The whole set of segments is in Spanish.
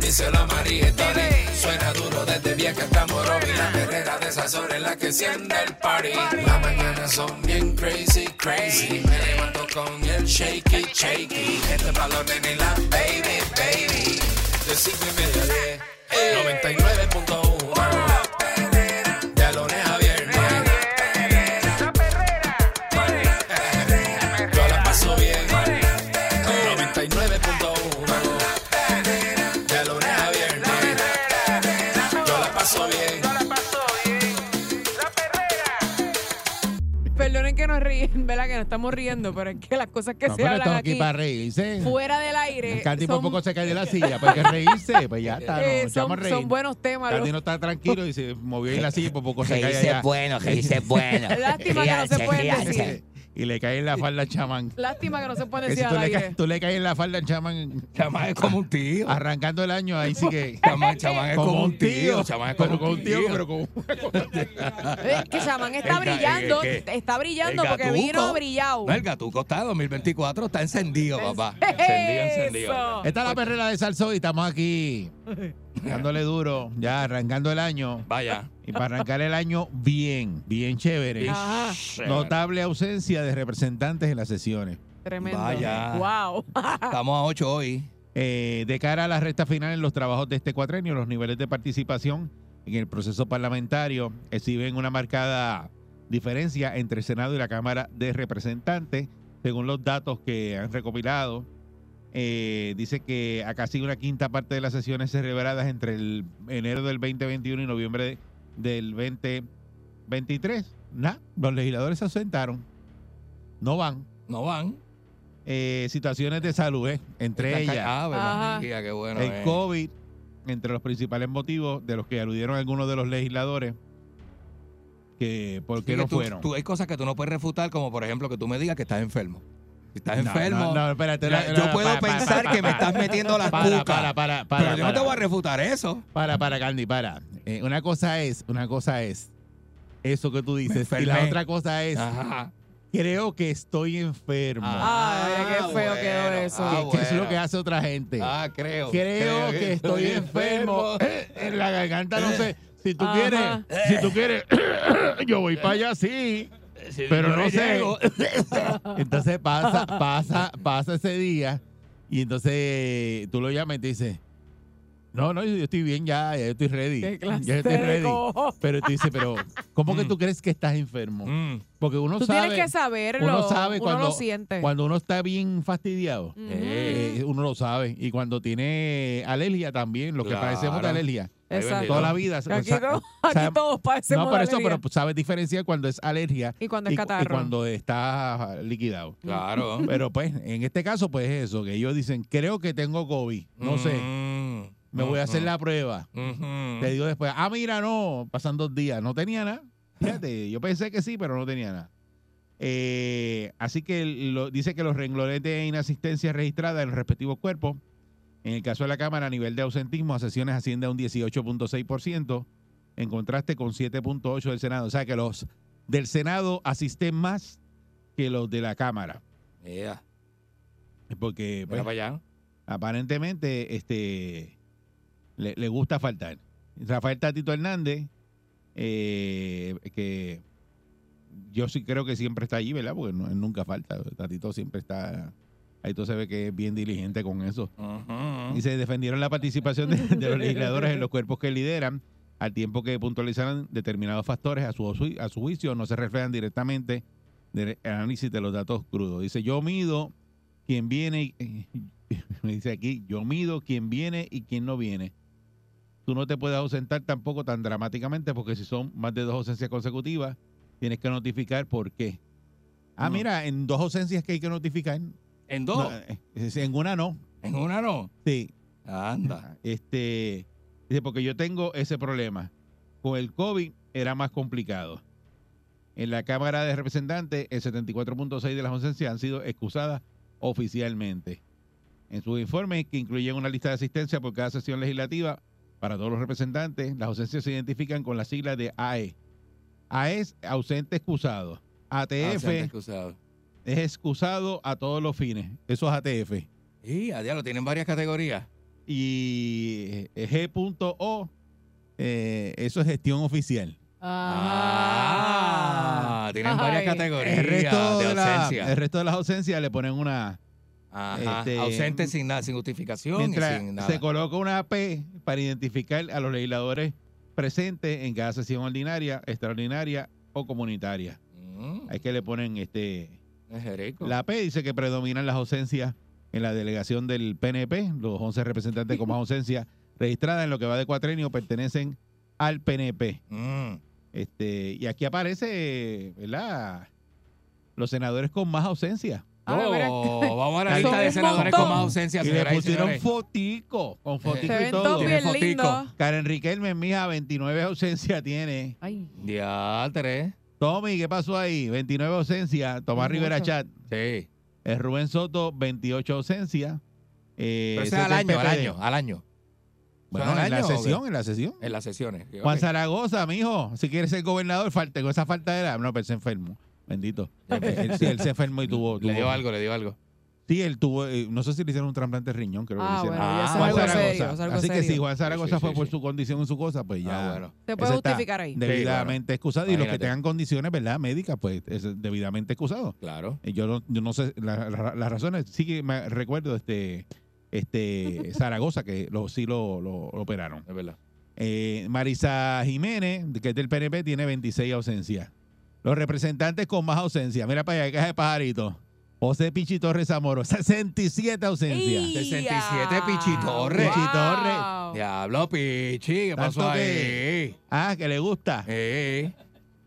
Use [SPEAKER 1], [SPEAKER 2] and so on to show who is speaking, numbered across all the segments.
[SPEAKER 1] díselo a María y Tony. Suena duro desde bien que estamos Robin. La perrera de esas horas es la que enciende el Ah. party. Las mañanas son bien crazy, crazy. Me levanto con el shaky, shaky. Este es pa' los nenes y la baby, baby. De cinco y media a diez. 99.1 La ah. perrera De lunes a viernes
[SPEAKER 2] la perrera,
[SPEAKER 1] yo la paso bien. 99.1. De lunes a viernes. Yo la paso bien.
[SPEAKER 2] la pasó bien. La perrera,
[SPEAKER 3] Perdonen que nos ríen, ¿verdad? Que nos estamos riendo, pero es que las cosas que
[SPEAKER 4] No,
[SPEAKER 3] se
[SPEAKER 4] pero
[SPEAKER 3] hablan
[SPEAKER 4] estamos aquí
[SPEAKER 3] aquí,
[SPEAKER 4] para reírse.
[SPEAKER 3] fuera del aire
[SPEAKER 4] Candy por
[SPEAKER 3] son,
[SPEAKER 4] poco se cae de la silla, porque reírse, pues ya está,
[SPEAKER 3] eh,
[SPEAKER 4] nos echamos a
[SPEAKER 3] son,
[SPEAKER 4] reír.
[SPEAKER 3] son buenos temas.
[SPEAKER 4] Candy
[SPEAKER 3] los-
[SPEAKER 4] no está tranquilo y se movió en la silla y por poco se cae
[SPEAKER 5] Reírse es
[SPEAKER 4] allá.
[SPEAKER 5] bueno, reírse es bueno.
[SPEAKER 3] Lástima que no se
[SPEAKER 5] Ríanse,
[SPEAKER 3] pueden
[SPEAKER 5] ríanse.
[SPEAKER 3] decir.
[SPEAKER 4] Y le cae en la falda al chamán.
[SPEAKER 3] Lástima que no se pueden
[SPEAKER 4] Que si
[SPEAKER 3] decir
[SPEAKER 4] tú
[SPEAKER 3] al
[SPEAKER 4] le,
[SPEAKER 3] aire.
[SPEAKER 4] caes, tú le caes en la falda al chamán
[SPEAKER 6] Chamán es como un tío.
[SPEAKER 4] arrancando el año, ahí sí que...
[SPEAKER 6] Chamán, chamán es Ah, como un tío. Chamán es
[SPEAKER 4] pero con
[SPEAKER 6] como un
[SPEAKER 4] un tío, pero con
[SPEAKER 3] Eh, que Shaman está
[SPEAKER 6] El ga-
[SPEAKER 3] brillando,
[SPEAKER 6] el que-
[SPEAKER 3] está brillando
[SPEAKER 6] el
[SPEAKER 3] porque
[SPEAKER 6] gatuco.
[SPEAKER 3] vino brillado.
[SPEAKER 6] No, el gatuco está 2024, está encendido, papá.
[SPEAKER 3] Eso.
[SPEAKER 4] Esta es la perrera de Salsó y estamos aquí dándole duro, ya arrancando el año.
[SPEAKER 6] Vaya.
[SPEAKER 4] Y para arrancar el año bien, bien chévere.
[SPEAKER 6] Ah.
[SPEAKER 3] Ajá,
[SPEAKER 4] Notable ausencia de representantes en las sesiones.
[SPEAKER 3] tremendo.
[SPEAKER 6] Vaya.
[SPEAKER 3] Wow.
[SPEAKER 6] Estamos a 8 hoy.
[SPEAKER 4] Eh, de cara a la recta final en los trabajos de este cuatrenio, los niveles de participación en el proceso parlamentario exhiben una marcada diferencia entre el Senado y la Cámara de Representantes, según los datos que han recopilado. eh, dice que a casi una quinta parte de las sesiones celebradas entre el enero del 2021 y noviembre de- del 2023, nah, los legisladores se ausentaron, no van.
[SPEAKER 6] No van.
[SPEAKER 4] Eh, situaciones de salud, eh, entre
[SPEAKER 6] Están
[SPEAKER 4] ellas
[SPEAKER 6] ca- Ave
[SPEAKER 3] Ajá.
[SPEAKER 6] María, qué bueno.
[SPEAKER 4] el
[SPEAKER 6] eh.
[SPEAKER 4] COVID, entre los principales motivos de los que aludieron algunos de los legisladores, que por
[SPEAKER 6] Sí,
[SPEAKER 4] qué
[SPEAKER 6] que
[SPEAKER 4] no
[SPEAKER 6] tú-
[SPEAKER 4] fueron.
[SPEAKER 6] tú- hay cosas que tú no puedes refutar, como por ejemplo que tú me digas que estás enfermo. Si estás
[SPEAKER 4] No,
[SPEAKER 6] enfermo,
[SPEAKER 4] no, no, espérate,
[SPEAKER 6] mira,
[SPEAKER 4] no,
[SPEAKER 6] yo
[SPEAKER 4] no,
[SPEAKER 6] puedo
[SPEAKER 4] para, para,
[SPEAKER 6] pensar
[SPEAKER 4] para,
[SPEAKER 6] que me
[SPEAKER 4] para.
[SPEAKER 6] estás metiendo las
[SPEAKER 4] Para,
[SPEAKER 6] cucas.
[SPEAKER 4] para, para, para.
[SPEAKER 6] pero yo no te
[SPEAKER 4] para.
[SPEAKER 6] voy a refutar eso.
[SPEAKER 4] Para, para, Candy, para. Eh, una cosa es, una cosa es eso que tú dices. Y la
[SPEAKER 6] enfermé. Ah.
[SPEAKER 4] otra cosa es,
[SPEAKER 6] Ajá.
[SPEAKER 4] creo que estoy enfermo.
[SPEAKER 3] Ay, mira
[SPEAKER 4] ah,
[SPEAKER 3] qué feo quedó eso.
[SPEAKER 4] ¿Qué
[SPEAKER 6] ah,
[SPEAKER 4] qué es lo
[SPEAKER 6] bueno.
[SPEAKER 4] que hace otra gente?
[SPEAKER 6] Ah, creo.
[SPEAKER 4] creo que estoy enfermo. En la garganta no sé. Si tú
[SPEAKER 3] Eh. Ajá. Eh.
[SPEAKER 4] quieres, si tú quieres, yo voy para allá sí. Pero no sé. Entonces pasa, pasa, pasa ese día y entonces tú lo llamas y te dices, no, no, yo yo estoy bien ya, ya yo estoy ready.
[SPEAKER 3] Qué
[SPEAKER 4] Ya yo
[SPEAKER 3] clase
[SPEAKER 4] estoy
[SPEAKER 3] de
[SPEAKER 4] ready.
[SPEAKER 3] cojo.
[SPEAKER 4] Pero tú dices, pero ¿cómo que
[SPEAKER 6] Mm.
[SPEAKER 4] tú crees que estás enfermo?
[SPEAKER 6] Mm.
[SPEAKER 4] Porque uno
[SPEAKER 3] Tú
[SPEAKER 4] sabe,
[SPEAKER 3] tienes que saberlo.
[SPEAKER 4] uno sabe cuando,
[SPEAKER 3] lo siente. Mm.
[SPEAKER 4] cuando uno está bien fastidiado.
[SPEAKER 3] Ujú.
[SPEAKER 6] Eh,
[SPEAKER 4] eh, uno lo sabe. Y cuando tiene alergia también, los que
[SPEAKER 6] Claro.
[SPEAKER 4] padecemos de alergia,
[SPEAKER 6] Ay,
[SPEAKER 3] Exacto.
[SPEAKER 6] bendito.
[SPEAKER 4] toda la vida.
[SPEAKER 3] Aquí, no-
[SPEAKER 4] sa- sabe-
[SPEAKER 3] aquí todos padecemos
[SPEAKER 4] no, por
[SPEAKER 3] de
[SPEAKER 4] eso,
[SPEAKER 3] alergia.
[SPEAKER 4] pero pues, sabes diferenciar cuando es alergia
[SPEAKER 3] y cuando
[SPEAKER 4] y
[SPEAKER 3] es
[SPEAKER 4] cu-
[SPEAKER 3] catarro.
[SPEAKER 4] y cuando está liquidado.
[SPEAKER 6] Claro.
[SPEAKER 4] Pero pues, en este caso, pues es eso, que ellos dicen, creo que tengo COVID, no sé,
[SPEAKER 6] Mm.
[SPEAKER 4] me voy a hacer
[SPEAKER 6] Ujú.
[SPEAKER 4] la prueba.
[SPEAKER 6] Ujú.
[SPEAKER 4] Te digo después, ah, mira, no, pasan dos días, no tenía nada. Fíjate, yo pensé que sí, pero no tenía nada. Eh, así que lo- dice que los renglones de inasistencia registrada en los respectivos cuerpos, en el caso de la Cámara, a nivel de ausentismo, a sesiones asciende a un 18.6%, en contraste con 7.8% del Senado. O sea que los del Senado asisten más que los de la Cámara.
[SPEAKER 6] Yeah.
[SPEAKER 4] Porque pues,
[SPEAKER 6] Mira para allá.
[SPEAKER 4] aparentemente este le, le gusta faltar. Rafael Tatito Hernández, eh, que yo sí creo que siempre está allí, ¿verdad? Porque no- él nunca falta. Tatito siempre está. Ahí tú se ve que es bien diligente con eso.
[SPEAKER 6] Ujú.
[SPEAKER 4] Y se defendieron la participación de, de los legisladores en los cuerpos que lideran, al tiempo que puntualizaron determinados factores a su, ju- a su juicio no se reflejan directamente del análisis de los datos crudos. Dice, yo mido quien viene, y- me dice aquí, yo mido quien viene y quien no viene. Tú no te puedes ausentar tampoco tan dramáticamente porque si son más de dos ausencias consecutivas, tienes que notificar por qué. Ah,
[SPEAKER 6] Mm.
[SPEAKER 4] mira, en dos ausencias que hay que notificar.
[SPEAKER 6] En
[SPEAKER 4] No,
[SPEAKER 6] dos.
[SPEAKER 4] eh, en una no.
[SPEAKER 6] En una no.
[SPEAKER 4] Sí,
[SPEAKER 6] Anda.
[SPEAKER 4] Ajá. Este, dice, porque yo tengo ese problema. Con el COVID era más complicado. En la Cámara de Representantes, el 74.6 de las ausencias han sido excusadas oficialmente. En sus informes, que incluyen una lista de asistencia por cada sesión legislativa para todos los representantes, las ausencias se identifican con la sigla de AE. AE E es ausente excusado.
[SPEAKER 6] Ah,
[SPEAKER 4] ATF
[SPEAKER 6] se han excusado.
[SPEAKER 4] es excusado a todos los fines. Eso es ATF.
[SPEAKER 6] Y a diablo, tienen varias categorías.
[SPEAKER 4] Y eh, G.O, eh, eso es gestión oficial.
[SPEAKER 3] Ah.
[SPEAKER 6] tienen
[SPEAKER 3] Ay.
[SPEAKER 6] varias categorías
[SPEAKER 4] El resto de,
[SPEAKER 6] de
[SPEAKER 4] la-
[SPEAKER 6] ausencia.
[SPEAKER 4] el resto de las ausencias le ponen una.
[SPEAKER 6] Ajá,
[SPEAKER 4] este,
[SPEAKER 6] ausente sin nada, sin justificación y
[SPEAKER 4] Mientras
[SPEAKER 6] sin nada.
[SPEAKER 4] se coloca una P para identificar a los legisladores presentes en cada sesión ordinaria, extraordinaria o comunitaria.
[SPEAKER 6] Mm,
[SPEAKER 4] Hay que le ponen este.
[SPEAKER 6] es jerico.
[SPEAKER 4] La P dice que predominan las ausencias en la delegación del PNP. Los 11 representantes con más ausencia registrada en lo que va de cuatrenio pertenecen al PNP.
[SPEAKER 6] Mm,
[SPEAKER 4] Este, y aquí aparece, ¿verdad? Los senadores con más ausencia.
[SPEAKER 3] Ah,
[SPEAKER 6] oh,
[SPEAKER 3] mira.
[SPEAKER 6] vamos a la
[SPEAKER 4] Son
[SPEAKER 6] lista de
[SPEAKER 3] un
[SPEAKER 6] senadores con
[SPEAKER 3] montón.
[SPEAKER 6] más ausencia.
[SPEAKER 4] y le
[SPEAKER 6] señoras y
[SPEAKER 4] pusieron
[SPEAKER 6] señores.
[SPEAKER 4] fotico, con fotico
[SPEAKER 3] Se
[SPEAKER 4] y
[SPEAKER 3] ven
[SPEAKER 4] todo.
[SPEAKER 3] todos bien
[SPEAKER 6] Tiene fotico.
[SPEAKER 3] lindos.
[SPEAKER 4] Karen Riquelme, mija, 29 ausencias tiene.
[SPEAKER 3] Ay.
[SPEAKER 6] Diatre.
[SPEAKER 4] Tommy, ¿qué pasó ahí? 29 ausencias. Tomás
[SPEAKER 3] Mucho.
[SPEAKER 4] Rivera Chat.
[SPEAKER 6] Sí.
[SPEAKER 4] Eh, Rubén Soto, 28 ausencias. Eh,
[SPEAKER 6] Pero ese es al año, al
[SPEAKER 4] PPD.
[SPEAKER 6] año, al año.
[SPEAKER 4] Bueno,
[SPEAKER 6] ¿Son al
[SPEAKER 4] en la
[SPEAKER 6] año o qué?
[SPEAKER 4] sesión, en la sesión.
[SPEAKER 6] En las sesiones. Ok.
[SPEAKER 4] Juan Zaragoza, mijo, si quieres ser gobernador, falte con esa falta de edad. No, pero él se enfermó. Bendito. él, sí, él se enfermó y tuvo.
[SPEAKER 6] Le dio
[SPEAKER 4] tuvo-
[SPEAKER 6] algo, le dio algo.
[SPEAKER 4] Sí, él tuvo, eh, no sé si le hicieron un trasplante de riñón, creo
[SPEAKER 3] Ah, bueno,
[SPEAKER 4] que le hicieron.
[SPEAKER 3] ya
[SPEAKER 6] Ah,
[SPEAKER 3] eso es
[SPEAKER 4] Juan
[SPEAKER 3] algo
[SPEAKER 4] Zaragoza.
[SPEAKER 3] serio, eso es algo
[SPEAKER 4] Así que si
[SPEAKER 3] serio.
[SPEAKER 4] Juan Zaragoza
[SPEAKER 6] Sí, sí,
[SPEAKER 4] fue por
[SPEAKER 6] sí.
[SPEAKER 4] su condición y su cosa, pues ya.
[SPEAKER 6] Ah, bueno.
[SPEAKER 3] Se
[SPEAKER 4] ese
[SPEAKER 3] puede
[SPEAKER 4] está
[SPEAKER 3] justificar ahí.
[SPEAKER 4] Debidamente excusado. Y los que
[SPEAKER 6] Imagínate.
[SPEAKER 4] tengan condiciones, ¿verdad? Médicas, pues es debidamente excusado.
[SPEAKER 6] Claro.
[SPEAKER 4] Eh, Yo no, yo no sé la- la- las razones. Sí que me recuerdo este, este Zaragoza, que lo, sí lo- lo- lo operaron.
[SPEAKER 6] Es verdad.
[SPEAKER 4] Eh, Marisa Jiménez, que es del PNP, tiene 26 ausencias. Los representantes con más ausencias. Mira para allá, caja de pajarito. José Pichi Torres Zamoro, 67 ausencias.
[SPEAKER 6] 67 Pichitorre.
[SPEAKER 3] Wow.
[SPEAKER 6] Diablo, Pichi, ¿qué pasó
[SPEAKER 4] Tanto
[SPEAKER 6] ahí?
[SPEAKER 4] que- Ah, que le gusta.
[SPEAKER 6] Eh,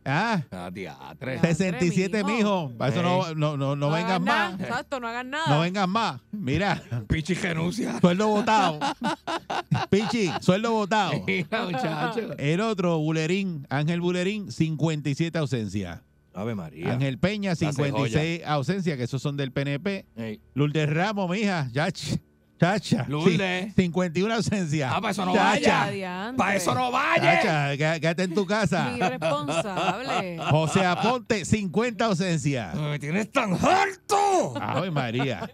[SPEAKER 4] Ah,
[SPEAKER 6] ah, diatre.
[SPEAKER 3] Madre
[SPEAKER 4] 67,
[SPEAKER 3] mijo.
[SPEAKER 4] mijo. Para eso no,
[SPEAKER 6] Eh.
[SPEAKER 4] no, no, no vengan
[SPEAKER 3] hagan
[SPEAKER 4] más.
[SPEAKER 3] nada, Exacto, no hagan nada.
[SPEAKER 4] No vengan más. Mira,
[SPEAKER 6] Pichi renuncia.
[SPEAKER 4] sueldo votado. Pichi, sueldo votado.
[SPEAKER 6] Mira, muchacho.
[SPEAKER 4] El otro, Bulerín, Ángel Bulerín, 57 ausencias.
[SPEAKER 6] Ave María.
[SPEAKER 4] Ángel Peña,
[SPEAKER 6] hace
[SPEAKER 4] 56 ausencias, que esos son del PNP.
[SPEAKER 6] Ey.
[SPEAKER 4] Lourdes Ramos, mija, yach, chacha.
[SPEAKER 6] Lourdes.
[SPEAKER 4] sí, 51 ausencias.
[SPEAKER 6] Ah, pa' eso no
[SPEAKER 4] Chacha,
[SPEAKER 6] vaya. Para eso no vaya.
[SPEAKER 4] Chacha, queda- quédate en tu casa.
[SPEAKER 3] Irresponsable.
[SPEAKER 4] José Aponte, 50 ausencias.
[SPEAKER 6] Me tienes tan harto.
[SPEAKER 4] Ay, María.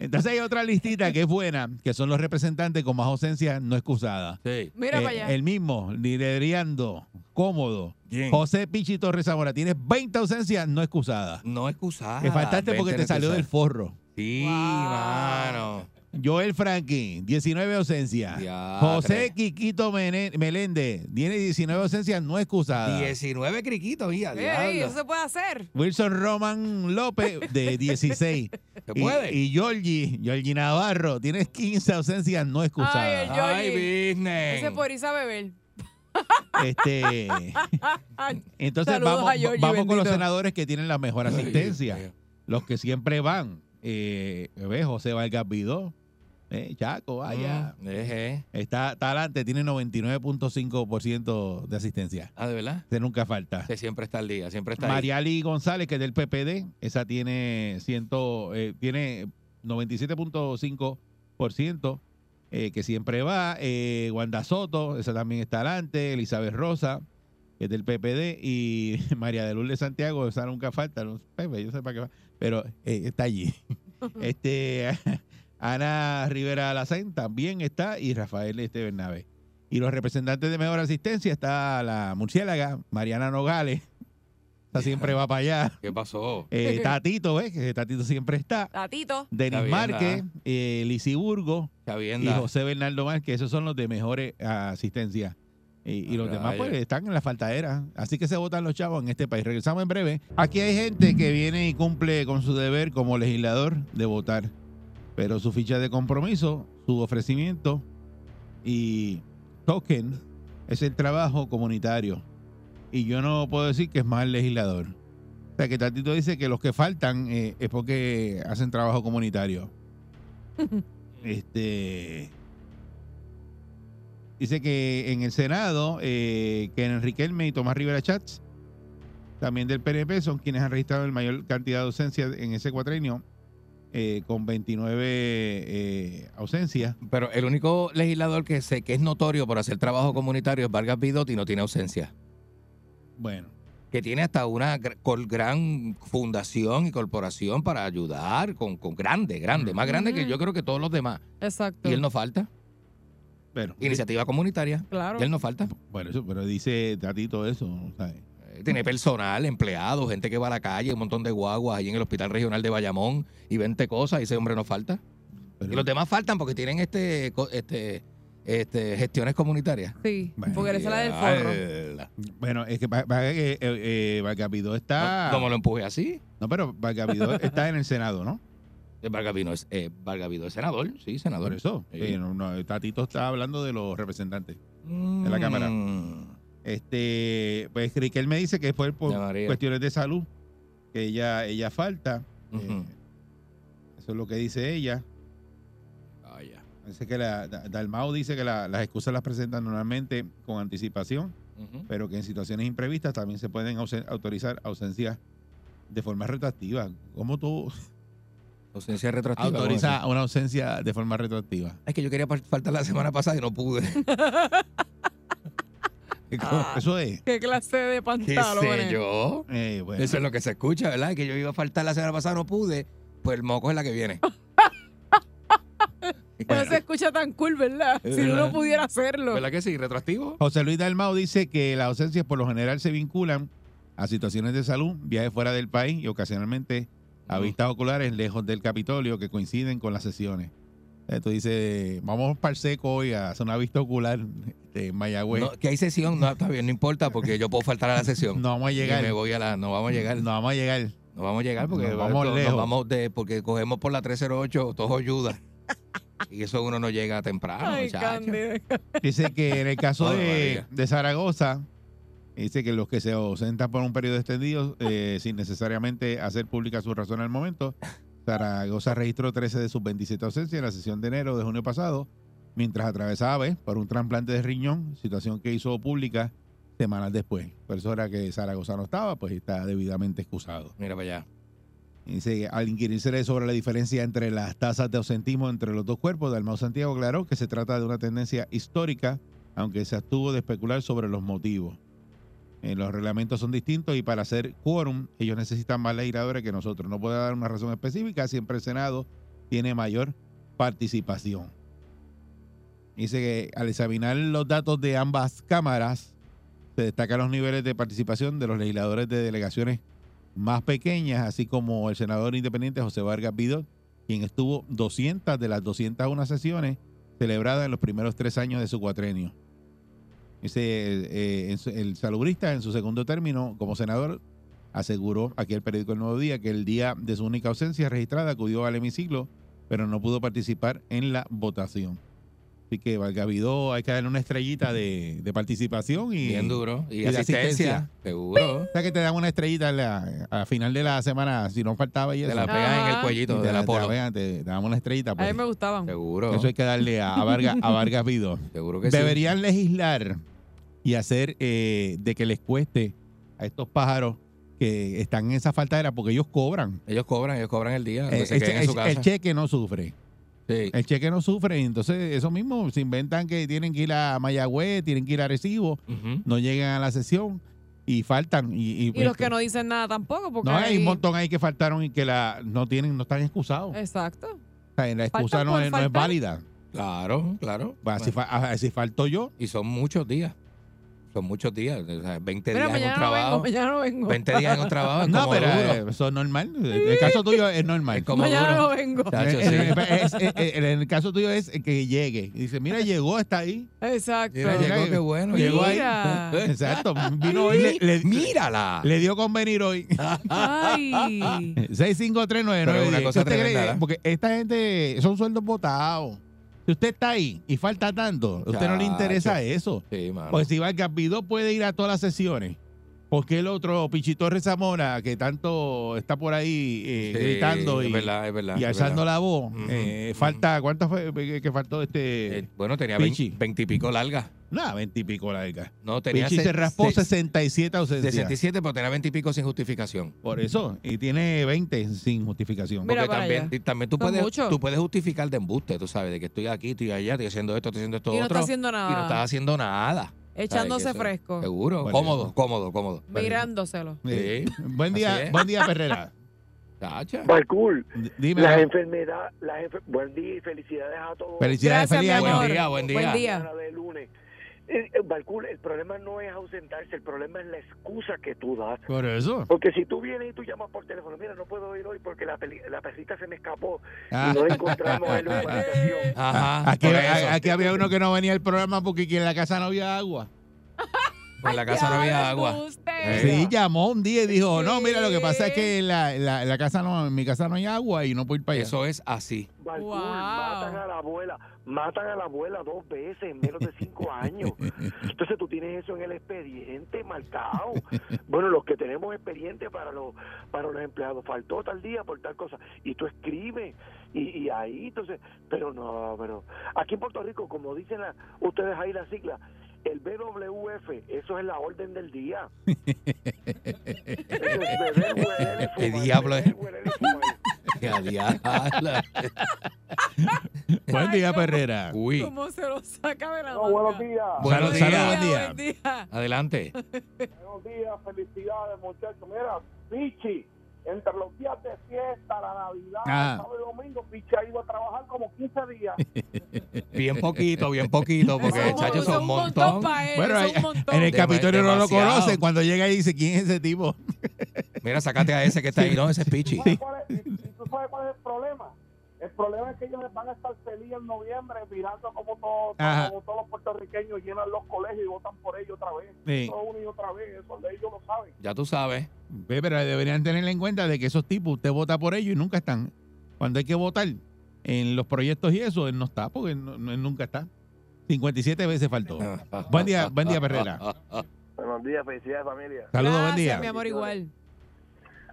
[SPEAKER 4] Entonces hay otra listita que es buena, que son los representantes con más ausencias no excusadas.
[SPEAKER 6] Sí.
[SPEAKER 3] Mira
[SPEAKER 4] Eh,
[SPEAKER 3] para allá.
[SPEAKER 4] El mismo, lideriando, cómodo.
[SPEAKER 6] ¿Quién?
[SPEAKER 4] José Pichi Torres Zamora, tienes 20 ausencias no excusadas.
[SPEAKER 6] No excusar.
[SPEAKER 4] Te faltaste porque te salió del forro.
[SPEAKER 6] Sí,
[SPEAKER 3] Wow.
[SPEAKER 6] mano.
[SPEAKER 4] Joel Franklin, 19 ausencias.
[SPEAKER 6] Diatre.
[SPEAKER 4] José Quiquito Mene- Meléndez, tiene 19 ausencias no excusadas.
[SPEAKER 6] 19 criquitos, mira,
[SPEAKER 3] Ey, ey,
[SPEAKER 6] diablo.
[SPEAKER 3] eso se puede hacer.
[SPEAKER 4] Wilson Roman López, de 16.
[SPEAKER 6] ¿Se
[SPEAKER 4] Y-
[SPEAKER 6] puede?
[SPEAKER 4] Y, Georgie, Georgie Navarro, tienes 15 ausencias no
[SPEAKER 3] Ay,
[SPEAKER 4] excusadas.
[SPEAKER 3] el Georgie.
[SPEAKER 6] Ay, business.
[SPEAKER 3] Ese por irse a beber.
[SPEAKER 4] este,
[SPEAKER 3] Ay,
[SPEAKER 4] entonces
[SPEAKER 3] Saludos
[SPEAKER 4] vamos,
[SPEAKER 3] a Georgie,
[SPEAKER 4] vamos con los
[SPEAKER 3] bendito.
[SPEAKER 4] senadores que tienen la mejor
[SPEAKER 6] Ay,
[SPEAKER 4] asistencia.
[SPEAKER 6] Dios mío.
[SPEAKER 4] los que siempre van. Eh, ¿ves? José Vargas Vidó, eh, Chaco, vaya.
[SPEAKER 6] Mm, ejé.
[SPEAKER 4] Está, está adelante, tiene 99.5% de asistencia.
[SPEAKER 6] Ah, ¿de verdad?
[SPEAKER 4] Ese nunca falta.
[SPEAKER 6] Ese siempre está al día, siempre está ahí.
[SPEAKER 4] Mariali González, que es del PPD, esa tiene, 100, eh, tiene 97.5%, eh, que siempre va. Eh, Wanda Soto, esa también está adelante. Elizabeth Rosa, que es del PPD. Y María de Luz de Santiago, esa nunca falta. No, Pepe, yo sé para qué va. Pero eh, está allí. este Ana Rivera Alacén también está. Y Rafael este Bernabe. Y los representantes de mejor asistencia está la murciélaga, Mariana Nogales. Esa siempre va para allá.
[SPEAKER 6] ¿Qué pasó?
[SPEAKER 4] Eh, Tatito, ¿ves? Que Tatito siempre está.
[SPEAKER 3] Tatito.
[SPEAKER 4] Denis
[SPEAKER 6] bien,
[SPEAKER 4] Márquez, eh, Lisi Burgo y
[SPEAKER 6] Chavienda.
[SPEAKER 4] José Bernardo Márquez. Esos son los de mejores asistencias. Y, y los
[SPEAKER 6] Ah,
[SPEAKER 4] demás, pues,
[SPEAKER 6] rayos.
[SPEAKER 4] están en la faltadera. Así que se votan los chavos en este país. Regresamos en breve. Aquí hay gente que viene y cumple con su deber como legislador de votar. Pero su ficha de compromiso, su ofrecimiento y token es el trabajo comunitario. Y yo no puedo decir que es mal legislador. O sea, que Tatito dice que los que faltan eh, es porque hacen trabajo comunitario. este. Dice que en el Senado, eh, que en Enriquelme y Tomás Rivera Chats también del PNP son quienes han registrado la mayor cantidad de ausencias en ese cuatrenio, eh, con 29 eh, ausencias.
[SPEAKER 6] Pero el único legislador que sé que es notorio por hacer trabajo comunitario es Vargas Bidotti y no tiene ausencia.
[SPEAKER 4] Bueno,
[SPEAKER 6] Que tiene hasta una gr- col- gran fundación y corporación para ayudar, con, con grande, grande,
[SPEAKER 4] Mm.
[SPEAKER 6] más grande que
[SPEAKER 3] Ujú.
[SPEAKER 6] yo creo que todos los demás.
[SPEAKER 3] Exacto.
[SPEAKER 6] Y él no falta.
[SPEAKER 4] pero,
[SPEAKER 6] Iniciativa comunitaria.
[SPEAKER 3] Claro.
[SPEAKER 6] Y él no falta.
[SPEAKER 4] bueno, eso, pero dice Tatito eso, ¿sabes?
[SPEAKER 6] Eh, Tiene personal, empleados, gente que va a la calle, un montón de guaguas ahí en el Hospital Regional de Bayamón y 20 cosas. Y ese hombre no falta.
[SPEAKER 4] Pero-
[SPEAKER 6] Y los demás faltan porque tienen este, co- este, este gestiones comunitarias. eh,
[SPEAKER 3] Sí,
[SPEAKER 4] Bueno,
[SPEAKER 3] porque esa es la del forro.
[SPEAKER 6] Ay,
[SPEAKER 4] Bueno, es que pa- pa- que, eh, eh, Valgavidó está.
[SPEAKER 6] no- ¿Cómo lo empuje así?
[SPEAKER 4] No, pero Valgavidó está en el Senado, ¿no?
[SPEAKER 6] Eh, Vargas Vino es, eh, Vargas Vidó es senador, sí, senador.
[SPEAKER 4] Por eso.
[SPEAKER 6] Sí.
[SPEAKER 4] eh, no, no, Tatito está hablando de los representantes.
[SPEAKER 6] en
[SPEAKER 4] la Cámara.
[SPEAKER 6] Mm.
[SPEAKER 4] Este, pues él me dice que fue por
[SPEAKER 6] Ya, María.
[SPEAKER 4] cuestiones de salud que ella, ella falta. Eh, eso es lo que dice ella.
[SPEAKER 6] Ah,
[SPEAKER 4] Dice que la, Da- Dalmau dice que la- las excusas las presentan normalmente con anticipación, pero que en situaciones imprevistas también se pueden ausen- autorizar ausencias de forma retroactiva. ¿Cómo tú
[SPEAKER 6] Ausencia retroactiva. ¿cómo
[SPEAKER 4] autorizas una ausencia de forma retroactiva?
[SPEAKER 6] Es Es que yo quería par- faltar la semana pasada y no pude. ¿Cómo?
[SPEAKER 4] Eso es.
[SPEAKER 3] ¿Qué clase de
[SPEAKER 6] ¿Qué
[SPEAKER 3] pantalones?
[SPEAKER 6] sé yo?
[SPEAKER 4] Eh, bueno.
[SPEAKER 6] Eso es lo que se escucha, ¿verdad? Es que yo iba a faltar la semana pasada, no pude. Pues el moco es la que viene.
[SPEAKER 3] No se escucha tan cool, ¿verdad?
[SPEAKER 6] Es
[SPEAKER 3] Si uno
[SPEAKER 6] verdad.
[SPEAKER 3] pudiera hacerlo.
[SPEAKER 6] ¿Verdad que sí? ¿Retroactivo?
[SPEAKER 4] José Luis Dalmau dice que las ausencias por lo general se vinculan a situaciones de salud, viajes fuera del país y ocasionalmente a vistas oculares lejos del Capitolio que coinciden con las sesiones. Eh, Tú dices, vamos para el seco hoy a hacer una vista ocular este, en Mayagüez.
[SPEAKER 6] No, que hay sesión, no, está bien, no importa porque yo puedo faltar a la
[SPEAKER 4] No,
[SPEAKER 6] sesión.
[SPEAKER 4] vamos a
[SPEAKER 6] Y
[SPEAKER 4] llegar.
[SPEAKER 6] me voy a la, no vamos a llegar.
[SPEAKER 4] No vamos a llegar.
[SPEAKER 6] No vamos a llegar porque
[SPEAKER 4] Nos vamos lejos.
[SPEAKER 6] vamos de, porque cogemos por la 308, todo ayuda. y eso uno Ah, no llega temprano,
[SPEAKER 3] Ay,
[SPEAKER 6] muchacho.
[SPEAKER 3] Cándido.
[SPEAKER 4] Dice que en el caso
[SPEAKER 6] Ave
[SPEAKER 4] de,
[SPEAKER 6] María.
[SPEAKER 4] de Zaragoza, dice que los que se ausentan por un periodo extendido eh, sin necesariamente hacer pública su razón al momento, Zaragoza registró 13 de sus 27 ausencias en la sesión de enero de junio pasado, mientras atravesaba ¿ves? por un trasplante de riñón, situación que hizo pública semanas después. Por eso era que Zaragoza no estaba, pues está debidamente excusado.
[SPEAKER 6] Mira para allá.
[SPEAKER 4] Dice, al inquirirse sobre la diferencia entre las tasas de ausentismo entre los dos cuerpos, Dalmau Santiago aclaró que se trata de una tendencia histórica, aunque se abstuvo de especular sobre los motivos. Eh, los reglamentos son distintos y para hacer quórum ellos necesitan más legisladores que nosotros. No puede dar una razón específica, siempre el Senado tiene mayor participación. Dice que al examinar los datos de ambas cámaras, se destacan los niveles de participación de los legisladores de delegaciones más pequeñas, así como el senador independiente José Vargas Vidot, quien estuvo 200 de las 201 sesiones celebradas en los primeros tres años de su cuatrenio. Ese, eh, en su- el salubrista, en su segundo término como senador, aseguró aquí al periódico El Nuevo Día que el día de su única ausencia registrada acudió al hemiciclo, pero no pudo participar en la votación. Así que Vargas Vidot, hay que darle una estrellita de, de participación y...
[SPEAKER 6] Bien duro. Y,
[SPEAKER 4] y de
[SPEAKER 6] asistencia.
[SPEAKER 4] asistencia.
[SPEAKER 6] Seguro.
[SPEAKER 4] O sea que te dan una estrellita en la- a final de la semana, si no faltaba y
[SPEAKER 6] Te
[SPEAKER 4] eso.
[SPEAKER 6] la pegan en
[SPEAKER 3] Ajá.
[SPEAKER 6] el
[SPEAKER 4] Y te
[SPEAKER 6] cuellito
[SPEAKER 4] la-
[SPEAKER 6] de la
[SPEAKER 4] te
[SPEAKER 6] polo.
[SPEAKER 4] pegan, te, te damos una estrellita.
[SPEAKER 3] A mí
[SPEAKER 4] pues.
[SPEAKER 3] me gustaban.
[SPEAKER 6] Seguro.
[SPEAKER 4] Eso hay que darle a, a Vargas, a Vargas Vidó.
[SPEAKER 6] Seguro que sí.
[SPEAKER 4] Deberían legislar y hacer eh, de que les cueste a estos pájaros que están en esa faltadera porque ellos cobran.
[SPEAKER 6] Ellos cobran, ellos cobran el día.
[SPEAKER 4] Eh,
[SPEAKER 6] donde se
[SPEAKER 4] el,
[SPEAKER 6] queden
[SPEAKER 4] che-
[SPEAKER 6] en su
[SPEAKER 4] el-
[SPEAKER 6] casa.
[SPEAKER 4] el cheque no sufre.
[SPEAKER 6] Sí.
[SPEAKER 4] El cheque no sufre. y Entonces, eso mismo, se inventan que tienen que ir a Mayagüez, tienen que ir a Arecibo,
[SPEAKER 6] Ujú.
[SPEAKER 4] no llegan a la sesión y faltan. Y, pues,
[SPEAKER 3] Y
[SPEAKER 4] y-
[SPEAKER 3] los que no dicen nada tampoco, porque.
[SPEAKER 4] No, hay
[SPEAKER 3] ahí-
[SPEAKER 4] un montón ahí que faltaron y que la no tienen, no están excusados.
[SPEAKER 3] Exacto.
[SPEAKER 4] O sea, la excusa
[SPEAKER 3] faltan
[SPEAKER 4] no
[SPEAKER 3] por
[SPEAKER 4] es, no es
[SPEAKER 3] faltar.
[SPEAKER 4] válida.
[SPEAKER 6] Claro, claro.
[SPEAKER 4] Pues así, fa- ah, así falto yo.
[SPEAKER 6] Y son muchos días. Son muchos días. O sea, 20
[SPEAKER 3] Mira,
[SPEAKER 6] días en
[SPEAKER 3] mañana no
[SPEAKER 6] un
[SPEAKER 3] vengo,
[SPEAKER 6] trabajo.
[SPEAKER 3] mañana no vengo.
[SPEAKER 6] 20 días en un trabajo es
[SPEAKER 4] No,
[SPEAKER 6] Ah, como
[SPEAKER 4] pero
[SPEAKER 6] duro.
[SPEAKER 4] eh, eso es normal. El caso tuyo es normal.
[SPEAKER 6] Es como
[SPEAKER 3] Mañana
[SPEAKER 6] duro.
[SPEAKER 3] no vengo.
[SPEAKER 6] Chacho,
[SPEAKER 4] Eh, eh,
[SPEAKER 6] sí.
[SPEAKER 4] eh, es- eh, eh, en el caso tuyo es que llegue. Y dice, mira, llegó, está ahí.
[SPEAKER 3] Exacto.
[SPEAKER 6] Mira, llegó, qué bueno.
[SPEAKER 4] Llegó ahí.
[SPEAKER 3] Mira.
[SPEAKER 4] Exacto. Vino hoy, le, le-
[SPEAKER 6] ¡Mírala!
[SPEAKER 4] le dio con venir hoy.
[SPEAKER 3] Ah. Ay.
[SPEAKER 4] 6539910.
[SPEAKER 6] Pero es una cosa
[SPEAKER 4] ¿Usted cree-
[SPEAKER 6] tremenda, ¿verdad?
[SPEAKER 4] Porque esta gente son sueldos botados. Si usted está ahí y falta tanto, a usted no le interesa eso.
[SPEAKER 6] Sí, mano.
[SPEAKER 4] Pues Porque si Vargas Vidó puede ir a todas las sesiones Porque el otro, Pichitorre Zamora, que tanto está por ahí eh,
[SPEAKER 6] Sí,
[SPEAKER 4] gritando y,
[SPEAKER 6] es verdad, es verdad,
[SPEAKER 4] y
[SPEAKER 6] es
[SPEAKER 4] alzando
[SPEAKER 6] verdad.
[SPEAKER 4] la voz,
[SPEAKER 6] Ujú,
[SPEAKER 4] eh,
[SPEAKER 6] ujú.
[SPEAKER 4] falta, ¿cuánto fue eh, que que faltó este?
[SPEAKER 6] Eh, bueno, tenía
[SPEAKER 4] Pichi.
[SPEAKER 6] 20, 20 y pico larga.
[SPEAKER 4] Nada, veintipico larga.
[SPEAKER 6] No, tenía
[SPEAKER 4] Pichi
[SPEAKER 6] se-
[SPEAKER 4] se raspó
[SPEAKER 6] se-
[SPEAKER 4] 67 ausencias.
[SPEAKER 6] 67, pero tenía 20 y pico sin justificación.
[SPEAKER 4] Por eso, y tiene 20 sin justificación.
[SPEAKER 3] Mira
[SPEAKER 6] Porque
[SPEAKER 3] para
[SPEAKER 6] también,
[SPEAKER 3] allá.
[SPEAKER 6] y también tú,
[SPEAKER 3] Son
[SPEAKER 6] puedes,
[SPEAKER 3] muchos.
[SPEAKER 6] tú puedes justificar de embuste, tú sabes, de que estoy aquí, estoy allá, estoy haciendo esto, estoy haciendo esto
[SPEAKER 3] Y no
[SPEAKER 6] otro.
[SPEAKER 3] está haciendo nada.
[SPEAKER 6] Y no estás haciendo nada.
[SPEAKER 3] Echándose
[SPEAKER 6] ¿Sabes? Que eso-
[SPEAKER 3] fresco.
[SPEAKER 6] Seguro.
[SPEAKER 4] Bueno,
[SPEAKER 6] cómodo,
[SPEAKER 4] eso.
[SPEAKER 6] cómodo, cómodo.
[SPEAKER 3] Mirándoselo.
[SPEAKER 4] Eh,
[SPEAKER 6] Sí.
[SPEAKER 4] Buen
[SPEAKER 6] Así
[SPEAKER 4] día,
[SPEAKER 6] es.
[SPEAKER 4] buen día, Perrera.
[SPEAKER 6] Tacha.
[SPEAKER 7] Pues cool.
[SPEAKER 4] D- Dime.
[SPEAKER 7] Las
[SPEAKER 4] Buen
[SPEAKER 7] enfermedades, las enfer- buen día y felicidades a todos.
[SPEAKER 4] Felicidades,
[SPEAKER 3] Gracias, mi
[SPEAKER 4] feliz año.
[SPEAKER 3] amor.
[SPEAKER 6] Buen día, buen día.
[SPEAKER 7] Mañana de lunes. Eh, eh, Barcool, el problema no es ausentarse, el problema es la excusa que tú das.
[SPEAKER 4] Por eso.
[SPEAKER 7] Porque si tú vienes y tú llamas por teléfono, mira, no puedo ir hoy porque la, peli- la perrita se me escapó
[SPEAKER 4] Ah.
[SPEAKER 7] y no la encontramos en la urbanización.
[SPEAKER 6] Ajá.
[SPEAKER 4] aquí,
[SPEAKER 6] por
[SPEAKER 4] a-
[SPEAKER 6] eso.
[SPEAKER 4] aquí había uno que no venía al programa porque aquí en la casa no había agua.
[SPEAKER 6] Pues en la casa no había agua.
[SPEAKER 3] embuste.
[SPEAKER 6] Venga.
[SPEAKER 4] Sí, llamó un día y dijo, no, mira, lo que pasa es
[SPEAKER 3] Sí.
[SPEAKER 4] que en la, en la- en la casa no, en mi casa no hay agua y no puedo ir para allá.
[SPEAKER 6] Eso es así.
[SPEAKER 7] Barcool,
[SPEAKER 3] Wow.
[SPEAKER 7] matan a la abuela, matan a la abuela dos veces en menos de cinco años. Entonces tú tienes eso en el expediente marcado. Bueno, los que tenemos expediente para los para los empleados, faltó tal día por tal cosa, y tú escribes, y, y ahí, entonces, pero no, pero aquí en Puerto Rico, como dicen la- ustedes ahí la sigla, el BWF, eso es la orden del día. Eso es beber, hueler y
[SPEAKER 6] ¿Qué
[SPEAKER 7] fumar,
[SPEAKER 6] diablo es?
[SPEAKER 7] beber, hueler y fumar.
[SPEAKER 6] Ya, diabla.
[SPEAKER 4] Buen día, Perrera.
[SPEAKER 6] Uy.
[SPEAKER 3] ¿Cómo se lo saca de la
[SPEAKER 7] No, buenos
[SPEAKER 3] manga?
[SPEAKER 7] días.
[SPEAKER 6] Buenos
[SPEAKER 4] Salud,
[SPEAKER 6] días.
[SPEAKER 4] salud,
[SPEAKER 3] Buen
[SPEAKER 4] buen
[SPEAKER 3] día,
[SPEAKER 4] día.
[SPEAKER 3] buen día.
[SPEAKER 6] Adelante.
[SPEAKER 7] Buenos días, felicidades, muchachos. Mira, Pichi, entre los días de fiesta, la Navidad,
[SPEAKER 4] Ah.
[SPEAKER 7] sábado y domingo, Pichi ha ido a trabajar como 15 días.
[SPEAKER 6] Bien poquito, bien poquito, porque
[SPEAKER 3] Son-
[SPEAKER 6] chachos
[SPEAKER 3] son
[SPEAKER 6] son un montón.
[SPEAKER 3] pa' él,
[SPEAKER 4] Bueno,
[SPEAKER 3] son
[SPEAKER 4] hay-
[SPEAKER 3] un montón.
[SPEAKER 4] en el
[SPEAKER 6] Dema-
[SPEAKER 4] Capitolio no lo
[SPEAKER 6] demasiado.
[SPEAKER 4] conocen. Cuando llega y dice, ¿quién es ese tipo?
[SPEAKER 6] Mira, sacate a ese que está ahí. No, ese es Pichi.
[SPEAKER 7] ¿Sabes cuál es- y- y ¿Tú sabes cuál es el problema? El problema es que ellos van a estar felices en noviembre mirando como todos,
[SPEAKER 4] Ajá.
[SPEAKER 7] como todos los puertorriqueños llenan los colegios y votan por ellos otra vez.
[SPEAKER 4] Sí.
[SPEAKER 7] Todo uno y otra vez, eso de ellos lo saben.
[SPEAKER 6] Ya tú sabes.
[SPEAKER 4] Ve, Pero deberían tener en cuenta de que esos tipos, usted vota por ellos y nunca están. Cuando hay que votar en los proyectos y eso, él no está, porque él no- no- él nunca está. 57 veces faltó.
[SPEAKER 6] Ah.
[SPEAKER 4] Buen día, buen día, Perrera.
[SPEAKER 7] Buenos días, felicidades, familia.
[SPEAKER 4] Saludos, buen
[SPEAKER 3] Gracias,
[SPEAKER 4] día.
[SPEAKER 3] mi amor, igual.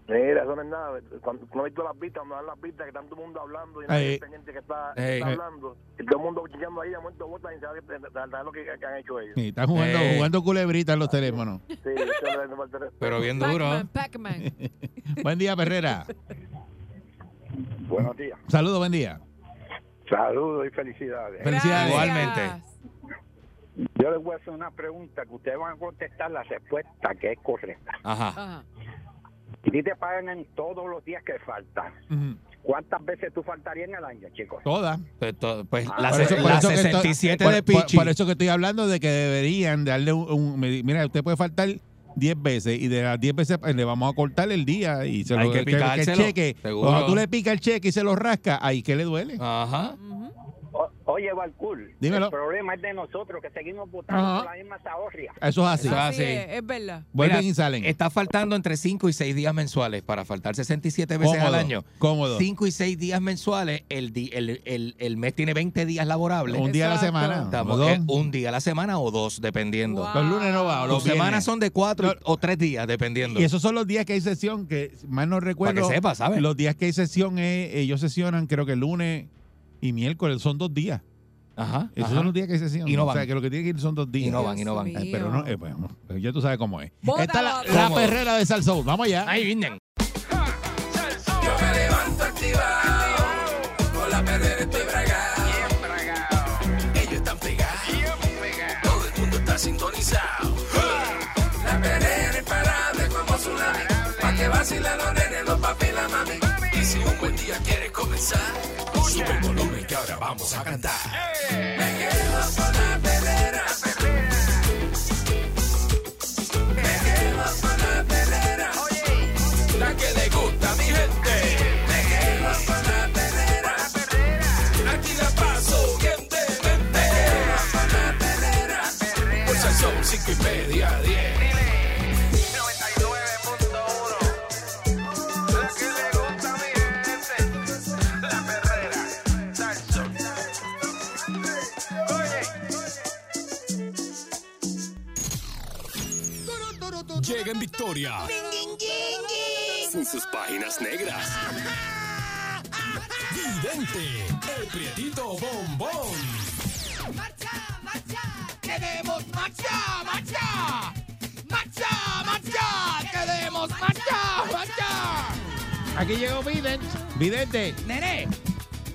[SPEAKER 7] Mira, eso no es nada. Cuando no he visto las vistas, me dan las vistas que tanto mundo hablando y
[SPEAKER 4] nadie Ahí.
[SPEAKER 7] hay gente que está,
[SPEAKER 6] Ey,
[SPEAKER 4] eh,
[SPEAKER 6] está ey.
[SPEAKER 7] hablando. Y todo el mundo chillando ahí, a momento votan y se da lo que, han hecho ellos.
[SPEAKER 4] Sí, están jugando,
[SPEAKER 6] Eh.
[SPEAKER 4] jugando culebrita en los teléfonos.
[SPEAKER 7] Sí, eso no falta
[SPEAKER 6] Pero bien duro.
[SPEAKER 3] Pac-Man, Pac-Man.
[SPEAKER 4] Buen día, Perrera.
[SPEAKER 7] Buenos días.
[SPEAKER 4] Saludos, buen día.
[SPEAKER 7] Saludos y felicidades.
[SPEAKER 4] Felicidades.
[SPEAKER 6] Igualmente.
[SPEAKER 7] Yo les voy a hacer una pregunta que ustedes van a contestar la respuesta que es correcta.
[SPEAKER 6] Ajá.
[SPEAKER 3] Ajá.
[SPEAKER 7] Y si te pagan en todos los días que faltan,
[SPEAKER 4] Ujú.
[SPEAKER 7] ¿cuántas veces tú faltarías en el año, chicos?
[SPEAKER 4] Todas.
[SPEAKER 6] Pues, to- pues la,
[SPEAKER 7] Por
[SPEAKER 6] se-
[SPEAKER 7] eso-
[SPEAKER 6] la
[SPEAKER 4] que estoy-
[SPEAKER 6] 67
[SPEAKER 4] por-
[SPEAKER 6] de
[SPEAKER 4] por-
[SPEAKER 6] Pichi.
[SPEAKER 4] Por, eso que estoy hablando de que deberían darle un, un- me- Mira, usted puede faltar 10 veces y de las 10 veces pues, le vamos a cortar el día y se
[SPEAKER 6] Hay
[SPEAKER 4] lo
[SPEAKER 6] que
[SPEAKER 4] el
[SPEAKER 6] picárselo,
[SPEAKER 4] cheque.
[SPEAKER 6] seguro.
[SPEAKER 4] Cuando tú le picas el cheque y se lo rasca, ahí que le duele.
[SPEAKER 6] Ajá.
[SPEAKER 3] Ujú.
[SPEAKER 7] oye, Balcool,
[SPEAKER 4] Dímelo.
[SPEAKER 7] el problema es de nosotros que seguimos votando
[SPEAKER 4] Ajá.
[SPEAKER 7] por la misma zahorria.
[SPEAKER 4] Eso es así.
[SPEAKER 6] Eso- Ah,
[SPEAKER 3] Así
[SPEAKER 6] sí.
[SPEAKER 3] es, es verdad.
[SPEAKER 4] Vuelven
[SPEAKER 6] Mira, este
[SPEAKER 4] y salen.
[SPEAKER 6] Está faltando entre 5 y 6 días mensuales para faltar 67 veces al
[SPEAKER 4] Cómodo,
[SPEAKER 6] año.
[SPEAKER 4] Cómodo.
[SPEAKER 6] 5 y 6 días mensuales, el, di- el, el- el mes tiene 20 días laborables.
[SPEAKER 4] Un día a la
[SPEAKER 3] Exacto.
[SPEAKER 4] semana.
[SPEAKER 6] Estamos-
[SPEAKER 4] o dos.
[SPEAKER 6] eh, un día a la semana o dos, dependiendo.
[SPEAKER 3] Wow.
[SPEAKER 4] Los lunes no va. o Los
[SPEAKER 6] Los semanas
[SPEAKER 4] viernes.
[SPEAKER 6] son de 4
[SPEAKER 4] No.
[SPEAKER 6] o 3 días, dependiendo.
[SPEAKER 4] Y esos son los días que hay sesión, que si mal no
[SPEAKER 6] para
[SPEAKER 4] recuerdo.
[SPEAKER 6] que sepa, ¿sabes?
[SPEAKER 4] Los días que hay sesión, es- ellos sesionan creo que el lunes y miércoles, son dos días.
[SPEAKER 6] Ajá.
[SPEAKER 4] Esos
[SPEAKER 6] ajá.
[SPEAKER 4] son los días que hay sesión.
[SPEAKER 6] Y no
[SPEAKER 4] O
[SPEAKER 6] van.
[SPEAKER 4] sea, que lo que tiene que ir son dos días.
[SPEAKER 6] Y no van, y no
[SPEAKER 3] Dios
[SPEAKER 6] van.
[SPEAKER 3] mío.
[SPEAKER 4] Eh, pero no, eh, bueno, pero ya tú sabes cómo es.
[SPEAKER 3] Bótalo,
[SPEAKER 4] Está la,
[SPEAKER 3] bótalo.
[SPEAKER 4] la
[SPEAKER 6] Cómodo.
[SPEAKER 4] perrera de Salsoul. Vamos allá.
[SPEAKER 6] Ahí vienen.
[SPEAKER 1] Yo me levanto activado. Con la perrera estoy bragado. Ellos están pegados. Todo el mundo está sintonizado. La perrera es parable como tsunami. Pa' que vacilen los nenes, los papi y la mami. Y si un buen día quieres comenzar, sube el volumen que ahora vamos a cantar. Me quedo con la perrera. Me quedo con la perrera. La que le gusta a mi gente. Me quedo con la perrera. Aquí la paso bien de mente. Me quedo con la perrera. Pues el son cinco y media, diez.
[SPEAKER 8] 99.1 La que le gusta a mi gente La perrera Salso Oye
[SPEAKER 9] en victoria. Sin sus páginas negras. Vidente, el prietito bombón.
[SPEAKER 1] ¡Queremos marcha, marcha! ¡Marcha, marcha! ¡Queremos marcha, marcha!
[SPEAKER 4] Aquí llegó Vidente. Vidente.
[SPEAKER 6] Nene,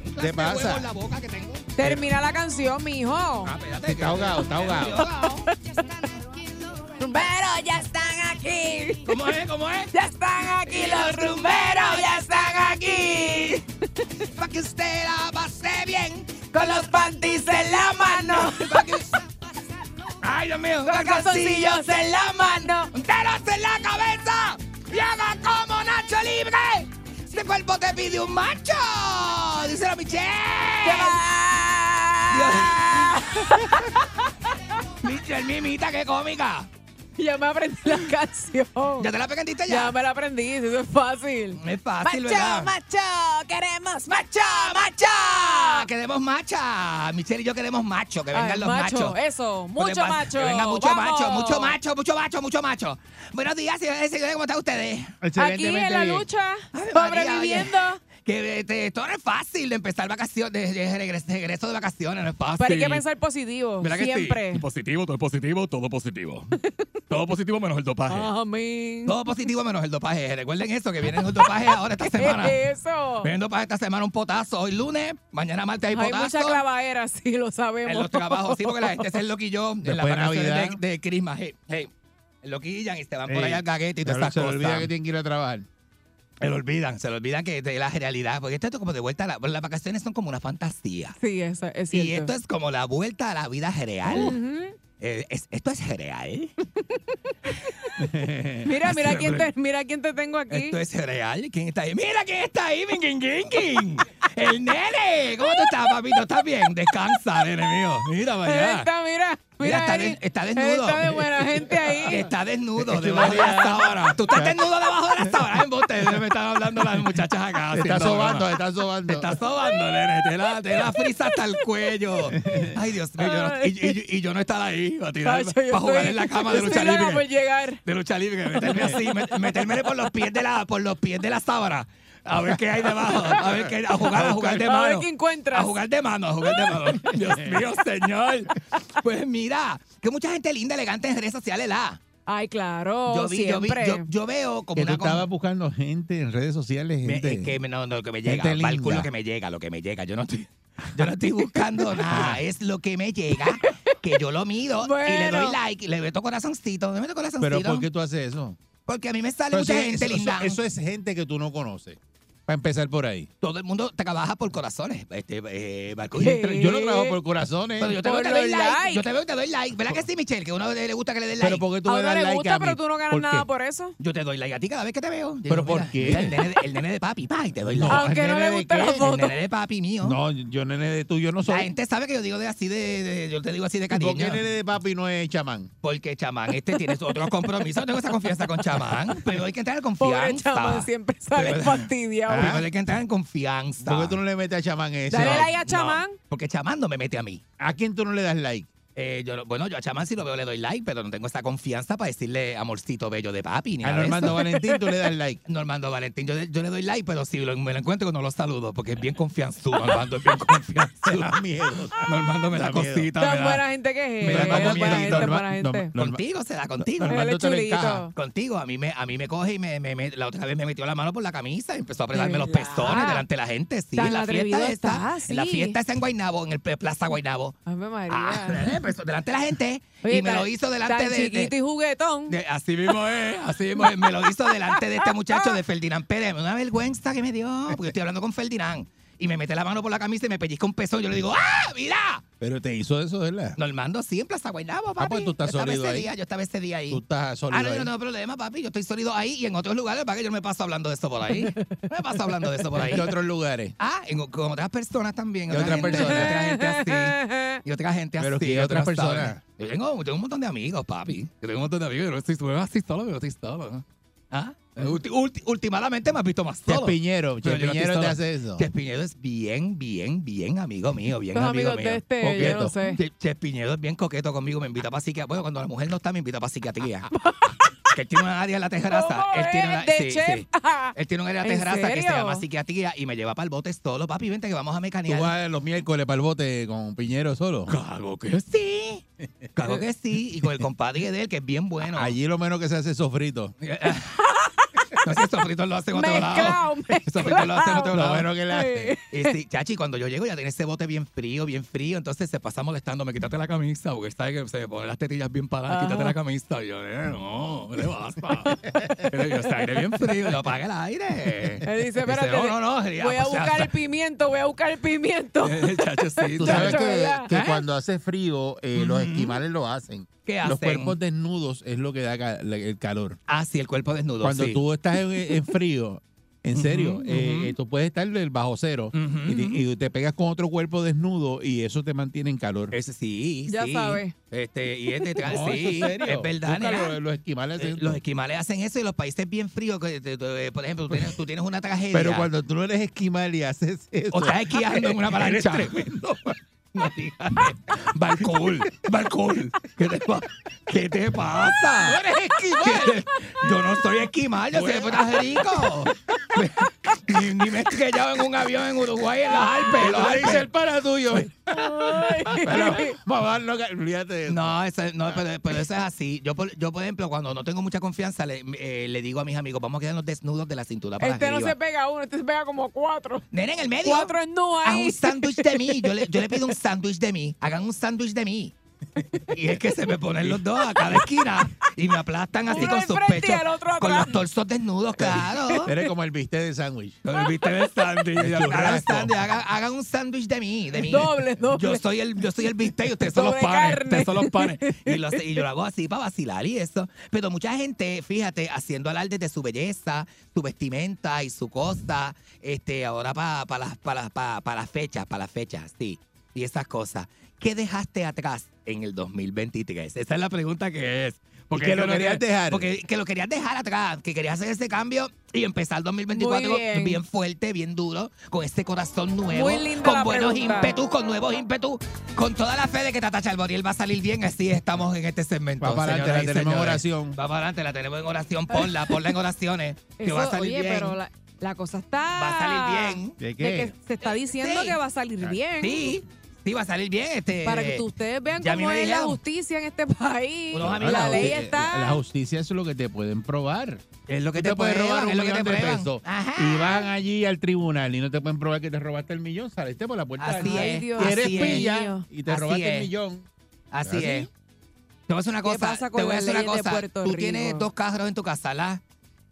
[SPEAKER 6] un clase de
[SPEAKER 4] pasa?
[SPEAKER 6] huevo en la boca que tengo.
[SPEAKER 3] Termina la canción, mijo.
[SPEAKER 6] Ah, espérate, que-
[SPEAKER 4] Está ahogado, está ahogado.
[SPEAKER 3] Rumberos ya están aquí.
[SPEAKER 6] ¿Cómo es? ¿Cómo es?
[SPEAKER 3] Ya están aquí los rumberos, ya están aquí.
[SPEAKER 6] Para que usted la pase bien.
[SPEAKER 3] Con los panties en la mano.
[SPEAKER 6] Pa' que usted- Ay, Dios mío.
[SPEAKER 3] Los calzoncillos en la mano.
[SPEAKER 6] ¡Teros en la cabeza! ¡Y haga como Nacho Libre! Este cuerpo te pide un macho. Díselo, Michelle. Michelle, mimita, qué cómica.
[SPEAKER 3] Ya me aprendí la canción.
[SPEAKER 6] ¿Ya te la aprendiste
[SPEAKER 3] Ya
[SPEAKER 6] ya?
[SPEAKER 3] me la aprendí, eso es fácil.
[SPEAKER 6] Es fácil, ¿verdad?
[SPEAKER 3] macho, queremos macho, macho.
[SPEAKER 6] Ah, Queremos macha. Michelle y yo queremos macho. Que vengan
[SPEAKER 3] Ay,
[SPEAKER 6] los
[SPEAKER 3] macho,
[SPEAKER 6] machos.
[SPEAKER 3] eso, mucho
[SPEAKER 6] Que venga-
[SPEAKER 3] macho,
[SPEAKER 6] Que venga mucho
[SPEAKER 3] vamos.
[SPEAKER 6] macho, mucho macho, mucho macho, mucho macho. Buenos días, señores y señores, ¿cómo están ustedes?
[SPEAKER 3] Aquí en la lucha,
[SPEAKER 6] Ave María,
[SPEAKER 3] sobreviviendo.
[SPEAKER 6] oye, Que este, esto no es fácil de empezar vacaciones, de, de regres- regreso de vacaciones, no es fácil.
[SPEAKER 3] Pero hay que pensar positivo,
[SPEAKER 10] ¿Verdad que sí?
[SPEAKER 3] siempre.
[SPEAKER 10] Positivo, todo es positivo, todo positivo. todo positivo menos el dopaje.
[SPEAKER 3] Ah. Amén.
[SPEAKER 6] Todo positivo menos el dopaje. Recuerden eso, que vienen los dopajes ahora esta semana.
[SPEAKER 3] ¿Qué es eso?
[SPEAKER 6] Vienen dopaje esta semana, un potazo. Hoy lunes, mañana martes hay
[SPEAKER 3] Hay
[SPEAKER 6] potazo.
[SPEAKER 3] mucha clavadera, sí, lo sabemos.
[SPEAKER 6] en los trabajos, sí, porque la gente se enloquilló en las
[SPEAKER 4] Después de
[SPEAKER 6] vacaciones
[SPEAKER 4] Navidad.
[SPEAKER 6] de, de Christmas. Hey, hey, enloquillan y se van por
[SPEAKER 4] Ey,
[SPEAKER 6] allá al gaguete y todas
[SPEAKER 4] Pero
[SPEAKER 6] esas
[SPEAKER 4] Se le
[SPEAKER 6] cosas.
[SPEAKER 4] olvida que tienen que ir a trabajar.
[SPEAKER 6] Se lo olvidan, se lo olvidan que de la realidad. Porque esto es como de vuelta a la- Las vacaciones son como una fantasía.
[SPEAKER 3] Sí, eso es cierto.
[SPEAKER 6] Y esto es como la vuelta a la vida real.
[SPEAKER 3] Ujú.
[SPEAKER 6] Eh, es- esto es real. Eh,
[SPEAKER 3] Mira, mira quién te, mira quién te tengo aquí.
[SPEAKER 6] Esto es real. ¿Quién está ahí? ¡Mira quién está ahí! ¡Min, kin, kin, kin! ¡El nene! ¿Cómo tú estás, papito? ¿Estás bien? Descansa, nene mío. Mira para
[SPEAKER 3] Él
[SPEAKER 6] allá.
[SPEAKER 3] está, mira, mira,
[SPEAKER 6] está,
[SPEAKER 3] él-
[SPEAKER 6] de- está
[SPEAKER 3] él
[SPEAKER 6] desnudo.
[SPEAKER 3] está de buena gente ahí.
[SPEAKER 6] Está desnudo debajo de la sábana. Tú estás desnudo debajo de la sábana. En bote, me están hablando las muchachas acá.
[SPEAKER 4] Te está
[SPEAKER 6] haciendo
[SPEAKER 4] sobando, te
[SPEAKER 6] broma.
[SPEAKER 4] está sobando.
[SPEAKER 6] Te está sobando, nene. Te la, te la frisa hasta el cuello. Ay, Dios mío. Yo no- y, y- y yo no estar ahí para tirar,
[SPEAKER 3] Tacho, yo
[SPEAKER 6] para jugar
[SPEAKER 3] estoy-
[SPEAKER 6] en la cama de
[SPEAKER 3] yo
[SPEAKER 6] lucha
[SPEAKER 3] estoy loca
[SPEAKER 6] libre.
[SPEAKER 3] por llegar.
[SPEAKER 6] de lucha libre, meterme así, met- metérmele por los pies de la, por los pies de la sábana. A ver qué hay debajo, a ver qué, a jugar, a jugar de
[SPEAKER 3] A
[SPEAKER 6] mano.
[SPEAKER 3] ver qué encuentras.
[SPEAKER 6] A jugar de mano, a jugar de mano. Dios mío, señor. Pues mira, que mucha gente linda, elegante en redes sociales la.
[SPEAKER 3] Ay, claro,
[SPEAKER 6] Yo vi, yo vi,
[SPEAKER 3] Oh, siempre.
[SPEAKER 6] yo, yo veo como
[SPEAKER 4] Que tú
[SPEAKER 6] una con-
[SPEAKER 4] estabas buscando gente en redes sociales,
[SPEAKER 6] me-
[SPEAKER 4] gente.
[SPEAKER 6] es que me- no, no, lo que me
[SPEAKER 4] Gente
[SPEAKER 6] llega, va el
[SPEAKER 4] linda.
[SPEAKER 6] culo que me llega, lo que me llega. Yo no estoy, yo no estoy buscando nada, es lo que me llega, que yo lo mido y le
[SPEAKER 3] Bueno.
[SPEAKER 6] doy like, y le meto corazoncito, le meto corazoncito.
[SPEAKER 4] Pero ¿por qué tú haces eso?
[SPEAKER 6] Porque a mí me sale
[SPEAKER 4] Pero
[SPEAKER 6] mucha
[SPEAKER 4] eso-
[SPEAKER 6] gente
[SPEAKER 4] eso-
[SPEAKER 6] linda.
[SPEAKER 4] Eso, es gente que tú no conoces. Para empezar por ahí.
[SPEAKER 6] Todo el mundo trabaja por corazones. Este, eh, Marco.
[SPEAKER 3] ¿Qué?
[SPEAKER 6] Pero
[SPEAKER 4] Yo no trabajo por corazones.
[SPEAKER 6] yo te
[SPEAKER 3] Por
[SPEAKER 6] veo, te doy
[SPEAKER 3] los
[SPEAKER 6] like.
[SPEAKER 3] likes.
[SPEAKER 6] Yo te veo, te doy like. ¿Verdad que sí, Michelle? Que a uno le gusta que le den like.
[SPEAKER 4] Pero ¿por qué tú
[SPEAKER 3] a
[SPEAKER 4] me
[SPEAKER 3] uno
[SPEAKER 4] das
[SPEAKER 3] le
[SPEAKER 4] like
[SPEAKER 3] gusta,
[SPEAKER 4] a mí?
[SPEAKER 3] pero tú no ganas
[SPEAKER 4] ¿Por qué?
[SPEAKER 3] nada por eso.
[SPEAKER 6] Yo te doy like a ti cada vez que te veo. Yo
[SPEAKER 4] ¿Pero
[SPEAKER 6] digo,
[SPEAKER 4] por
[SPEAKER 6] mira,
[SPEAKER 4] qué?
[SPEAKER 6] mira, el, nene de, el nene de papi, pa, y te doy like.
[SPEAKER 4] No,
[SPEAKER 3] Aunque
[SPEAKER 4] ¿el
[SPEAKER 3] no
[SPEAKER 4] nene
[SPEAKER 3] le
[SPEAKER 4] de
[SPEAKER 3] guste
[SPEAKER 4] qué?
[SPEAKER 3] la
[SPEAKER 4] El
[SPEAKER 6] el
[SPEAKER 3] foto.
[SPEAKER 6] nene de papi mío.
[SPEAKER 4] No, yo nene de tuyo no
[SPEAKER 6] La
[SPEAKER 4] soy.
[SPEAKER 6] gente sabe que yo digo de así de, de- yo te digo así de
[SPEAKER 4] ¿Y ¿Por qué
[SPEAKER 6] cariño.
[SPEAKER 4] nene de papi no es chamán?
[SPEAKER 6] Porque chamán, este tienes otros compromisos. No tengo esa confianza con chamán, pero hay que entrar en confianza.
[SPEAKER 3] Pobre chamán, siempre sale
[SPEAKER 6] Pero-
[SPEAKER 3] fastidiado.
[SPEAKER 6] Primero hay que entrar en confianza.
[SPEAKER 4] ¿Por qué tú no le metes a chamán ese?
[SPEAKER 3] Dale like a
[SPEAKER 6] No,
[SPEAKER 3] chamán.
[SPEAKER 6] porque chamán no me mete a mí.
[SPEAKER 4] ¿A quién tú no le das like?
[SPEAKER 6] Eh, yo, no- bueno, yo a Chamán si lo veo le doy like, pero no tengo esa confianza para decirle amorcito bello de papi. Ni
[SPEAKER 4] A
[SPEAKER 6] nada de
[SPEAKER 4] Normando
[SPEAKER 6] eso.
[SPEAKER 4] Valentín tú le das like.
[SPEAKER 6] Normando Valentín, yo, yo le doy like, pero si lo- me lo encuentro no lo saludo, porque es bien confianzudo. Normando es bien
[SPEAKER 4] Te da
[SPEAKER 6] confianzudo.
[SPEAKER 4] miedo.
[SPEAKER 6] Normando me da,
[SPEAKER 4] Da miedo.
[SPEAKER 6] cosita.
[SPEAKER 3] Tan
[SPEAKER 6] me da-
[SPEAKER 3] buena gente que es.
[SPEAKER 6] me da
[SPEAKER 3] él,
[SPEAKER 6] como
[SPEAKER 3] buena
[SPEAKER 6] miedito,
[SPEAKER 3] gente,
[SPEAKER 6] ¿no?
[SPEAKER 3] buena
[SPEAKER 4] No,
[SPEAKER 3] gente.
[SPEAKER 4] no. Norma-
[SPEAKER 6] Contigo se da, contigo.
[SPEAKER 3] Norma-
[SPEAKER 4] Normando te le Ah.
[SPEAKER 3] chulito.
[SPEAKER 4] encaja.
[SPEAKER 6] Contigo, a mí me, a mí me coge y me, me- me- la otra vez me metió la mano por la camisa y empezó a apretarme los
[SPEAKER 3] ¿Verdad?
[SPEAKER 6] pezones delante de la gente. Sí,
[SPEAKER 3] Tan
[SPEAKER 6] en la
[SPEAKER 3] atrevido
[SPEAKER 6] fiesta está.
[SPEAKER 3] estás,
[SPEAKER 6] En la
[SPEAKER 3] sí.
[SPEAKER 6] fiesta está en Guainabo, en el P- Plaza Guainabo.
[SPEAKER 3] Ave María.
[SPEAKER 6] Ah, empezó delante de la gente
[SPEAKER 3] Oye,
[SPEAKER 6] y me
[SPEAKER 3] tan-
[SPEAKER 6] lo hizo delante
[SPEAKER 3] tan
[SPEAKER 6] de- de,
[SPEAKER 3] chiquito y juguetón.
[SPEAKER 6] De- así mismo es, así mismo es. Me lo hizo delante de este muchacho de Ferdinand Pérez. Una vergüenza que me dio, porque estoy hablando con Ferdinand. Y me mete la mano por la camisa y me pellizca un pezón. Yo le digo, ¡ah, mira!
[SPEAKER 4] Pero te hizo eso, ¿verdad?
[SPEAKER 6] Normando sí, en Plaza Guaynabo, papi.
[SPEAKER 4] pues tú estás
[SPEAKER 6] yo estaba
[SPEAKER 4] sólido
[SPEAKER 6] ese
[SPEAKER 4] ahí.
[SPEAKER 6] Día, yo estaba ese día ahí.
[SPEAKER 4] Tú estás sólido
[SPEAKER 6] Ah, no, yo
[SPEAKER 4] ahí.
[SPEAKER 6] no tengo problema, papi. Yo estoy sólido ahí y en otros lugares, para que yo no me paso hablando de eso por ahí. No me paso hablando de eso por ahí.
[SPEAKER 4] ¿En qué otros lugares?
[SPEAKER 6] Ah, en- con otras personas también.
[SPEAKER 4] ¿Qué otras
[SPEAKER 6] gente,
[SPEAKER 4] personas?
[SPEAKER 6] Otra gente así. Y otra gente
[SPEAKER 4] Pero
[SPEAKER 6] así.
[SPEAKER 4] ¿qué otras
[SPEAKER 6] tú no sabes.
[SPEAKER 4] personas?
[SPEAKER 6] Yo tengo, tengo un montón de amigos, papi. Yo tengo un montón de amigos. Yo no estoy, no estoy solo, pero estoy solo. ¿Ah? Ulti- ulti- últimamente me has visto más solo.
[SPEAKER 4] Chespiñero,
[SPEAKER 6] Pero yo no estoy
[SPEAKER 4] Chespiñero te
[SPEAKER 6] solo.
[SPEAKER 4] hace eso.
[SPEAKER 6] Chespiñero es bien, bien, bien amigo mío, bien
[SPEAKER 3] Los
[SPEAKER 6] amigo
[SPEAKER 3] amigos
[SPEAKER 6] mío.
[SPEAKER 3] de este, yo no sé.
[SPEAKER 6] Che- Chespiñero es bien coqueto conmigo, me invita para psiquiatría. Bueno, cuando la mujer no está, me invita para psiquiatría. que él tiene una área en la tejeraza.
[SPEAKER 3] ¿Cómo
[SPEAKER 6] Él tiene
[SPEAKER 3] es?
[SPEAKER 6] una,
[SPEAKER 3] De
[SPEAKER 6] sí, sí.
[SPEAKER 3] chef.
[SPEAKER 6] Él tiene un área de
[SPEAKER 3] ¿En
[SPEAKER 6] tejeraza que se
[SPEAKER 3] serio?
[SPEAKER 6] llama psiquiatría y me lleva para el bote solo, papi, vente que vamos a
[SPEAKER 4] Tú
[SPEAKER 6] mecanear.
[SPEAKER 4] vas los miércoles para el bote con Piñero solo.
[SPEAKER 11] Cago que
[SPEAKER 6] Yo sí, claro que sí. Y con el compadre de él, que es bien bueno.
[SPEAKER 4] Allí lo menos que se hace es sofrito.
[SPEAKER 6] No sé, esos fritos lo hacen en otro lado.
[SPEAKER 3] Mezclado,
[SPEAKER 6] Esos fritos lo hacen en otro
[SPEAKER 4] Lo
[SPEAKER 6] lado.
[SPEAKER 4] bueno que le hace.
[SPEAKER 6] Y sí, chachi, cuando yo llego ya tiene ese bote bien frío, bien frío, entonces se pasa molestando, me quítate la camisa, porque él sabe que se me ponen las tetillas bien paradas, quítate la camisa. Y yo, eh, no, le basta. Pero yo, está aire bien frío, yo apaga el aire.
[SPEAKER 3] Él dice, espérate,
[SPEAKER 6] "Oh, no, no, no, sería, pues,
[SPEAKER 3] voy a
[SPEAKER 6] o sea,
[SPEAKER 3] buscar el pimiento, voy a buscar el pimiento.
[SPEAKER 6] el chacho, sí,
[SPEAKER 4] Tú
[SPEAKER 6] chacho.
[SPEAKER 4] sabes que,
[SPEAKER 3] ¿verdad?
[SPEAKER 4] que
[SPEAKER 6] ¿Eh?
[SPEAKER 4] cuando hace frío, eh, los esquimales lo hacen.
[SPEAKER 6] ¿Qué
[SPEAKER 4] Los
[SPEAKER 6] hacen?
[SPEAKER 4] cuerpos desnudos es lo que da ca- la- el calor.
[SPEAKER 6] Ah, sí, el cuerpo desnudo.
[SPEAKER 4] Cuando
[SPEAKER 6] sí.
[SPEAKER 4] tú estás en, en frío, en serio,
[SPEAKER 6] Ujú,
[SPEAKER 4] eh,
[SPEAKER 6] ujú.
[SPEAKER 4] eh, tú puedes estar del bajo cero
[SPEAKER 6] Ujú,
[SPEAKER 4] y, te,
[SPEAKER 6] ujú.
[SPEAKER 4] y te pegas con otro cuerpo desnudo y eso te mantiene en calor.
[SPEAKER 6] Ese sí,
[SPEAKER 3] Ya
[SPEAKER 6] sí.
[SPEAKER 3] sabes.
[SPEAKER 6] Este, y este, tra-
[SPEAKER 4] Eh, No,
[SPEAKER 6] sí,
[SPEAKER 4] eso es serio.
[SPEAKER 6] es verdad,
[SPEAKER 4] Búscalo,
[SPEAKER 6] nena.
[SPEAKER 4] los esquimales
[SPEAKER 6] Eh,
[SPEAKER 4] hacen
[SPEAKER 6] Los
[SPEAKER 4] esto.
[SPEAKER 6] esquimales hacen eso y los países bien fríos, que, te- te- por ejemplo, tú tienes, tú tienes una tragedia.
[SPEAKER 4] Pero cuando tú no eres esquimal y haces eso,
[SPEAKER 6] O estás esquiando en una
[SPEAKER 4] eres
[SPEAKER 6] palancha.
[SPEAKER 4] tremendo.
[SPEAKER 6] No digas eso. Balcool, Balcool. ¿Qué te, pa- ¿Qué te pasa?
[SPEAKER 4] eres esquimal.
[SPEAKER 6] ¿Qué te- Yo no soy esquimal, yo soy de Puerto Rico. Ni, ni me he estrellado en un avión en Uruguay, en las Alpes. en los
[SPEAKER 4] Lo dice el
[SPEAKER 6] Alpes.
[SPEAKER 4] para tuyo.
[SPEAKER 3] Ay.
[SPEAKER 4] Mamá, no, olvídate de eso.
[SPEAKER 6] No, eso, es- no pero, pero eso es así. Yo por, yo, por ejemplo, cuando no tengo mucha confianza, le, eh, le digo a mis amigos, vamos a quedarnos desnudos de la cintura para
[SPEAKER 3] Este no
[SPEAKER 6] arriba.
[SPEAKER 3] se pega uno, este se pega como cuatro.
[SPEAKER 6] Nene, en el medio.
[SPEAKER 3] Cuatro es no
[SPEAKER 6] Haz un
[SPEAKER 3] ahí.
[SPEAKER 6] sándwich de mí. Yo le, yo le pido un sándwich de mí. Hagan un sándwich de mí. Y es que se me ponen los dos a cada esquina y me aplastan así
[SPEAKER 3] Uno
[SPEAKER 6] con
[SPEAKER 3] al
[SPEAKER 6] sus
[SPEAKER 3] frente y
[SPEAKER 6] pechos.
[SPEAKER 3] al otro
[SPEAKER 6] Con
[SPEAKER 3] atrás.
[SPEAKER 6] los torsos desnudos, claro.
[SPEAKER 4] Eres como el bistec de sándwich.
[SPEAKER 6] Con el bistec de sándwich.
[SPEAKER 4] El
[SPEAKER 6] Hagan,
[SPEAKER 4] churrasco.
[SPEAKER 6] sándwich, hagan- hagan un sándwich de mí, de mí.
[SPEAKER 3] Doble, doble.
[SPEAKER 6] Yo soy el, yo soy el bistec y ustedes son los
[SPEAKER 3] Sobre
[SPEAKER 6] panes.
[SPEAKER 3] carne.
[SPEAKER 6] Ustedes son los panes. Y, lo, y yo lo hago así para vacilar y eso. Pero mucha gente, fíjate, haciendo alarde de su belleza, su vestimenta y su cosa, este, ahora para las, pa las- pa- pa las fechas, para las fechas, sí. Y esas cosas. ¿Qué dejaste atrás en el 2023? Esa es la pregunta que es.
[SPEAKER 4] Y que
[SPEAKER 6] yo
[SPEAKER 4] lo
[SPEAKER 6] no
[SPEAKER 4] querías
[SPEAKER 6] quería-
[SPEAKER 4] dejar.
[SPEAKER 6] Porque que lo querías dejar atrás, que querías hacer ese cambio y empezar el 2024
[SPEAKER 3] Muy
[SPEAKER 6] con-
[SPEAKER 3] bien.
[SPEAKER 6] bien fuerte, bien duro, con este corazón nuevo
[SPEAKER 3] Muy linda
[SPEAKER 6] con
[SPEAKER 3] la
[SPEAKER 6] buenos
[SPEAKER 3] pregunta.
[SPEAKER 6] ímpetus, con nuevos ímpetus, con toda la fe de que Tata Charboniel va a salir bien. Así estamos en este segmento.
[SPEAKER 4] Va para adelante, la
[SPEAKER 6] señoras y
[SPEAKER 4] tenemos en
[SPEAKER 6] señores.
[SPEAKER 4] oración.
[SPEAKER 6] Va para adelante, la tenemos en oración. Ponla, ponla en oraciones. que va a
[SPEAKER 3] Eso,
[SPEAKER 6] salir
[SPEAKER 3] oye,
[SPEAKER 6] bien.
[SPEAKER 3] pero la, la cosa está.
[SPEAKER 6] Va a salir bien.
[SPEAKER 4] ¿De
[SPEAKER 3] De que
[SPEAKER 4] qué?
[SPEAKER 3] se está diciendo
[SPEAKER 6] Sí. Ah,
[SPEAKER 3] que va a salir bien.
[SPEAKER 6] Sí, sí, va a salir bien. Este,
[SPEAKER 3] Para que ustedes vean
[SPEAKER 6] ya a mí
[SPEAKER 3] cómo
[SPEAKER 6] me
[SPEAKER 3] es la
[SPEAKER 6] dijeron.
[SPEAKER 3] justicia en este país.
[SPEAKER 6] Unos amigos-
[SPEAKER 3] La
[SPEAKER 6] Ah,
[SPEAKER 3] ley
[SPEAKER 4] eh,
[SPEAKER 3] está.
[SPEAKER 4] La justicia es lo que te pueden probar.
[SPEAKER 6] Es lo que
[SPEAKER 4] Tú
[SPEAKER 6] te,
[SPEAKER 4] te puedes
[SPEAKER 6] prueban,
[SPEAKER 4] robar
[SPEAKER 6] es
[SPEAKER 4] un
[SPEAKER 6] lo que te
[SPEAKER 4] millón de
[SPEAKER 6] prueban.
[SPEAKER 4] pesos.
[SPEAKER 6] Ajá.
[SPEAKER 4] Y van allí al tribunal y no te pueden probar que te robaste el millón. Saliste por la puerta
[SPEAKER 6] Así
[SPEAKER 4] de atrás.
[SPEAKER 3] Ay,
[SPEAKER 6] es,
[SPEAKER 3] Dios
[SPEAKER 4] Y eres
[SPEAKER 6] así eh. es.
[SPEAKER 4] pilla y te
[SPEAKER 6] Así
[SPEAKER 4] robaste
[SPEAKER 6] es.
[SPEAKER 4] el millón.
[SPEAKER 6] Así
[SPEAKER 4] ¿Así?
[SPEAKER 6] es. Te voy a hacer una cosa.
[SPEAKER 3] ¿Ah, pasa con
[SPEAKER 6] te voy a
[SPEAKER 3] las
[SPEAKER 6] hacer una
[SPEAKER 3] leyes de
[SPEAKER 6] cosa.
[SPEAKER 3] Puerto
[SPEAKER 6] Tú
[SPEAKER 3] Rico?
[SPEAKER 6] tienes dos carros en tu casa, ¿la?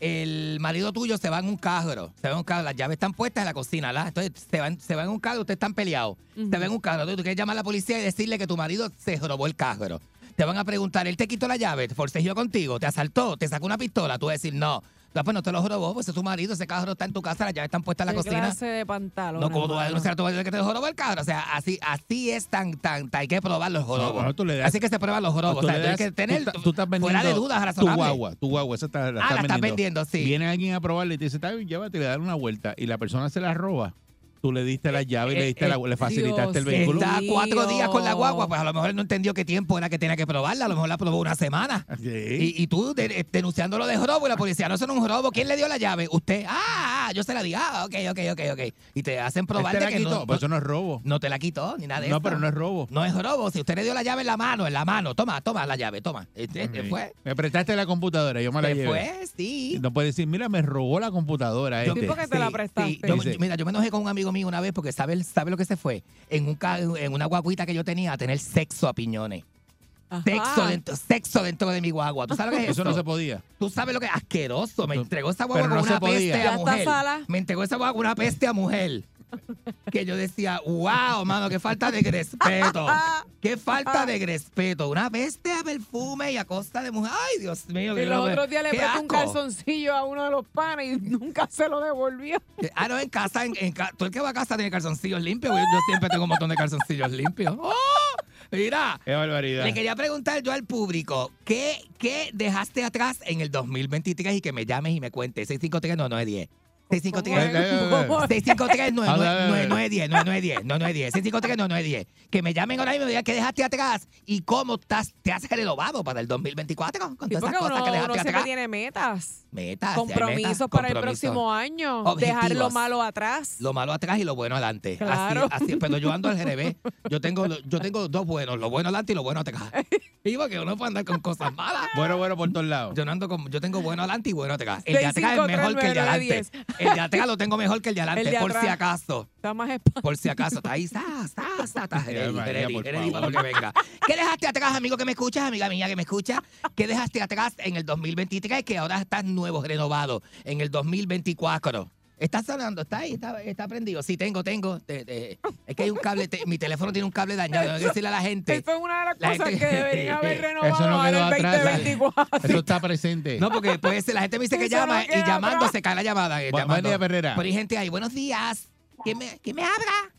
[SPEAKER 6] El marido tuyo se va en un carro. Se va en un carro. Las llaves están puestas en la cocina, ¿la? Entonces se va en, se va en un carro, ustedes están peleados.
[SPEAKER 3] Ujú.
[SPEAKER 6] Se va en un carro. Tú, tú quieres llamar a la policía y decirle que tu marido se robó el carro. Te van a preguntar, él te quitó la llave, te forcejeó contigo, te asaltó, te sacó una pistola. Tú vas a decir, no. No, pues no te lo robó, pues es tu marido, ese carro está en tu casa, las llaves están puestas en la
[SPEAKER 3] ¿Qué
[SPEAKER 6] cocina.
[SPEAKER 3] clase de pantalón.
[SPEAKER 6] No, como tú vas
[SPEAKER 3] hermano?
[SPEAKER 6] a denunciar a tu marido que te jorobó el carro. O sea, así, así es tan, tan, tan. Hay que probar los jorobos.
[SPEAKER 4] No, no, tú le das-
[SPEAKER 6] así que se prueban los jorobos.
[SPEAKER 4] tú
[SPEAKER 6] O sea,
[SPEAKER 4] le
[SPEAKER 6] tú hay
[SPEAKER 4] das-
[SPEAKER 6] que tener
[SPEAKER 4] tú ta- tú estás
[SPEAKER 6] fuera de
[SPEAKER 4] vendiendo
[SPEAKER 6] dudas
[SPEAKER 4] Tu
[SPEAKER 6] razonables.
[SPEAKER 4] guagua, tu guagua, esa está, la
[SPEAKER 6] Ah,
[SPEAKER 4] estás
[SPEAKER 6] la estás
[SPEAKER 4] vendiendo.
[SPEAKER 6] vendiendo, sí.
[SPEAKER 4] Viene alguien a probarle y te dice, está bien, llévate, le dan una vuelta y la persona se la roba. Tú le diste la llave y
[SPEAKER 6] eh,
[SPEAKER 4] le, diste la- le facilitaste el
[SPEAKER 3] Dios
[SPEAKER 4] vehículo.
[SPEAKER 6] Está cuatro
[SPEAKER 3] Tío.
[SPEAKER 6] días con la guagua, pues a lo mejor él no entendió qué tiempo era que tenía que probarla. A lo mejor la probó una semana.
[SPEAKER 4] Ah, Sí.
[SPEAKER 6] Y, y tú de- denunciando lo de robo y la policía, no son un robo. ¿Quién le dio la llave? Usted. Ah, ah, yo se la di. Ah, ok, ok, ok, ok. Y te hacen probar
[SPEAKER 4] Este
[SPEAKER 6] de
[SPEAKER 4] la
[SPEAKER 6] que
[SPEAKER 4] quitó.
[SPEAKER 6] no,
[SPEAKER 4] Pues eso no es robo.
[SPEAKER 6] no te la quitó ni nada de
[SPEAKER 4] No,
[SPEAKER 6] eso.
[SPEAKER 4] pero no es robo.
[SPEAKER 6] No es robo. Si usted le dio la llave en la mano, en la mano, toma, toma la llave, toma. Este, este
[SPEAKER 4] Sí.
[SPEAKER 6] fue.
[SPEAKER 4] Me prestaste la computadora, yo me la
[SPEAKER 6] Después,
[SPEAKER 4] llevé.
[SPEAKER 6] sí.
[SPEAKER 4] Y No puedes decir, mira, me robó la computadora
[SPEAKER 3] Yo-
[SPEAKER 4] este.
[SPEAKER 3] Sí, porque te la prestaste.
[SPEAKER 6] Yo-
[SPEAKER 4] Dice-
[SPEAKER 6] mira, yo me enojé con un amigo mío una vez porque sabe, sabe lo que se fue. En, un, ca- en una guaguita que yo tenía a tener sexo a piñones.
[SPEAKER 3] Ajá.
[SPEAKER 6] Sexo dentro, sexo dentro de mi guagua. ¿Tú sabes lo que es eso?
[SPEAKER 4] Eso no se podía.
[SPEAKER 6] Tú sabes lo que es asqueroso. Me
[SPEAKER 4] Tú-
[SPEAKER 6] entregó esa guagua
[SPEAKER 4] pero no
[SPEAKER 6] con una
[SPEAKER 4] se podía.
[SPEAKER 6] peste
[SPEAKER 3] Ya
[SPEAKER 6] a
[SPEAKER 3] está,
[SPEAKER 6] mujer.
[SPEAKER 3] Sala.
[SPEAKER 6] Me entregó esa guagua con una peste a mujer. Que yo decía, wow, mano, qué falta de respeto. Qué falta de respeto. Una peste a perfume y a costa de mujer. Ay, Dios mío.
[SPEAKER 3] Y
[SPEAKER 6] qué
[SPEAKER 3] los
[SPEAKER 6] loco-
[SPEAKER 3] otros días le
[SPEAKER 6] qué
[SPEAKER 3] prestó un
[SPEAKER 6] asco.
[SPEAKER 3] calzoncillo a uno de los panes y nunca se lo devolvió.
[SPEAKER 6] Que- Ah, no, en casa, en, en ca- tú el que va a casa tiene calzoncillos limpios. güey. Yo siempre tengo un montón de calzoncillos limpios. ¡Oh! Mira,
[SPEAKER 4] Qué barbaridad.
[SPEAKER 6] le quería preguntar yo al público, ¿qué, ¿qué dejaste atrás en el 2023 y que me llames y me cuentes? 653-9910.
[SPEAKER 4] Ah,
[SPEAKER 6] 653
[SPEAKER 4] dale, dale.
[SPEAKER 6] 653-9910, 9910, 653-9910. Que me llamen ahora mismo y me digan que dejaste atrás y cómo estás, te has renovado para el 2024 con
[SPEAKER 3] Sí,
[SPEAKER 6] todas
[SPEAKER 3] porque
[SPEAKER 6] esas cosas
[SPEAKER 3] uno,
[SPEAKER 6] que
[SPEAKER 3] uno
[SPEAKER 6] dejaste
[SPEAKER 3] siempre
[SPEAKER 6] atrás.
[SPEAKER 3] tiene metas,
[SPEAKER 6] Metas, hay
[SPEAKER 3] compromisos
[SPEAKER 6] metas,
[SPEAKER 3] para el
[SPEAKER 6] compromisos.
[SPEAKER 3] próximo año, dejar lo
[SPEAKER 6] Objetivos.
[SPEAKER 3] malo atrás.
[SPEAKER 6] Lo malo atrás y lo bueno adelante. Así-
[SPEAKER 3] Claro.
[SPEAKER 6] Así, pero yo ando al revés. Yo tengo, lo- yo tengo dos buenos, lo bueno adelante y lo bueno atrás. Y porque uno puede andar con cosas malas.
[SPEAKER 4] Bueno, bueno, por todos lados.
[SPEAKER 6] Yo no ando con, yo tengo bueno adelante y bueno atrás. El de
[SPEAKER 3] Seis,
[SPEAKER 6] atrás
[SPEAKER 3] cinco,
[SPEAKER 6] es mejor
[SPEAKER 3] tres,
[SPEAKER 6] que el de
[SPEAKER 3] nueve, nueve,
[SPEAKER 6] adelante. El de atrás lo tengo mejor que el de adelante,
[SPEAKER 3] El de
[SPEAKER 6] por si
[SPEAKER 3] atrás.
[SPEAKER 6] acaso.
[SPEAKER 3] Está más espacio.
[SPEAKER 6] Por si acaso, está ahí, sa, sa, sa, está
[SPEAKER 4] Ya,
[SPEAKER 6] ready,
[SPEAKER 4] María,
[SPEAKER 6] ready,
[SPEAKER 4] por
[SPEAKER 6] ready para
[SPEAKER 4] favor.
[SPEAKER 6] lo que venga. ¿Qué dejaste atrás, amigo que me escuchas, amiga mía que me escucha? ¿Qué dejaste atrás en el 2023 que ahora estás nuevo, renovado, en el 2024? Está sonando, está ahí, está, está prendido. Sí, tengo, tengo. Te- te- es que hay un cable, te- mi teléfono tiene un cable dañado, tengo que decirle a la gente.
[SPEAKER 3] Fue una de las
[SPEAKER 6] La
[SPEAKER 3] cosas
[SPEAKER 6] gente-
[SPEAKER 3] que debería haber
[SPEAKER 6] Eso
[SPEAKER 3] renovado
[SPEAKER 4] no quedó
[SPEAKER 3] ahora el
[SPEAKER 4] atrás,
[SPEAKER 3] 2024.
[SPEAKER 4] Eso está presente.
[SPEAKER 6] No, porque pues, la gente me dice que
[SPEAKER 3] Eso no
[SPEAKER 6] llama
[SPEAKER 3] queda
[SPEAKER 6] y llamando
[SPEAKER 3] atrás.
[SPEAKER 6] se cae la llamada. eh,
[SPEAKER 4] Bu- buen
[SPEAKER 6] llamando.
[SPEAKER 4] día, Perrera.
[SPEAKER 6] Pero hay gente ahí, buenos días. ¿Quién me, quién me habla?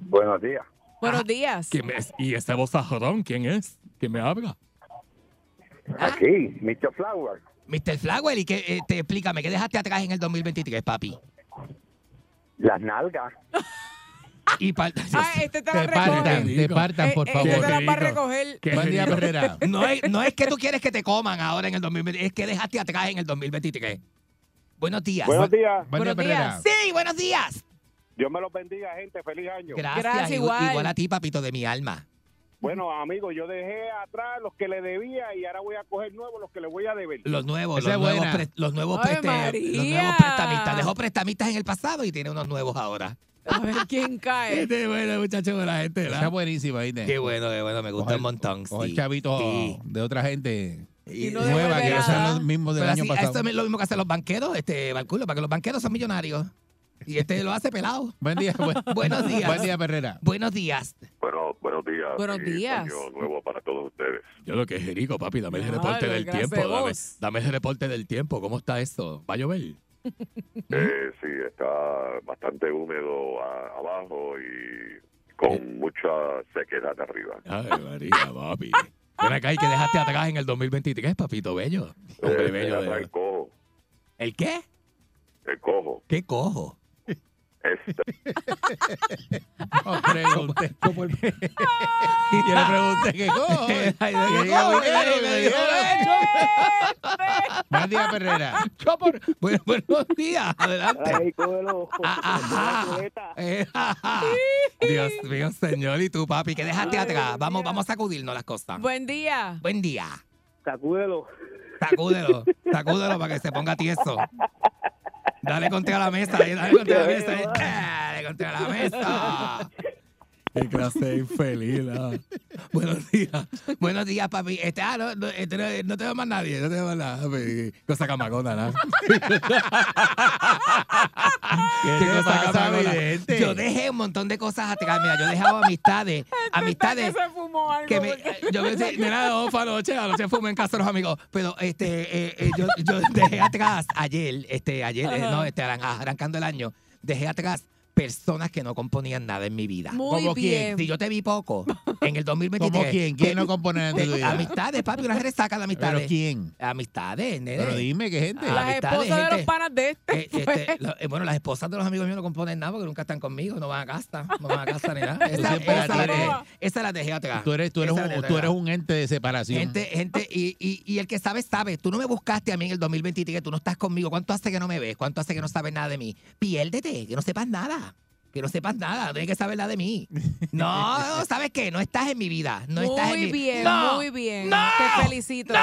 [SPEAKER 5] Buenos días.
[SPEAKER 6] Ah,
[SPEAKER 3] Buenos días.
[SPEAKER 10] ¿Quién es? ¿Y ese bozajorón quién es? ¿Quién me habla?
[SPEAKER 4] Ah.
[SPEAKER 5] Aquí, Mr. Flower.
[SPEAKER 6] Mr. Flagwell, y que, eh, te explícame, ¿qué dejaste atrás en el 2023, papi?
[SPEAKER 5] Las nalgas.
[SPEAKER 6] Y par-
[SPEAKER 3] Ah, este te la
[SPEAKER 4] Te
[SPEAKER 3] recoge.
[SPEAKER 4] partan,
[SPEAKER 10] Qué
[SPEAKER 4] te
[SPEAKER 10] rico.
[SPEAKER 4] partan,
[SPEAKER 3] Eh,
[SPEAKER 4] por
[SPEAKER 3] eh,
[SPEAKER 4] favor.
[SPEAKER 3] Este te la va a
[SPEAKER 10] Qué rico.
[SPEAKER 3] recoger.
[SPEAKER 10] Qué
[SPEAKER 4] Buen día,
[SPEAKER 10] rico.
[SPEAKER 4] Perrera.
[SPEAKER 6] no, es, no es que tú quieres que te coman ahora en el 2023, es que dejaste atrás en el 2023. Buenos días.
[SPEAKER 5] Buenos días.
[SPEAKER 4] Buen
[SPEAKER 3] Buenos
[SPEAKER 4] día, Perrera.
[SPEAKER 3] días.
[SPEAKER 6] Sí, buenos días.
[SPEAKER 5] Dios me los bendiga, gente. Feliz año.
[SPEAKER 6] Gracias,
[SPEAKER 3] Gracias,
[SPEAKER 6] igu-
[SPEAKER 3] igual.
[SPEAKER 6] igual. a ti, papito de mi alma.
[SPEAKER 5] Bueno, amigos, yo dejé atrás los que le debía y ahora voy a coger nuevos los que le voy a deber.
[SPEAKER 6] Los nuevos,
[SPEAKER 4] Esa
[SPEAKER 6] los
[SPEAKER 4] es
[SPEAKER 6] nuevos,
[SPEAKER 4] buena.
[SPEAKER 6] pre- los, nuevos
[SPEAKER 3] Ay,
[SPEAKER 6] preste- los nuevos
[SPEAKER 3] María.
[SPEAKER 6] prestamistas. Dejó prestamistas en el pasado y tiene unos nuevos ahora.
[SPEAKER 3] A ver quién cae.
[SPEAKER 6] Este, bueno, muchachos, la gente.
[SPEAKER 4] Está buenísima, ¿viste?
[SPEAKER 6] Qué bueno, qué bueno, me gusta
[SPEAKER 4] Coger-
[SPEAKER 6] un montón.
[SPEAKER 4] Coger
[SPEAKER 6] sí.
[SPEAKER 4] chavitos
[SPEAKER 6] Sí.
[SPEAKER 4] de otra gente
[SPEAKER 3] Y no devuelve
[SPEAKER 4] nueva, que no
[SPEAKER 3] nada.
[SPEAKER 4] son los mismos del
[SPEAKER 6] Pero
[SPEAKER 4] año
[SPEAKER 6] así,
[SPEAKER 4] pasado.
[SPEAKER 6] Esto es lo mismo que hacen los banqueros, este, Barculo, para que los banqueros son millonarios. Y este lo hace pelado.
[SPEAKER 4] Buen día, buen-
[SPEAKER 6] Buenos días.
[SPEAKER 4] Buen día, Perrera.
[SPEAKER 6] Buenos días.
[SPEAKER 8] Bueno, buenos días.
[SPEAKER 3] Buenos
[SPEAKER 8] y
[SPEAKER 3] días.
[SPEAKER 8] año nuevo para todos ustedes.
[SPEAKER 10] Yo lo que es Jerico, papi, dame el
[SPEAKER 3] Claro,
[SPEAKER 10] reporte del
[SPEAKER 3] clase
[SPEAKER 10] tiempo.
[SPEAKER 3] de
[SPEAKER 10] Dame,
[SPEAKER 3] voz.
[SPEAKER 10] dame el reporte del tiempo. ¿Cómo está eso? ¿Va a llover?
[SPEAKER 8] Eh, sí, está bastante húmedo a- abajo y con mucha sequedad arriba.
[SPEAKER 10] Ay, María, papi. Ven acá y que dejaste atrás en el 2023, papito bello. Hombre
[SPEAKER 8] Eh,
[SPEAKER 10] bello.
[SPEAKER 8] atrás
[SPEAKER 10] De...
[SPEAKER 8] el cojo,
[SPEAKER 6] ¿El qué?
[SPEAKER 8] el cojo.
[SPEAKER 6] ¿Qué cojo?
[SPEAKER 8] Este,
[SPEAKER 4] Os pregunté. Yo le pregunté qué coge.
[SPEAKER 6] Ay, no,
[SPEAKER 4] Y
[SPEAKER 6] ¿qué
[SPEAKER 4] ella,
[SPEAKER 6] cojo?
[SPEAKER 4] bueno,
[SPEAKER 6] Ay,
[SPEAKER 4] y me
[SPEAKER 6] me
[SPEAKER 4] dijo,
[SPEAKER 6] dijo,
[SPEAKER 4] Buen día, Perrera.
[SPEAKER 6] Chopper. Bueno, buenos días. Adelante. Ah, ah, ah. Eh, ah, ah. Dios mío, señor. ¿Y tú, papi? ¿Qué dejaste atrás? Vamos, vamos a sacudirnos las cosas.
[SPEAKER 3] Buen día.
[SPEAKER 6] Buen día.
[SPEAKER 5] Sacúdelo.
[SPEAKER 6] Sacúdelo. Sacúdelo para que se ponga tieso. Dale contra la mesa. Dale contra la mesa. eh. Dale contra la mesa.
[SPEAKER 10] Qué clase de infeliz. la.
[SPEAKER 6] Buenos días. Buenos días, papi. Este, ah, no, no, este no, no te veo más nadie, no te veo más nada. papi. Cosa camacona, nada.
[SPEAKER 4] ¿Qué te
[SPEAKER 6] Qué cosa
[SPEAKER 4] pasa,
[SPEAKER 6] camacona.
[SPEAKER 4] vidente?
[SPEAKER 6] Yo dejé un montón de cosas atrás. Mira, yo dejaba amistades. amistades.
[SPEAKER 3] Que se fumó algo.
[SPEAKER 6] Que me,
[SPEAKER 3] porque-
[SPEAKER 6] yo me de nada, no, fue anoche, anoche fumé en casa de los amigos. Pero este, eh, eh, yo, yo dejé atrás ayer, este, ayer, eh,
[SPEAKER 3] Ajá.
[SPEAKER 6] no, este, arran- arrancando el año, dejé atrás personas que no componían nada en mi vida.
[SPEAKER 3] Muy
[SPEAKER 4] ¿Como
[SPEAKER 3] bien.
[SPEAKER 4] quién?
[SPEAKER 6] Si yo te vi poco en el 2023.
[SPEAKER 4] ¿Cómo quién?
[SPEAKER 6] te-
[SPEAKER 4] ¿Quién no compone
[SPEAKER 6] te-
[SPEAKER 4] ante tu vida?
[SPEAKER 6] amistades, papi, una resaca de
[SPEAKER 4] ¿Pero
[SPEAKER 6] amistades.
[SPEAKER 4] quién?
[SPEAKER 6] Amistades, nene.
[SPEAKER 4] Pero dime, ¿qué gente?
[SPEAKER 6] Ah.
[SPEAKER 3] Las
[SPEAKER 6] amistades,
[SPEAKER 3] esposas de los
[SPEAKER 6] gente.
[SPEAKER 3] panas de este.
[SPEAKER 6] Eh, este, lo- eh, bueno, las esposas de los amigos míos no componen nada porque nunca están conmigo, no van a casa, no van a casa ni nada. Esa,
[SPEAKER 4] siempre
[SPEAKER 6] esa
[SPEAKER 4] la
[SPEAKER 6] la
[SPEAKER 4] tienes.
[SPEAKER 6] dejé, esa la dejé atrás.
[SPEAKER 4] Tú eres, tú eres,
[SPEAKER 6] Esa la dejé
[SPEAKER 4] un, tú
[SPEAKER 6] atrás.
[SPEAKER 4] eres un ente de separación.
[SPEAKER 6] Gente, gente, y, y, y el que sabe, sabe. Tú no me buscaste a mí en el 2023, tú no estás conmigo. ¿Cuánto hace que no me ves? ¿Cuánto hace que no sabes nada de mí? Piérdete, que no sepas nada. Que no sepas nada, no tienes que saber nada de mí. No, no, ¿sabes qué? No estás en mi vida. No estás en
[SPEAKER 3] muy
[SPEAKER 6] mi
[SPEAKER 3] bien,
[SPEAKER 6] ¡No!
[SPEAKER 3] muy bien.
[SPEAKER 6] ¡No!
[SPEAKER 3] Te felicito.
[SPEAKER 6] ¡No!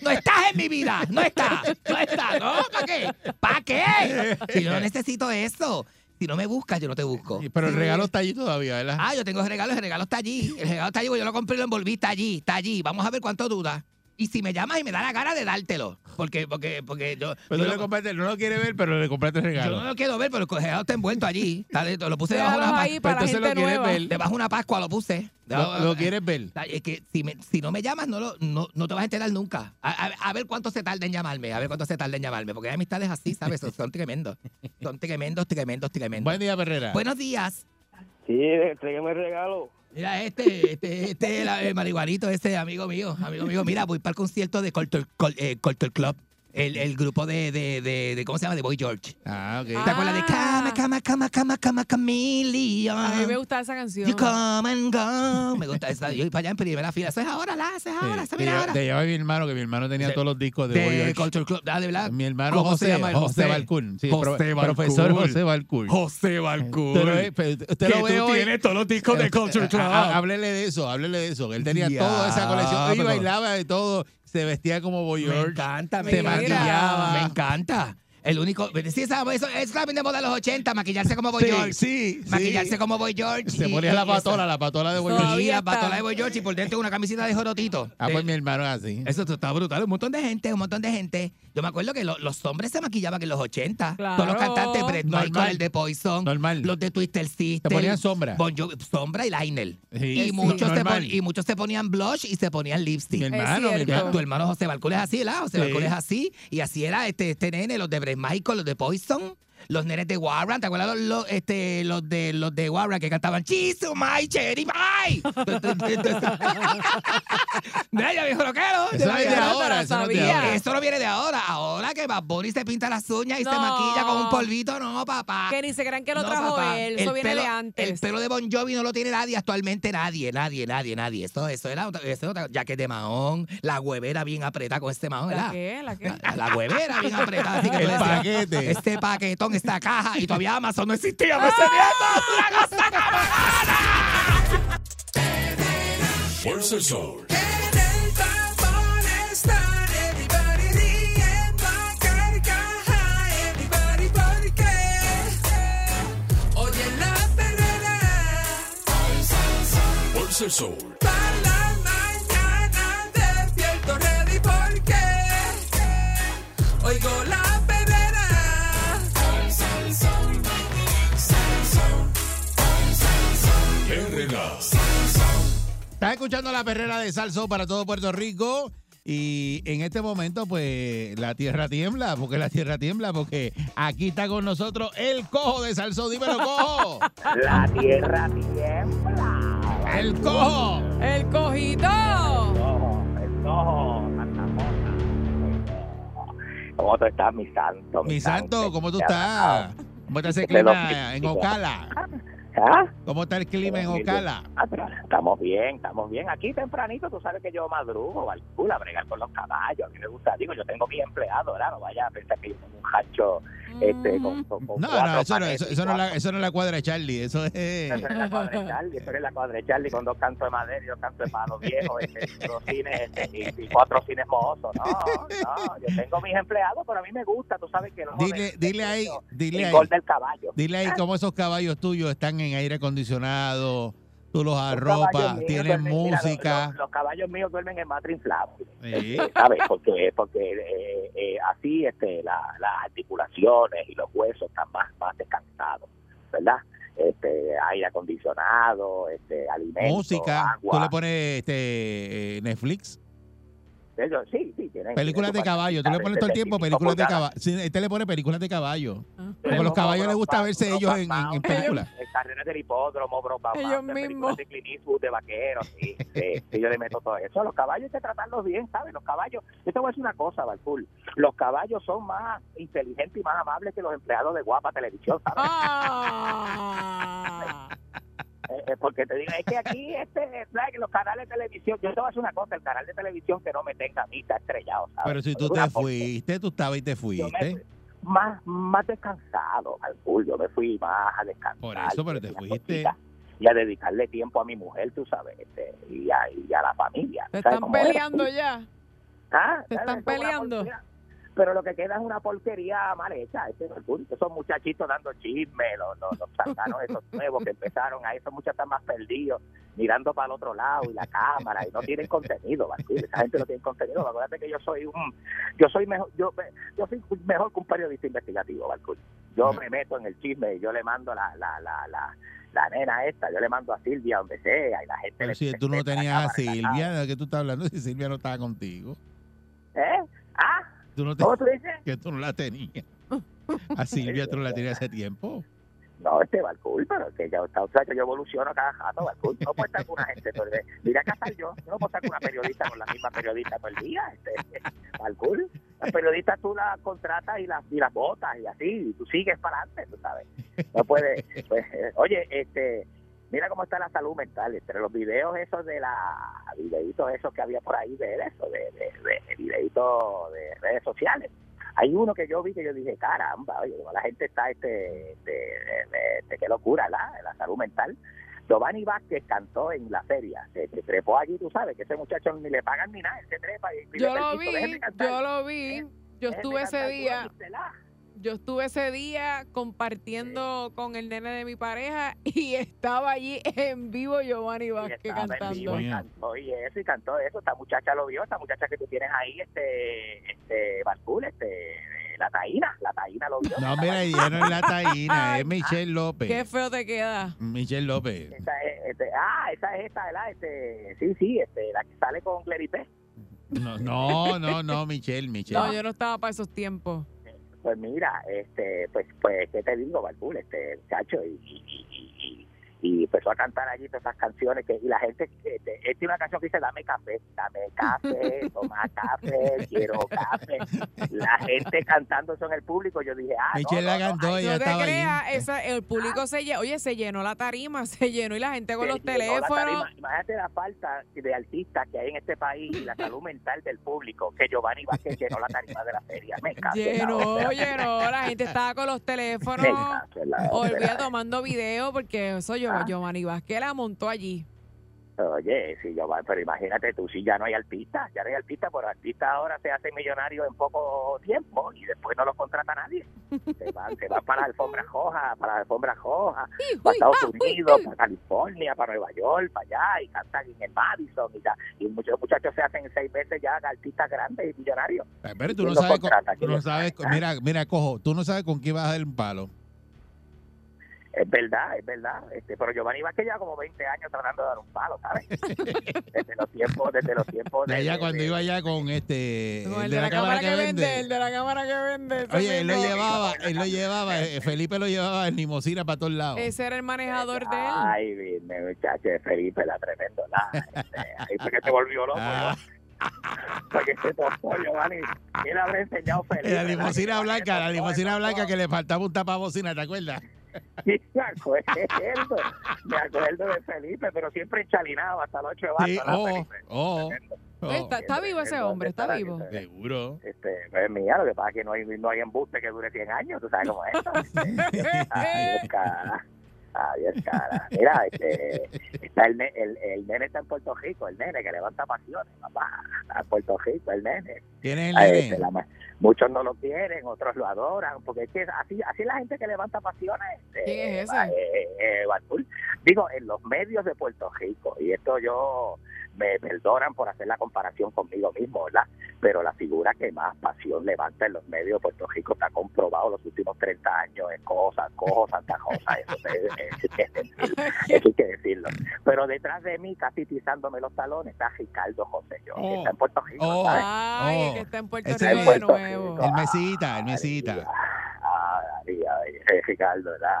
[SPEAKER 6] ¡No estás en mi vida! ¡No estás! ¡No estás! ¿No? ¿Para qué? ¿Para qué? Si yo no necesito eso. Si no me buscas, yo no te busco.
[SPEAKER 4] Y- Pero el regalo está allí todavía, ¿verdad?
[SPEAKER 6] Ah, yo tengo regalos, el regalo está allí. El regalo está allí, porque yo lo compré y lo envolví, está allí, está allí. Vamos a ver cuánto dura. Y si me llamas y me da la gana de dártelo. Porque, porque, porque yo.
[SPEAKER 4] Pero
[SPEAKER 6] yo
[SPEAKER 4] tú le
[SPEAKER 6] lo-
[SPEAKER 4] compraste, no lo quiere ver, pero le compraste el
[SPEAKER 6] yo
[SPEAKER 4] regalo.
[SPEAKER 6] no lo quiero ver, pero el regalo está envuelto allí. Está dentro, lo puse debajo de
[SPEAKER 3] Déjalos
[SPEAKER 6] una
[SPEAKER 3] ahí este,
[SPEAKER 6] pascua.
[SPEAKER 3] para la
[SPEAKER 4] entonces lo
[SPEAKER 3] gente
[SPEAKER 4] quieres
[SPEAKER 3] nueva.
[SPEAKER 4] ver.
[SPEAKER 6] Debajo de una pascua lo puse.
[SPEAKER 4] ¿Lo, lo quieres ver?
[SPEAKER 6] Está- Es que si, me- si no me llamas, no, lo, no, no te vas a enterar nunca. A, a- a ver cuánto se tarda en llamarme, a ver cuánto se tarda en llamarme, porque hay amistades así, ¿sabes? Son, son tremendos. Son tremendos, tremendos, tremendos.
[SPEAKER 4] Buen día,
[SPEAKER 3] Ah.
[SPEAKER 4] Perrera.
[SPEAKER 6] Buenos días.
[SPEAKER 5] Sí, entrégueme el regalo.
[SPEAKER 6] Mira, este, este, este, la- el marihuanito, este amigo mío, amigo mío. Mira, voy para el concierto de Culture, Col- eh, Culture Club. el, el grupo de, de, de, de- ¿cómo se llama? De Boy George.
[SPEAKER 4] Ah, ok.
[SPEAKER 6] ¿Te acuerdas de Cama, Cama, Cama, Cama, Cama,
[SPEAKER 3] A mí me
[SPEAKER 6] Chameleon?
[SPEAKER 3] gusta esa canción.
[SPEAKER 6] Ah. You come and go. Me gusta esa. Yo iba para allá en primera fila. Eso es ahora, la, eso es
[SPEAKER 4] Sí,
[SPEAKER 6] ahora, eso
[SPEAKER 4] te
[SPEAKER 6] viene
[SPEAKER 4] lleva-
[SPEAKER 6] ahora.
[SPEAKER 4] Te lleva mi hermano, que mi hermano tenía
[SPEAKER 6] De-
[SPEAKER 4] todos los discos de, Boy
[SPEAKER 6] De
[SPEAKER 4] George.
[SPEAKER 6] Culture Club. Ah, de verdad.
[SPEAKER 4] Mi hermano
[SPEAKER 6] ¿Cómo
[SPEAKER 4] José,
[SPEAKER 6] se llama el
[SPEAKER 4] José
[SPEAKER 6] José?
[SPEAKER 4] Balcún. Sí,
[SPEAKER 6] José
[SPEAKER 4] pro-
[SPEAKER 6] Balcún.
[SPEAKER 4] Profesor José Balcún.
[SPEAKER 12] José Balcour.
[SPEAKER 4] Usted lo ve- pero usted
[SPEAKER 12] que
[SPEAKER 4] lo
[SPEAKER 12] tú
[SPEAKER 4] ve hoy-
[SPEAKER 12] tienes todos los discos de Culture Club.
[SPEAKER 4] Ah, ah, Háblele de eso, háblele de eso. que Él tenía
[SPEAKER 6] Ya,
[SPEAKER 4] toda esa colección. Él
[SPEAKER 6] pero-
[SPEAKER 4] bailaba de todo, se vestía como Boy
[SPEAKER 6] Me
[SPEAKER 4] George.
[SPEAKER 6] encanta, me
[SPEAKER 4] se
[SPEAKER 6] encanta.
[SPEAKER 4] maquillaba.
[SPEAKER 6] Me encanta. El único. Sí, esa, eso, es también de moda de los 80, maquillarse como Boy
[SPEAKER 4] Sí,
[SPEAKER 6] George.
[SPEAKER 4] sí, sí.
[SPEAKER 6] Maquillarse como Boy George.
[SPEAKER 4] Se
[SPEAKER 6] y-
[SPEAKER 4] ponía
[SPEAKER 6] y
[SPEAKER 4] la
[SPEAKER 6] eso.
[SPEAKER 4] patola, la patola de Boy George.
[SPEAKER 6] Sí,
[SPEAKER 3] Todavía
[SPEAKER 6] la
[SPEAKER 3] está.
[SPEAKER 6] patola de Boy George y por dentro una camisita de jorotito.
[SPEAKER 4] Ah,
[SPEAKER 6] Eh,
[SPEAKER 4] pues mi hermano es así.
[SPEAKER 6] Eso t- está brutal. Un montón de gente, un montón de gente. Yo me acuerdo que lo- los hombres se maquillaban que en los 80.
[SPEAKER 3] Claro.
[SPEAKER 6] Todos los cantantes, Brett
[SPEAKER 4] Normal.
[SPEAKER 6] Michael, el de Poison,
[SPEAKER 4] Normal.
[SPEAKER 6] los de Twister Sister.
[SPEAKER 4] Te ponían sombra.
[SPEAKER 6] Bon Jovi- sombra y liner.
[SPEAKER 4] Sí,
[SPEAKER 6] y, muchos se
[SPEAKER 4] normal.
[SPEAKER 6] pon- y muchos se ponían blush y se ponían lipstick.
[SPEAKER 4] Mi
[SPEAKER 3] Es
[SPEAKER 4] hermano, mi
[SPEAKER 3] cierto.
[SPEAKER 4] hermano.
[SPEAKER 6] Tu hermano José Balcón es así, ¿verdad? José
[SPEAKER 4] Sí.
[SPEAKER 6] Balcón es así. Y así era este, este nene, los de Brett Michael, los de Poison, los nenes de Warren. ¿Te acuerdas los, los, este, los de los de Warren que cantaban Chisu, my cherry pie? Mira, ya viejo loquero.
[SPEAKER 4] Eso no es de
[SPEAKER 3] Yo no te
[SPEAKER 4] ahora,
[SPEAKER 3] lo
[SPEAKER 4] eso no es de
[SPEAKER 3] sabía.
[SPEAKER 4] ahora.
[SPEAKER 6] Eso no viene de ahora. Ahora que Bad Bunny se pinta las uñas y se
[SPEAKER 3] No.
[SPEAKER 6] maquilla con un polvito, no, papá.
[SPEAKER 3] Que ni se crean que lo
[SPEAKER 6] No,
[SPEAKER 3] trajo
[SPEAKER 6] papá.
[SPEAKER 3] él. Eso
[SPEAKER 6] El
[SPEAKER 3] viene
[SPEAKER 6] pelo-
[SPEAKER 3] de antes.
[SPEAKER 6] El pelo de Bon Jovi no lo tiene nadie actualmente, nadie, nadie, nadie, nadie. Eso, eso era otra, eso era otra- ya que es de mahón, la huevera bien apretada con este mahón,
[SPEAKER 3] ¿La
[SPEAKER 6] ¿verdad?
[SPEAKER 3] qué? ¿La qué?
[SPEAKER 6] La, la huevera bien apretada. Así que tú
[SPEAKER 4] El
[SPEAKER 6] decías,
[SPEAKER 4] paquete.
[SPEAKER 6] Este paquetón, esta caja, y todavía Amazon no existía.
[SPEAKER 3] Ah.
[SPEAKER 6] ¡Me estoy viendo! ¡Una cosa cabrona!
[SPEAKER 9] Fuerza el sol.
[SPEAKER 1] En el tapón están everybody riendo a carcaja, everybody porque oye la perrera.
[SPEAKER 9] Fuerza el sol.
[SPEAKER 1] Para la mañana despierto ready porque oigo la perrera.
[SPEAKER 9] Herrera.
[SPEAKER 4] Estás escuchando la perrera de Salso para todo Puerto Rico. Y en este momento, pues, la tierra tiembla, porque la tierra tiembla, porque aquí está con nosotros el cojo de Salso. Dímelo, cojo.
[SPEAKER 7] La tierra tiembla.
[SPEAKER 4] El cojo.
[SPEAKER 3] ¡El cojito!
[SPEAKER 7] Ojo, el ojo, Santa Mona. ¿Cómo tú estás, mi santo?
[SPEAKER 4] Mi santo, ¿cómo tú estás? ¿Cómo está ese
[SPEAKER 7] Este es lo
[SPEAKER 4] clima en
[SPEAKER 7] místico.
[SPEAKER 4] Ocala?
[SPEAKER 7] ¿Ah?
[SPEAKER 4] ¿Cómo está el clima en Ocala?
[SPEAKER 7] Ah, pero Estamos bien, estamos bien. Aquí tempranito, tú sabes que yo madrugo, al culo, a bregar con los caballos. A mí me gusta, digo, yo tengo mis empleados, ¿verdad? No vaya a pensar que yo tengo un hancho este,
[SPEAKER 3] Mm.
[SPEAKER 7] con, con, con
[SPEAKER 4] Mm. No,
[SPEAKER 7] cuatro
[SPEAKER 4] no, eso no,
[SPEAKER 7] panes
[SPEAKER 4] eso,
[SPEAKER 7] y
[SPEAKER 4] eso no es la,
[SPEAKER 7] cuatro-
[SPEAKER 4] eso no es la cuadra de Charlie, eso es...
[SPEAKER 7] Eso es la cuadra de Charlie, eso es la cuadra de Charlie con dos cantos de madera y dos cantos de palo viejo, este, dos cines este, y, y cuatro cines mohosos. No, no, yo tengo mis empleados, pero a mí me gusta, tú sabes que no.
[SPEAKER 4] Dile, dile ahí, dile ahí,
[SPEAKER 7] El gol del caballo.
[SPEAKER 4] dile ahí cómo esos caballos tuyos están en aire acondicionado, tú los
[SPEAKER 7] Los caballos
[SPEAKER 4] arropas,
[SPEAKER 7] míos
[SPEAKER 4] tienes
[SPEAKER 7] duermen- mira, los-
[SPEAKER 4] música.
[SPEAKER 7] los, los caballos míos duermen en matra inflable.
[SPEAKER 4] Sí.
[SPEAKER 7] Este, ¿Sabes? Porque, porque eh, eh, así este, la- las articulaciones y los huesos están más, más descansados, ¿verdad? Este, aire acondicionado, este, alimentos,
[SPEAKER 4] música, tú
[SPEAKER 7] agua.
[SPEAKER 4] le pones este, eh, Netflix,
[SPEAKER 7] Ellos- sí, sí, tienen-
[SPEAKER 4] películas de
[SPEAKER 7] tienen su
[SPEAKER 4] caballo, tú le
[SPEAKER 7] facilidad
[SPEAKER 4] pones
[SPEAKER 7] de
[SPEAKER 4] todo el tiempo
[SPEAKER 7] 25
[SPEAKER 4] películas de
[SPEAKER 7] pulgadas.
[SPEAKER 4] caballo, sí, este le pone películas de caballo, porque a
[SPEAKER 7] Tenemos
[SPEAKER 4] los caballos les gusta
[SPEAKER 7] unos
[SPEAKER 4] verse
[SPEAKER 7] pa-
[SPEAKER 4] ellos
[SPEAKER 7] unos
[SPEAKER 4] en, en-
[SPEAKER 7] papaos.
[SPEAKER 4] en películas.
[SPEAKER 7] Eh, carreras del hipódromo, bro, bro,
[SPEAKER 3] Ellos
[SPEAKER 7] bro, de películas
[SPEAKER 3] mismos.
[SPEAKER 7] de Clint Eastwood, de vaqueros, sí, sí, sí, yo le meto todo eso. A Los caballos hay que tratarlos bien, ¿sabes? Los caballos, yo te voy a decir una cosa, Balcool, los caballos son más inteligentes y más amables que los empleados de Guapa Televisión, ¿sabes?
[SPEAKER 3] ¡Ah!
[SPEAKER 7] Eh, eh, porque te digo, es que aquí, este, ¿sabes? Que los canales de televisión, yo te voy a decir una cosa, el canal de televisión que no me tenga a mí está estrellado, ¿sabes?
[SPEAKER 4] Pero si tú
[SPEAKER 7] Es una
[SPEAKER 4] te
[SPEAKER 7] porquería.
[SPEAKER 4] fuiste, tú estabas y te
[SPEAKER 7] Yo me fui
[SPEAKER 4] fuiste.
[SPEAKER 7] más, más descansado, Balcool, yo me fui más a descansar.
[SPEAKER 4] Por eso, pero te
[SPEAKER 7] Tenía
[SPEAKER 4] fuiste.
[SPEAKER 7] cositas. Y a dedicarle tiempo a mi mujer, tú sabes, este, y, a, y a la familia.
[SPEAKER 3] Te
[SPEAKER 7] ¿tú sabes
[SPEAKER 3] están
[SPEAKER 7] cómo era?
[SPEAKER 3] peleando ya.
[SPEAKER 7] Ah,
[SPEAKER 3] Te
[SPEAKER 7] claro,
[SPEAKER 3] están
[SPEAKER 7] eso es una
[SPEAKER 3] peleando.
[SPEAKER 7] porquería. Pero lo que queda es una porquería mal hecha. Ese es el punto. Esos muchachitos dando chisme, los, los, los santanos esos nuevos que empezaron a esos muchachos están más perdidos, mirando para el otro lado y la cámara, y no tienen contenido. Martín. Esa gente no tiene contenido. Acuérdate que yo soy un. Yo soy mejor yo, yo soy mejor que un periodista investigativo, Balcón. Yo me meto en el chisme y yo le mando la. la, la, la la nena esta, yo le mando a Silvia donde sea y la gente...
[SPEAKER 4] Pero
[SPEAKER 7] le-
[SPEAKER 4] si tú no
[SPEAKER 7] le- la
[SPEAKER 4] tenías a
[SPEAKER 7] cámara, la
[SPEAKER 4] Silvia, ¿de qué tú estás hablando? Si Silvia no estaba contigo.
[SPEAKER 7] cámara. ¿Eh? Ah,
[SPEAKER 4] Tú no te-
[SPEAKER 7] ¿cómo tú dices?
[SPEAKER 4] que tú no la tenías. A Silvia tú no la tenías hace tiempo.
[SPEAKER 7] No, este Balcool, pero es que ya está, o sea, que yo evoluciono cada rato, Balcool. No puedo estar con una gente todo el día. Mira, acá estoy yo. Yo no puedo estar con una periodista, con la misma periodista todo el día. Este, Balcool. Las periodistas tú las contratas y las, y las botas y así, y tú sigues para adelante, tú sabes. No puedes. pues, eh, oye, este. Mira cómo está la salud mental, entre los videos esos de la, videitos esos que había por ahí de eso, de, de, de videitos de redes sociales. Hay uno que yo vi que yo dije, caramba, oye, la gente está, este, este, este, este, qué locura, la, la salud mental. Giovanni Vázquez cantó en la feria, se, se trepó allí, tú sabes, que ese muchacho ni le pagan ni nada, él se trepa y y
[SPEAKER 3] Yo
[SPEAKER 7] le
[SPEAKER 3] lo
[SPEAKER 7] permiso,
[SPEAKER 3] vi,
[SPEAKER 7] "Déjeme cantar".
[SPEAKER 3] yo lo vi. Yo
[SPEAKER 7] Déjeme
[SPEAKER 3] estuve ese
[SPEAKER 7] cantar,
[SPEAKER 3] día,
[SPEAKER 7] Giovanni, Cela.
[SPEAKER 3] yo estuve ese día compartiendo con el nene de mi pareja y estaba allí en vivo Giovanni
[SPEAKER 7] Y
[SPEAKER 3] Vázquez
[SPEAKER 7] estaba en vivo
[SPEAKER 3] cantando.
[SPEAKER 7] y cantó y eso, y cantó eso. Esta muchacha lo vio, esta muchacha que tú tienes ahí, este, este, Barcul, este, la Taína, la Taína lo vio.
[SPEAKER 4] No, mira, ella no es la taína, es Michelle López.
[SPEAKER 3] Qué feo te queda.
[SPEAKER 4] Michelle López.
[SPEAKER 7] Esa es, este, ah, esa es esta, ¿verdad? Este, sí, sí, este, la que sale con Cleripé.
[SPEAKER 4] No, no, no, no, Michelle, Michelle.
[SPEAKER 3] No, yo no estaba para esos tiempos.
[SPEAKER 7] Pues mira, este, pues, pues, ¿qué te digo, Barcul? Este, muchacho, y, y- y- y- y empezó a cantar allí todas esas canciones que, y la gente, este, es una canción que dice, dame café, dame café, toma café, quiero café. La gente cantando eso en el público, yo dije, ah, no,
[SPEAKER 4] Michelle la
[SPEAKER 7] no, no,
[SPEAKER 4] cantó,
[SPEAKER 7] ay,
[SPEAKER 4] ella
[SPEAKER 3] No te
[SPEAKER 4] estaba ahí.
[SPEAKER 3] creas, esa- el público se llenó, oye, se llenó la tarima, se llenó y la gente con
[SPEAKER 7] Se
[SPEAKER 3] los
[SPEAKER 7] llenó la
[SPEAKER 3] teléfonos.
[SPEAKER 7] tarima. Imagínate la falta de artistas que hay en este país y la salud mental del público, que Giovanni Vázquez llenó la tarima de la feria. Me cago en la
[SPEAKER 3] Llenó,
[SPEAKER 7] ópera.
[SPEAKER 3] llenó, la gente estaba con los
[SPEAKER 7] Me
[SPEAKER 3] teléfonos.
[SPEAKER 7] cago en la ópera.
[SPEAKER 3] Olvida tomando video porque eso yo,
[SPEAKER 7] Ah.
[SPEAKER 3] Giovanni Vázquez la montó allí.
[SPEAKER 7] Oye, sí, Giovanni, pero imagínate tú, si ya no hay artistas, ya no hay artistas, por artistas ahora se hacen millonarios en poco tiempo y después no los contrata nadie. Se van, se van para la alfombra roja, para la alfombra roja, para Estados Unidos, para California, para Nueva York, para allá, y cantan en el Madison y ya. Y muchos muchachos se hacen seis meses ya artistas grandes y millonarios.
[SPEAKER 4] Ay, Pero tú
[SPEAKER 7] ¿Quién
[SPEAKER 4] no
[SPEAKER 7] lo
[SPEAKER 4] sabes, con-
[SPEAKER 7] contrata?
[SPEAKER 4] tú
[SPEAKER 7] ¿Quién
[SPEAKER 4] no
[SPEAKER 7] lo
[SPEAKER 4] sabes, con-
[SPEAKER 7] contrata?
[SPEAKER 4] mira, mira, cojo, tú no sabes con quién vas a dar un palo.
[SPEAKER 7] Es verdad, es verdad. Este, pero Giovanni Vázquez lleva como 20 años tratando de dar un palo, ¿sabes? Desde los tiempos, desde los tiempos de...
[SPEAKER 4] De allá
[SPEAKER 7] de-
[SPEAKER 4] cuando
[SPEAKER 7] de-
[SPEAKER 4] iba allá con este,
[SPEAKER 3] Con el de la cámara que vende, el de la cámara que vende. ese
[SPEAKER 4] Oye, él lo
[SPEAKER 3] mismo.
[SPEAKER 4] llevaba, él lo llevaba, eh, Felipe lo llevaba en limosina para todos lados.
[SPEAKER 3] Ese era el manejador de él.
[SPEAKER 7] Ay, dime, muchacho, Felipe, la tremendo. La, este, ahí fue que se volvió loco.
[SPEAKER 4] Ah.
[SPEAKER 7] ¿no? Porque se topó, Giovanni. ¿Quién le habrá enseñado Felipe?
[SPEAKER 4] La
[SPEAKER 7] ¿verdad?
[SPEAKER 4] limosina
[SPEAKER 7] Giovanni
[SPEAKER 4] blanca, la
[SPEAKER 7] topó,
[SPEAKER 4] limosina
[SPEAKER 7] topó.
[SPEAKER 4] blanca que le faltaba un tapabocina, ¿te acuerdas?
[SPEAKER 7] Sí, me acuerdo. Me acuerdo de Felipe, pero siempre chalinaba hasta los 8 de
[SPEAKER 4] Sí,
[SPEAKER 7] marzo. ¿no,
[SPEAKER 4] oh,
[SPEAKER 7] Felipe?
[SPEAKER 4] oh, oh.
[SPEAKER 3] Oye, está, está vivo ese hombre, está vivo.
[SPEAKER 4] Seguro.
[SPEAKER 7] Este, pues mira, lo que pasa es que no hay, no hay embuste que dure 100 años, tú sabes cómo es esto. Ay, es cara. Ay, es cara. Mira, este, está el, ne- el, el nene está en Puerto Rico, el nene que levanta pasiones, papá. Está en Puerto Rico, el nene.
[SPEAKER 4] ¿Quién es el
[SPEAKER 7] Ay,
[SPEAKER 4] nene?
[SPEAKER 7] este, la ma- muchos no lo quieren, otros lo adoran, porque es que así, así la gente que levanta pasiones. eh,
[SPEAKER 3] ¿Quién es ese?
[SPEAKER 7] va- eh, eh, Batul. Digo, en los medios de Puerto Rico, y esto yo me perdonan por hacer la comparación conmigo mismo, ¿verdad? Pero la figura que más pasión levanta en los medios de Puerto Rico está comprobado los últimos 30 años, es cosas, cojo, santa cosa, eso es- es- es- es- eso hay que decirlo. Pero detrás de mí, casi pisándome los talones, está Ricardo José, yo, que
[SPEAKER 4] Oh.
[SPEAKER 7] está en Puerto Rico,
[SPEAKER 4] Oh.
[SPEAKER 7] ¿sabes?
[SPEAKER 3] Ay,
[SPEAKER 4] Oh,
[SPEAKER 3] el que está en Puerto
[SPEAKER 4] ese
[SPEAKER 3] Rico de
[SPEAKER 4] es
[SPEAKER 7] Puerto
[SPEAKER 3] nuevo.
[SPEAKER 7] Rico.
[SPEAKER 4] El mesita, el mesita.
[SPEAKER 7] Ah, Darío, eh, Ricardo, ¿verdad?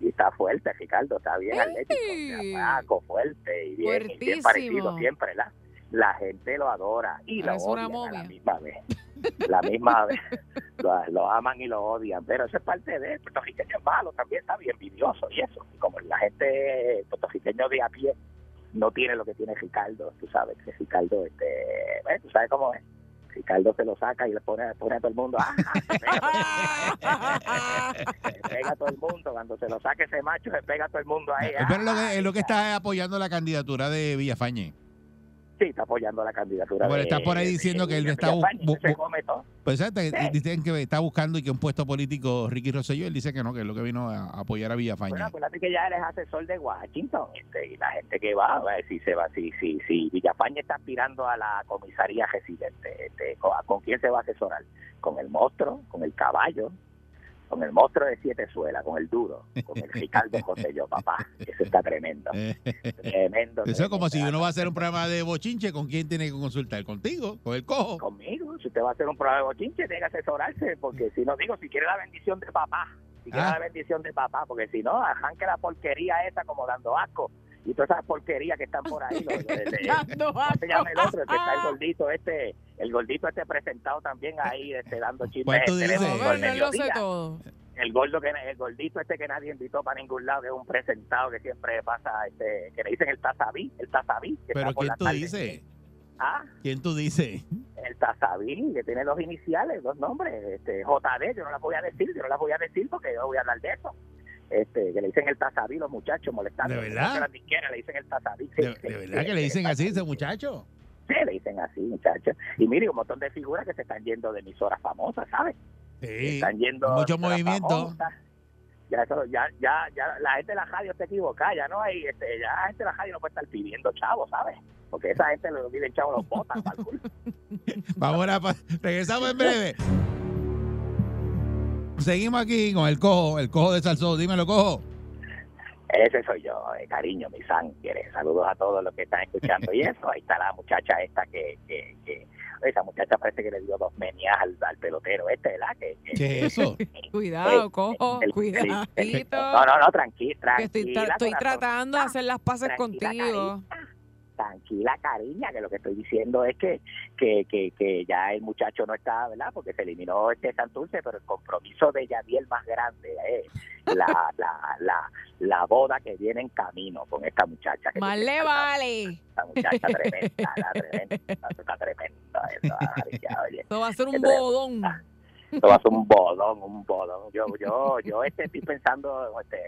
[SPEAKER 7] Y está fuerte, Ricardo, está bien atlético, o sea, flaco, fuerte y bien, y bien
[SPEAKER 3] Fuertísimo.
[SPEAKER 7] parecido siempre, ¿verdad? La gente lo adora y lo
[SPEAKER 3] Parece una
[SPEAKER 7] odian a la
[SPEAKER 3] momia.
[SPEAKER 7] misma vez. La misma vez. Lo, lo aman y lo odian, pero eso es parte de él. Puertorriqueño es malo, también está bien envidioso y eso. Y como la gente puertorriqueño de a pie no tiene lo que tiene Ricardo, tú sabes que Ricardo, este, bueno, tú sabes cómo es. Ricardo se lo saca y le pone, pone a todo el mundo. ¡Ah,
[SPEAKER 3] Ah,
[SPEAKER 7] se pega a todo el mundo. Cuando se lo saque ese macho, se pega a todo el mundo ahí.
[SPEAKER 4] Eh, Pero lo que, lo que está es apoyando la candidatura de Villafañe.
[SPEAKER 7] Sí, está apoyando la candidatura.
[SPEAKER 4] Bueno,
[SPEAKER 7] de-
[SPEAKER 4] está por ahí
[SPEAKER 7] de-
[SPEAKER 4] diciendo que él
[SPEAKER 7] de
[SPEAKER 4] está bu-
[SPEAKER 7] Villafañe,
[SPEAKER 4] bu-
[SPEAKER 7] se
[SPEAKER 4] bu-
[SPEAKER 7] come todo.
[SPEAKER 4] Pues ¿sabes? Te-
[SPEAKER 7] Sí.
[SPEAKER 4] dicen que está buscando y que un puesto político Ricky Rosselló, él dice que no, que es lo que vino a a apoyar a
[SPEAKER 7] Bueno,
[SPEAKER 4] Villafañe.
[SPEAKER 7] acuérdate que ya eres asesor de Washington. este, y la gente que va, va, si se va, si, si, si Villafañe está aspirando a la comisaría residente, este, ¿con, ¿con quién se va a asesorar? ¿Con el monstruo? ¿Con el caballo? Con el monstruo de siete suelas, con el duro, con el Ricardo José yo, papá. Eso está tremendo.
[SPEAKER 4] Eh,
[SPEAKER 7] Tremendo.
[SPEAKER 4] Eso es como
[SPEAKER 7] tremendo.
[SPEAKER 4] si uno va a hacer un programa de bochinche, ¿con quién tiene que consultar? ¿Contigo? ¿Con el cojo?
[SPEAKER 7] conmigo. Si usted va a hacer un programa de bochinche, tiene que asesorarse, porque si no, digo, si quiere la bendición de papá, si quiere
[SPEAKER 4] Ah.
[SPEAKER 7] la bendición de papá, porque si no, arranque la porquería esa como dando asco. y todas esas porquerías que están por ahí. los- los- los-
[SPEAKER 3] Dando
[SPEAKER 7] ¿Cómo se llama el
[SPEAKER 3] asco.
[SPEAKER 7] otro? El que está
[SPEAKER 4] Ah.
[SPEAKER 7] el gordito este, el gordito este presentado también ahí, este, dando chismes.
[SPEAKER 4] ¿Cuál Pues tú
[SPEAKER 7] en
[SPEAKER 4] dices?
[SPEAKER 7] teléfono
[SPEAKER 3] Bueno,
[SPEAKER 7] al
[SPEAKER 3] él lo sé
[SPEAKER 7] mediodía.
[SPEAKER 3] todo.
[SPEAKER 7] el gordo que el gordito este que nadie invitó para ningún lado que es un presentado que siempre pasa este que le dicen el tasaví el tasaví que está
[SPEAKER 4] Pero
[SPEAKER 7] por
[SPEAKER 4] ¿quién
[SPEAKER 7] la
[SPEAKER 4] tú
[SPEAKER 7] tarde.
[SPEAKER 4] dices?
[SPEAKER 7] ah
[SPEAKER 4] ¿Quién tú dices?
[SPEAKER 7] el tasaví que tiene dos iniciales dos nombres este JD yo no las voy a decir yo no las voy a decir porque yo voy a hablar de eso este que le dicen el tasaví los muchachos molestando
[SPEAKER 4] ¿De verdad?
[SPEAKER 7] A las disqueras le dicen el tasaví sí,
[SPEAKER 4] ¿De,
[SPEAKER 7] sí,
[SPEAKER 4] de verdad
[SPEAKER 7] sí,
[SPEAKER 4] que le
[SPEAKER 7] sí,
[SPEAKER 4] dicen
[SPEAKER 7] el
[SPEAKER 4] así a
[SPEAKER 7] tasaví.
[SPEAKER 4] ese muchacho?
[SPEAKER 7] sí le dicen así muchachos y mire un montón de figuras que se están yendo de emisoras famosas ¿sabes?
[SPEAKER 4] Sí.
[SPEAKER 7] están yendo
[SPEAKER 4] Mucho
[SPEAKER 7] a la
[SPEAKER 4] movimiento.
[SPEAKER 7] famosa. Ya, eso, ya, ya, ya, la gente de la radio está equivocada, ya no hay, este, ya la gente de la radio no puede estar pidiendo chavos, ¿sabes? Porque esa gente lo piden chavos, los botan, pa'l culo.
[SPEAKER 4] Vamos a pa- regresamos en breve. Seguimos aquí con el cojo, el cojo de Salsó. Dímelo, cojo.
[SPEAKER 7] Ese soy yo, eh, cariño, mi sangre. Saludos a todos los que están escuchando. Y eso, ahí está la muchacha esta que, que, que- esa muchacha parece que le dio dos menias al, al pelotero este, ¿verdad? Que, que-
[SPEAKER 4] ¿Qué es eso?
[SPEAKER 3] Cuidado, cojo,
[SPEAKER 7] el- el-
[SPEAKER 3] cuidadito.
[SPEAKER 7] no, no, no, tranqui,
[SPEAKER 3] que estoy, tra-
[SPEAKER 7] tranquila.
[SPEAKER 3] estoy
[SPEAKER 7] corazón.
[SPEAKER 3] tratando de hacer las paces
[SPEAKER 7] Tranquila,
[SPEAKER 3] contigo.
[SPEAKER 7] tranquila cariña, que lo que estoy diciendo es que, que, que, que ya el muchacho no está, ¿verdad? Porque se eliminó este Santurce, pero el compromiso de Yadiel más grande es la, la, la, la boda que viene en camino con esta muchacha. Que
[SPEAKER 3] Más
[SPEAKER 7] tiene
[SPEAKER 3] le
[SPEAKER 7] esta-
[SPEAKER 3] vale.
[SPEAKER 7] Esta muchacha tremenda, la tremenda, está tremenda. esa, ya, oye.
[SPEAKER 3] Esto va a ser un
[SPEAKER 7] Esto es-
[SPEAKER 3] bodón.
[SPEAKER 7] Esto va a ser un bodón, un bodón. Yo, yo, yo este, estoy pensando, este,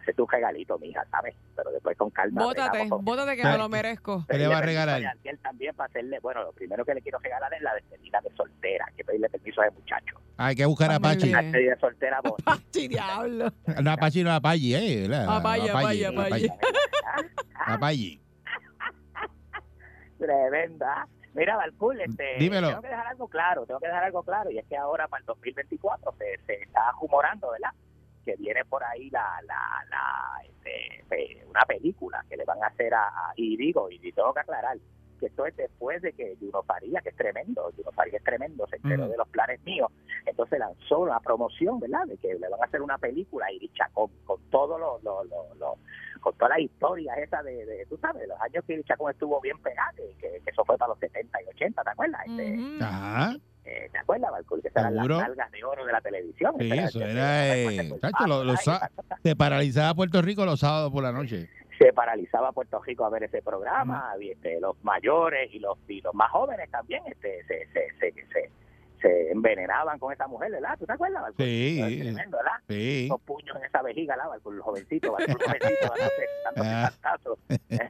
[SPEAKER 7] hacerte un regalito, mija, ¿sabes? Pero después con calma.
[SPEAKER 3] Bótate,
[SPEAKER 7] hablamos con-
[SPEAKER 3] bótate que me lo merezco.
[SPEAKER 13] ¿Qué le va a
[SPEAKER 7] pedirle
[SPEAKER 13] regalar?
[SPEAKER 7] permiso a Yadiel también para hacerle, bueno, lo primero que le quiero regalar es la despedida de soltera, hay que pedirle permiso a ese muchacho.
[SPEAKER 4] Hay que buscar a
[SPEAKER 3] Muy
[SPEAKER 4] Apache.
[SPEAKER 3] bien.
[SPEAKER 7] La despedida de soltera bonita.
[SPEAKER 3] Pachi, diablo.
[SPEAKER 4] No, Apache no, Apache, eh. ¿verdad?
[SPEAKER 3] Apache, Apache, Apache.
[SPEAKER 4] Apache.
[SPEAKER 7] Tremenda. Mira, Balcul, este,
[SPEAKER 13] Dímelo.
[SPEAKER 7] tengo que dejar algo claro, tengo que dejar algo claro, y es que ahora para el 2024 se, se está humorando, ¿verdad? Que viene por ahí la, la, la, este, pe- una película que le van a hacer a, a- y digo, y tengo que aclarar, que esto es después de que Juno Faría, que es tremendo, Juno Faría es tremendo, se enteró
[SPEAKER 4] Ujú.
[SPEAKER 7] de los planes míos, entonces lanzó una promoción, ¿verdad? De que le van a hacer una película a Iris Chacón, con todos los, los, los- los- con todas las historias esas de, de, tú sabes, los años que Iris Chacón estuvo bien pegada, que, que- que eso fue para los 70 y 80, ¿te acuerdas? Este,
[SPEAKER 3] Ujú.
[SPEAKER 4] Ajá.
[SPEAKER 7] eh, ¿Te acuerdas, Balcul? Que esas eran las
[SPEAKER 4] Seguro.
[SPEAKER 7] nalgas de oro de la televisión.
[SPEAKER 4] Sí,
[SPEAKER 7] Esas
[SPEAKER 4] eso
[SPEAKER 7] eran-
[SPEAKER 4] era,
[SPEAKER 7] esas-
[SPEAKER 4] eh,
[SPEAKER 7] esas-
[SPEAKER 4] chacho, lo- lo
[SPEAKER 7] esas-
[SPEAKER 4] sa- Se paralizaba Puerto Rico los sábados por la noche.
[SPEAKER 7] se paralizaba Puerto Rico a ver ese programa, y, este, los mayores y los, y los más jóvenes también este, se, se, se, se, se envenenaban con esa mujer, ¿verdad? ¿Tú te acuerdas? Balcón?
[SPEAKER 4] Sí.
[SPEAKER 7] Es Tremendo, ¿verdad?
[SPEAKER 4] Sí.
[SPEAKER 7] Los puños en esa vejiga, ¿verdad? Con los jovencitos, con los jovencitos, dándose- dándose
[SPEAKER 4] Ah.
[SPEAKER 7] cantazos.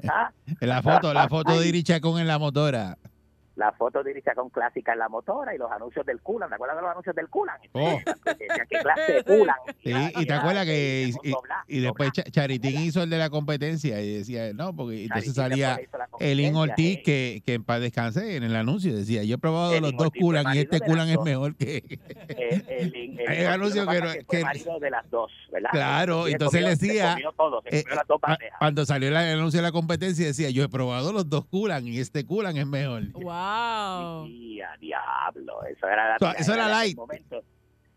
[SPEAKER 7] Ajá.
[SPEAKER 4] La foto, la foto de Iri Chacón en la motora.
[SPEAKER 7] La foto de Iris con clásica en la motora y los anuncios del Culan. ¿Te acuerdas de los anuncios del Culan?
[SPEAKER 13] Oh.
[SPEAKER 7] ¿Qué clase de Culan?
[SPEAKER 4] Sí, y te acuerdas que y, y- y después Cha- Charitín hizo el de la competencia y decía, no, porque entonces salía Elin
[SPEAKER 7] eh,
[SPEAKER 4] Ortiz, que, que en paz descanse en el anuncio, decía, yo he probado
[SPEAKER 7] Elin
[SPEAKER 4] los dos
[SPEAKER 7] Ortiz fue
[SPEAKER 4] culan y
[SPEAKER 7] marido
[SPEAKER 4] este
[SPEAKER 7] de las
[SPEAKER 4] culan es
[SPEAKER 7] dos.
[SPEAKER 4] mejor que...
[SPEAKER 7] Eh, el, el, el,
[SPEAKER 4] Hay anuncio
[SPEAKER 7] lo que
[SPEAKER 4] que
[SPEAKER 7] pasa
[SPEAKER 4] no-
[SPEAKER 7] es fue
[SPEAKER 4] que-
[SPEAKER 7] marido de las dos, ¿verdad?
[SPEAKER 4] Claro,
[SPEAKER 7] Sí,
[SPEAKER 4] entonces
[SPEAKER 7] comió-
[SPEAKER 4] le
[SPEAKER 7] se
[SPEAKER 4] decía,
[SPEAKER 7] comió todo, se
[SPEAKER 4] eh,
[SPEAKER 7] comió las dos
[SPEAKER 4] cua-
[SPEAKER 7] bandejas.
[SPEAKER 4] Cuando salió el anuncio de la competencia decía, yo he probado los dos culan y este culan es mejor.
[SPEAKER 3] Wow.
[SPEAKER 7] Y a diablo, eso era la
[SPEAKER 4] O sea, ah. eso era
[SPEAKER 7] tiradera
[SPEAKER 4] light.
[SPEAKER 7] del momento.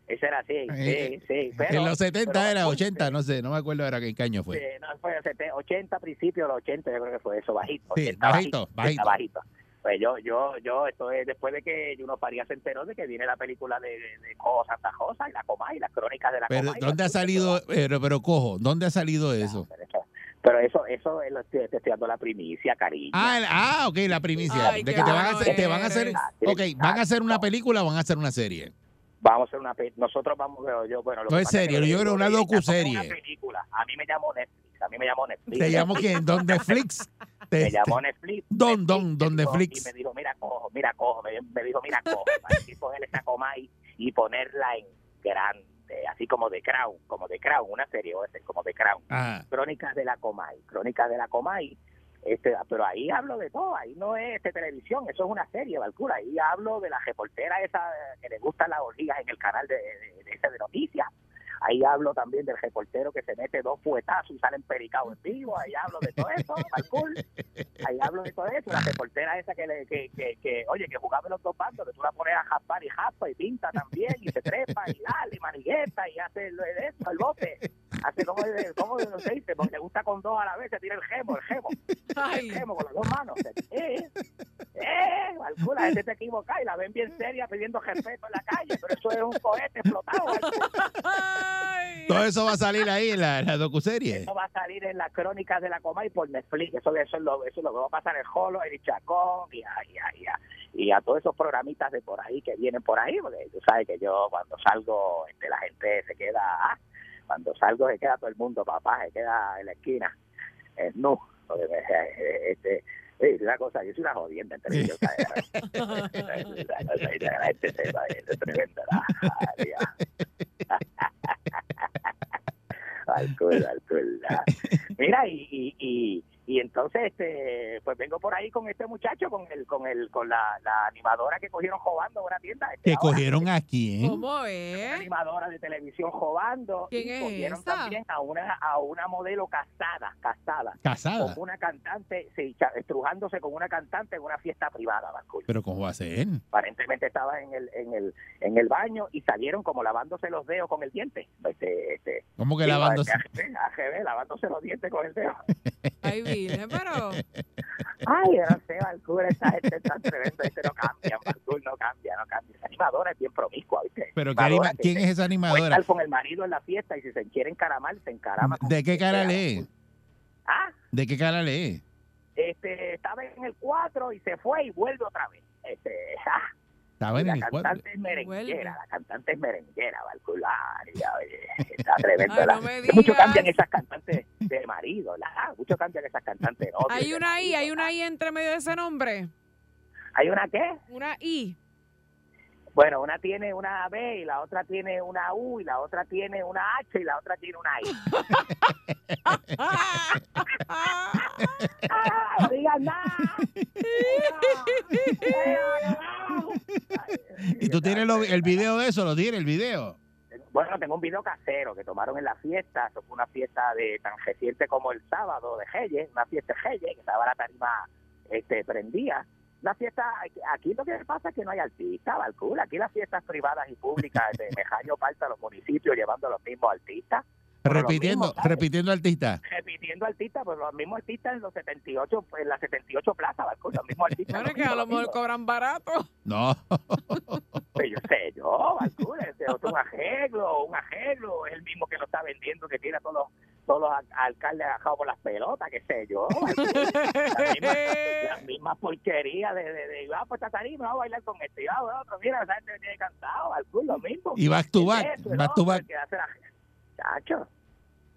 [SPEAKER 7] Eso era así, sí,
[SPEAKER 4] Eh,
[SPEAKER 7] sí. Pero,
[SPEAKER 4] en los 70
[SPEAKER 7] pero,
[SPEAKER 4] era,
[SPEAKER 7] uy,
[SPEAKER 4] 80,
[SPEAKER 7] sí,
[SPEAKER 4] no sé, no me acuerdo ahora qué año fue.
[SPEAKER 7] sí, no, fue 70, 80 principios, los 80 yo creo que fue eso, bajito.
[SPEAKER 4] Sí,
[SPEAKER 7] 80,
[SPEAKER 4] bajito,
[SPEAKER 7] 80,
[SPEAKER 4] bajito.
[SPEAKER 7] Pues yo, yo, yo, esto es después de que Juno Faría se enteró de que viene la película de, de, de Cojo Santa Rosa y la Comay, las crónicas de la
[SPEAKER 4] Pero
[SPEAKER 7] Comay.
[SPEAKER 4] ¿dónde ha
[SPEAKER 7] las crónicas de
[SPEAKER 4] salido, pero, pero cojo, ¿dónde ha salido eso?
[SPEAKER 7] Pero eso- Pero eso, eso es lo que te estoy dando la primicia, cariño.
[SPEAKER 4] Ah, el- ah, ok, la primicia.
[SPEAKER 3] Ay,
[SPEAKER 4] de
[SPEAKER 3] qué
[SPEAKER 4] que te van, a
[SPEAKER 3] bueno
[SPEAKER 4] hacer, te van a hacer,
[SPEAKER 7] Ah,
[SPEAKER 3] eres.
[SPEAKER 4] ok, van a hacer una película o van a hacer una serie.
[SPEAKER 7] Vamos a hacer una pe- Nosotros vamos, yo, yo- bueno. lo
[SPEAKER 4] No,
[SPEAKER 7] que
[SPEAKER 4] en
[SPEAKER 7] pasa es
[SPEAKER 4] serio,
[SPEAKER 7] que
[SPEAKER 4] yo creo una
[SPEAKER 7] Ella tampoco es
[SPEAKER 4] docuserie.
[SPEAKER 7] una película. A mí me llamó Netflix, a mí me llamó Netflix.
[SPEAKER 4] Te llamo quién, Don Netflix.
[SPEAKER 7] Me
[SPEAKER 4] Te,
[SPEAKER 7] llamó Netflix.
[SPEAKER 4] Don, don, don
[SPEAKER 7] me dijo-
[SPEAKER 4] Netflix.
[SPEAKER 7] Y me dijo, mira, cojo, mira, cojo. Me, me dijo, mira, cojo. Hay que coger esa Comay y ponerla en grande, así como de Crown, como de Crown, una serie, o sea, como de Crown.
[SPEAKER 4] Ah,
[SPEAKER 7] Crónicas de la Comay, Crónicas de la Comay. Este, pero ahí hablo de todo, ahí no es este, televisión, eso es una serie, Valcura. Ahí hablo de la reportera esa eh, que le gustan las orgías en el canal de, de, de ese de noticias. Ahí hablo también del reportero que se mete dos puetazos y salen pericados en vivo. Ahí hablo de todo eso, Valcura. Ahí hablo de todo eso. La reportera esa que, le, que, que, que, oye, que jugaba en los dos bandos, que tú la pones a jaspar y jaspa y pinta también y se trepa y dale, y manigueta y hace el, eso, el bote. Así como, dice- como se dice, porque le gusta con dos a la vez, se tira el gemo, el gemo. El gemo con las dos manos. Eh, eh, Balcú, la gente se equivoca y la ven bien seria pidiendo respeto en la calle, pero eso es un cohete explotado. eh,
[SPEAKER 4] Todo eso va a salir ahí en la, en la docuserie.
[SPEAKER 7] Eso va a salir en las crónicas de la coma y por Netflix. Eso, eso, es, lo, eso es lo que va a pasar en Holo, en Chacón y a, y, a, y, a, y a todos esos programitas de por ahí que vienen por ahí. Porque tú sabes que yo cuando salgo, este, la gente se queda. ah, Cuando salgo, se queda todo el mundo, papá, se queda en la esquina. Es no. porque, eh, Este, sí, una cosa, yo soy una jodienda en televisión. ¿sabes? La gente se va, es tremenda. la- la- alcohol, alcohol. ah. Mira, y, y, y, y entonces, este, pues vengo por ahí con este muchacho, con el, con el, con la, la animadora que cogieron jobando una tienda. este,
[SPEAKER 4] ¿Que
[SPEAKER 7] ahora,
[SPEAKER 4] cogieron a quién?
[SPEAKER 7] Una animadora de televisión jobando.
[SPEAKER 3] ¿Quién
[SPEAKER 7] y
[SPEAKER 3] es
[SPEAKER 7] cogieron
[SPEAKER 3] esa?
[SPEAKER 7] también a una, a una modelo casada, casada.
[SPEAKER 4] ¿Casada?
[SPEAKER 7] Con una cantante, sí, cha- estrujándose con una cantante en una fiesta privada, Marco
[SPEAKER 4] ¿Pero cómo va a ser?
[SPEAKER 7] aparentemente estaba en el, en el en el baño y salieron como lavándose los dedos con el diente. Este, este,
[SPEAKER 4] ¿Cómo que
[SPEAKER 7] digo,
[SPEAKER 4] lavándose?
[SPEAKER 7] AGB, AGB, lavándose los dientes con el dedo.
[SPEAKER 3] Ay, Virgen, pero.
[SPEAKER 7] Ay, yo no sé, Valcour, esa gente tan tremenda, este no cambia, Valcour no cambia, no cambia. Esa animadora es bien promiscua, ¿viste?
[SPEAKER 4] ¿Pero qué anima-
[SPEAKER 7] que
[SPEAKER 4] quién
[SPEAKER 7] se-
[SPEAKER 4] es esa
[SPEAKER 7] Puede
[SPEAKER 4] animadora?
[SPEAKER 7] estar Pues con el marido en la fiesta y si se quiere encaramar, se encarama. con- ¿eh?
[SPEAKER 4] ¿De qué cara lee?
[SPEAKER 7] Ah,
[SPEAKER 4] ¿De qué cara lee?
[SPEAKER 7] este, estaba en el 4 y se fue y vuelve otra vez. Este, ah,
[SPEAKER 4] Estaba en
[SPEAKER 7] la
[SPEAKER 4] el cuadro.
[SPEAKER 7] cantante es merenguera, la cantante es merenguera, Valcular, está tremendo.
[SPEAKER 3] Ay,
[SPEAKER 7] la-
[SPEAKER 3] no me
[SPEAKER 7] mucho
[SPEAKER 3] digas.
[SPEAKER 7] cambian esas cantantes de marido, la, ah, mucho cambian esas cantantes. de novio,
[SPEAKER 3] Hay
[SPEAKER 7] de
[SPEAKER 3] una I,
[SPEAKER 7] marido,
[SPEAKER 3] hay
[SPEAKER 7] la.
[SPEAKER 3] una I entre medio de ese nombre.
[SPEAKER 7] ¿Hay una qué?
[SPEAKER 3] Una I.
[SPEAKER 7] Bueno, una tiene una B y la otra tiene una U y la otra tiene una H y la otra tiene una I. ¡Ah, no digas nada!
[SPEAKER 4] ¿Y tú tienes lo- el video de eso? ¿Lo tienes, el video?
[SPEAKER 7] Bueno, tengo un video casero que tomaron en la fiesta. Eso fue una fiesta de tan reciente como el sábado de Reyes, una fiesta de Reyes, que estaba la tarima este, prendía. La fiesta, aquí lo que pasa es que no hay artistas, Balcul. Aquí las fiestas privadas y públicas de Mejaño Palta, los municipios llevando a los mismos artistas. Pero los
[SPEAKER 4] Repitiendo,
[SPEAKER 7] mismos, ¿sabes?
[SPEAKER 4] repitiendo artista.
[SPEAKER 7] Repitiendo artistas, pues los mismos artistas en los 78, en las 78 plazas, Balcul, los mismos artistas.
[SPEAKER 3] Bueno,
[SPEAKER 7] los
[SPEAKER 3] que a
[SPEAKER 7] mismos,
[SPEAKER 3] lo
[SPEAKER 7] los
[SPEAKER 3] mejor
[SPEAKER 7] mismos.
[SPEAKER 3] cobran barato.
[SPEAKER 4] No.
[SPEAKER 7] Pues yo sé, yo, Balcún, este otro un arreglo, un arreglo, es el mismo que lo está vendiendo, que tiene a todos los, todos los al- alcaldes agajados por las pelotas, qué sé yo. Balcún. La misma, la misma porquería de, de, de, ah, pues esta tarima, vamos a bailar con este, y ah, bueno, otro, mira, esa gente me tiene cansado, Balcún, lo mismo.
[SPEAKER 4] Y back to back,
[SPEAKER 7] Es eso, el
[SPEAKER 4] back to
[SPEAKER 7] otro,
[SPEAKER 4] back.
[SPEAKER 7] el que hace la- Chacho,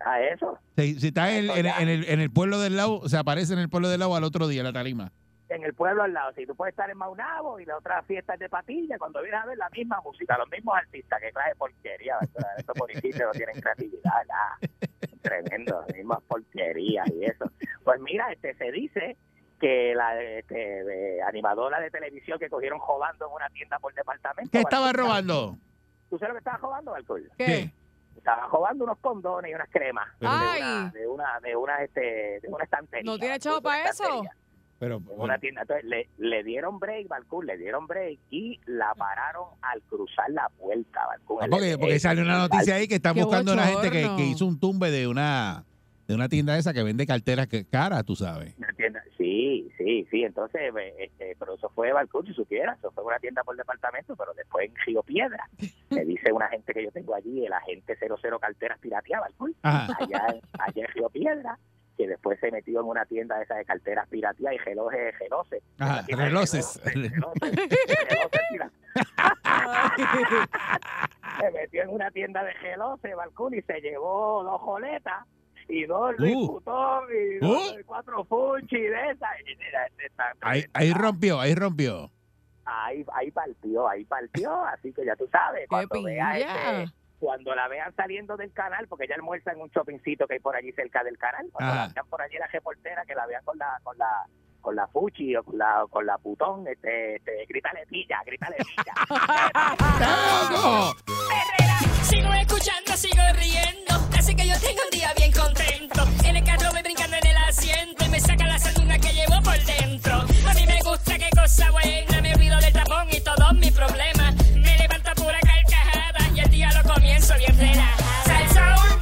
[SPEAKER 7] a eso.
[SPEAKER 4] Si, si estás en, en- en el, en el pueblo del lado, se aparece en el pueblo del lado al otro día la tarima.
[SPEAKER 7] en el pueblo al lado. Si tú puedes estar en Maunabo y la otra fiesta es de Patilla, cuando vienes a ver la misma música, los mismos artistas, que clase de porquería, ¿verdad? estos municipios no tienen creatividad, nada. tremendo, las mismas porquerías y eso. Pues mira, este se dice que la este, de animadora de televisión que cogieron robando en una tienda por departamento.
[SPEAKER 4] ¿Qué estaba
[SPEAKER 7] Balcón,
[SPEAKER 4] robando?
[SPEAKER 7] ¿Tú sabes lo que estaba robando, alcohol?
[SPEAKER 4] ¿Qué?
[SPEAKER 7] Estaba robando unos condones y unas cremas. De
[SPEAKER 3] Ay.
[SPEAKER 7] una, de una, de una, este, de una estantería.
[SPEAKER 3] ¿No tiene
[SPEAKER 7] Balcón,
[SPEAKER 3] chavo
[SPEAKER 7] de una
[SPEAKER 3] para eso?
[SPEAKER 7] estantería
[SPEAKER 4] Pero,
[SPEAKER 7] en una tienda. Entonces le, le dieron break, Balcún, le dieron break y la pararon al cruzar la puerta, Eh, Balcún.
[SPEAKER 4] Ah, porque, porque sale una noticia ahí que están
[SPEAKER 3] Qué
[SPEAKER 4] buscando una gente que,
[SPEAKER 3] bochorno.
[SPEAKER 4] que hizo un tumbe de una de una tienda esa que vende carteras que caras, tú sabes.
[SPEAKER 7] Una tienda- Sí, sí, sí. Entonces, eh, este, pero eso fue Balcún, si supiera, eso fue una tienda por departamento, pero después en Río Piedra. Me dice una gente que yo tengo allí, el agente 00 Carteras Piratea, Balcún.
[SPEAKER 4] Ajá.
[SPEAKER 7] allá, en- allá en Río Piedra, que después se metió en una tienda esa de carteras piratías y relojes, relojes.
[SPEAKER 4] Ajá,
[SPEAKER 7] Una tienda de
[SPEAKER 4] relojes.
[SPEAKER 7] relojes, relojes, relojes piratas. se metió en una tienda de relojes, Balcún, y se llevó dos joletas. Y dos Luis
[SPEAKER 4] Uh.
[SPEAKER 7] Putón, y dos-
[SPEAKER 4] Uh.
[SPEAKER 7] y cuatro Funchi de esas. Y mira, este está-
[SPEAKER 4] Ahí, ahí rompió, ahí rompió.
[SPEAKER 7] ahí, ahí partió, ahí partió, así que ya tú sabes, cuando vea
[SPEAKER 3] pilla!
[SPEAKER 7] este, cuando la vean saliendo del canal, porque ella almuerza en un shoppingcito que hay por allí cerca del canal, cuando
[SPEAKER 4] Ajá.
[SPEAKER 7] la vean por allí la reportera, que la vean con la, con la, con la fuchi o con la, o con la putón, este, este, grítale pilla, grítale pilla.
[SPEAKER 4] ¡Loco!
[SPEAKER 14] Sigo escuchando, sigo riendo. Así que yo tengo un día bien contento. En el carro voy brincando en el asiento y me saca la sanduna que llevo por dentro. A mí me gusta, qué cosa buena. Me olvido del tapón y todos mis problemas. Me levanto a pura carcajada y el día lo comienzo bien relajada. Salsón,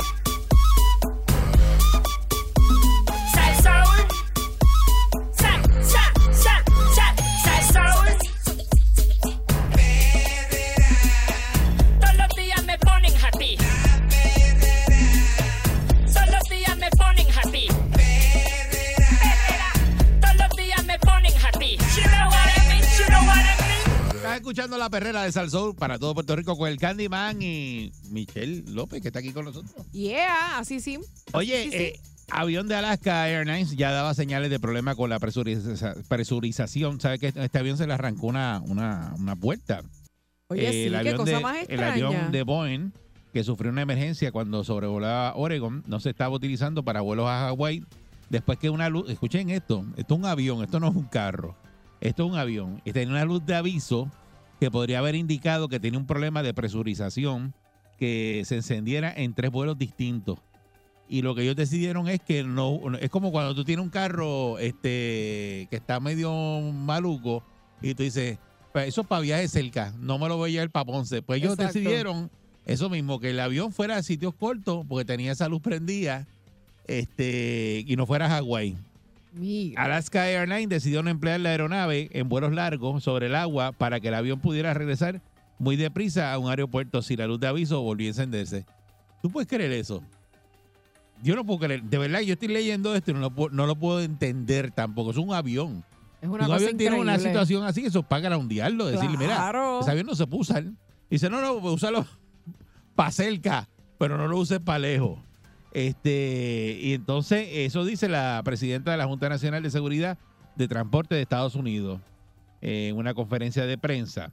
[SPEAKER 4] escuchando la perrera de Salsoul para todo Puerto Rico con el Candyman y Michelle López, que está aquí con nosotros.
[SPEAKER 3] Yeah, así sí.
[SPEAKER 4] Oye,
[SPEAKER 3] Sí, sí.
[SPEAKER 4] eh, avión de Alaska Airlines ya daba señales de problema con la presuriza- presurización. ¿Sabes que este avión se le arrancó una, una, una puerta?
[SPEAKER 3] Oye, sí, qué cosa
[SPEAKER 4] de,
[SPEAKER 3] más
[SPEAKER 4] El
[SPEAKER 3] extraña.
[SPEAKER 4] avión de Boeing, que sufrió una emergencia cuando sobrevolaba Oregon, no se estaba utilizando para vuelos a Hawái. Después que una luz, escuchen esto, esto es un avión, esto no es un carro, esto es un avión. Y tenía una luz de aviso que podría haber indicado que tenía un problema de presurización que se encendiera en tres vuelos distintos. Y lo que ellos decidieron es que no, no- es como cuando tú tienes un carro este que está medio maluco y tú dices, "Pues eso es para viajes cerca, no me lo voy a llevar para Ponce. Pues ellos
[SPEAKER 15] Exacto.
[SPEAKER 4] decidieron eso mismo, que el avión fuera a sitios cortos porque tenía esa luz prendida este y no fuera a Hawái. Alaska Airlines decidió no emplear la aeronave en vuelos largos sobre el agua para que el avión pudiera regresar muy deprisa a un aeropuerto si la luz de aviso volvió a encenderse. ¿Tú puedes creer eso? Yo no puedo creer. De verdad, yo estoy leyendo esto y no lo puedo, no lo puedo entender tampoco. Es un avión.
[SPEAKER 3] Es una
[SPEAKER 4] un
[SPEAKER 3] cosa
[SPEAKER 4] avión tiene una
[SPEAKER 3] increíble.
[SPEAKER 4] situación así, eso es para groundearlo. Decirle, mira,
[SPEAKER 3] Claro.
[SPEAKER 4] ese avión no se puede usar. Dice, no, no, úsalo para cerca, pero no lo uses para lejos. Este, y entonces, eso dice la presidenta de la Junta Nacional de Seguridad de Transporte de Estados Unidos eh, en una conferencia de prensa.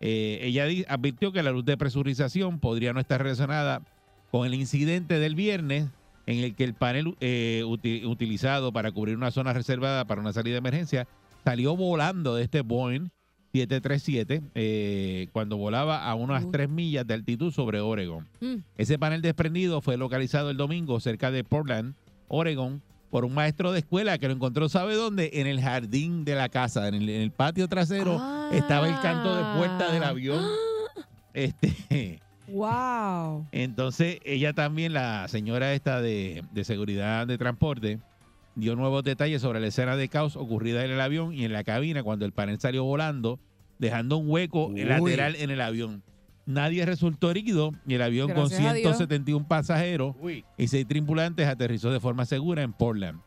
[SPEAKER 4] Eh, ella di- advirtió que la luz de presurización podría no estar relacionada con el incidente del viernes en el que el panel eh, uti- utilizado para cubrir una zona reservada para una salida de emergencia salió volando de este Boeing 737 eh, cuando volaba a unas 3 millas de altitud sobre Oregon.
[SPEAKER 3] Mm.
[SPEAKER 4] Ese panel desprendido fue localizado el domingo cerca de Portland, Oregon, por un maestro de escuela que lo encontró, ¿sabe dónde? En el jardín de la casa, en el, en el patio trasero, estaba el canto de puerta del avión. Este,
[SPEAKER 3] Wow.
[SPEAKER 4] entonces, ella también, la señora esta de, de seguridad de transporte, dio nuevos detalles sobre la escena de caos ocurrida en el avión y en la cabina cuando el panel salió volando, dejando un hueco lateral en el avión. Nadie resultó herido y el avión
[SPEAKER 15] Gracias a
[SPEAKER 4] con
[SPEAKER 15] Dios.
[SPEAKER 4] 171 pasajeros
[SPEAKER 15] Uy.
[SPEAKER 4] y seis tripulantes aterrizó de forma segura en Portland.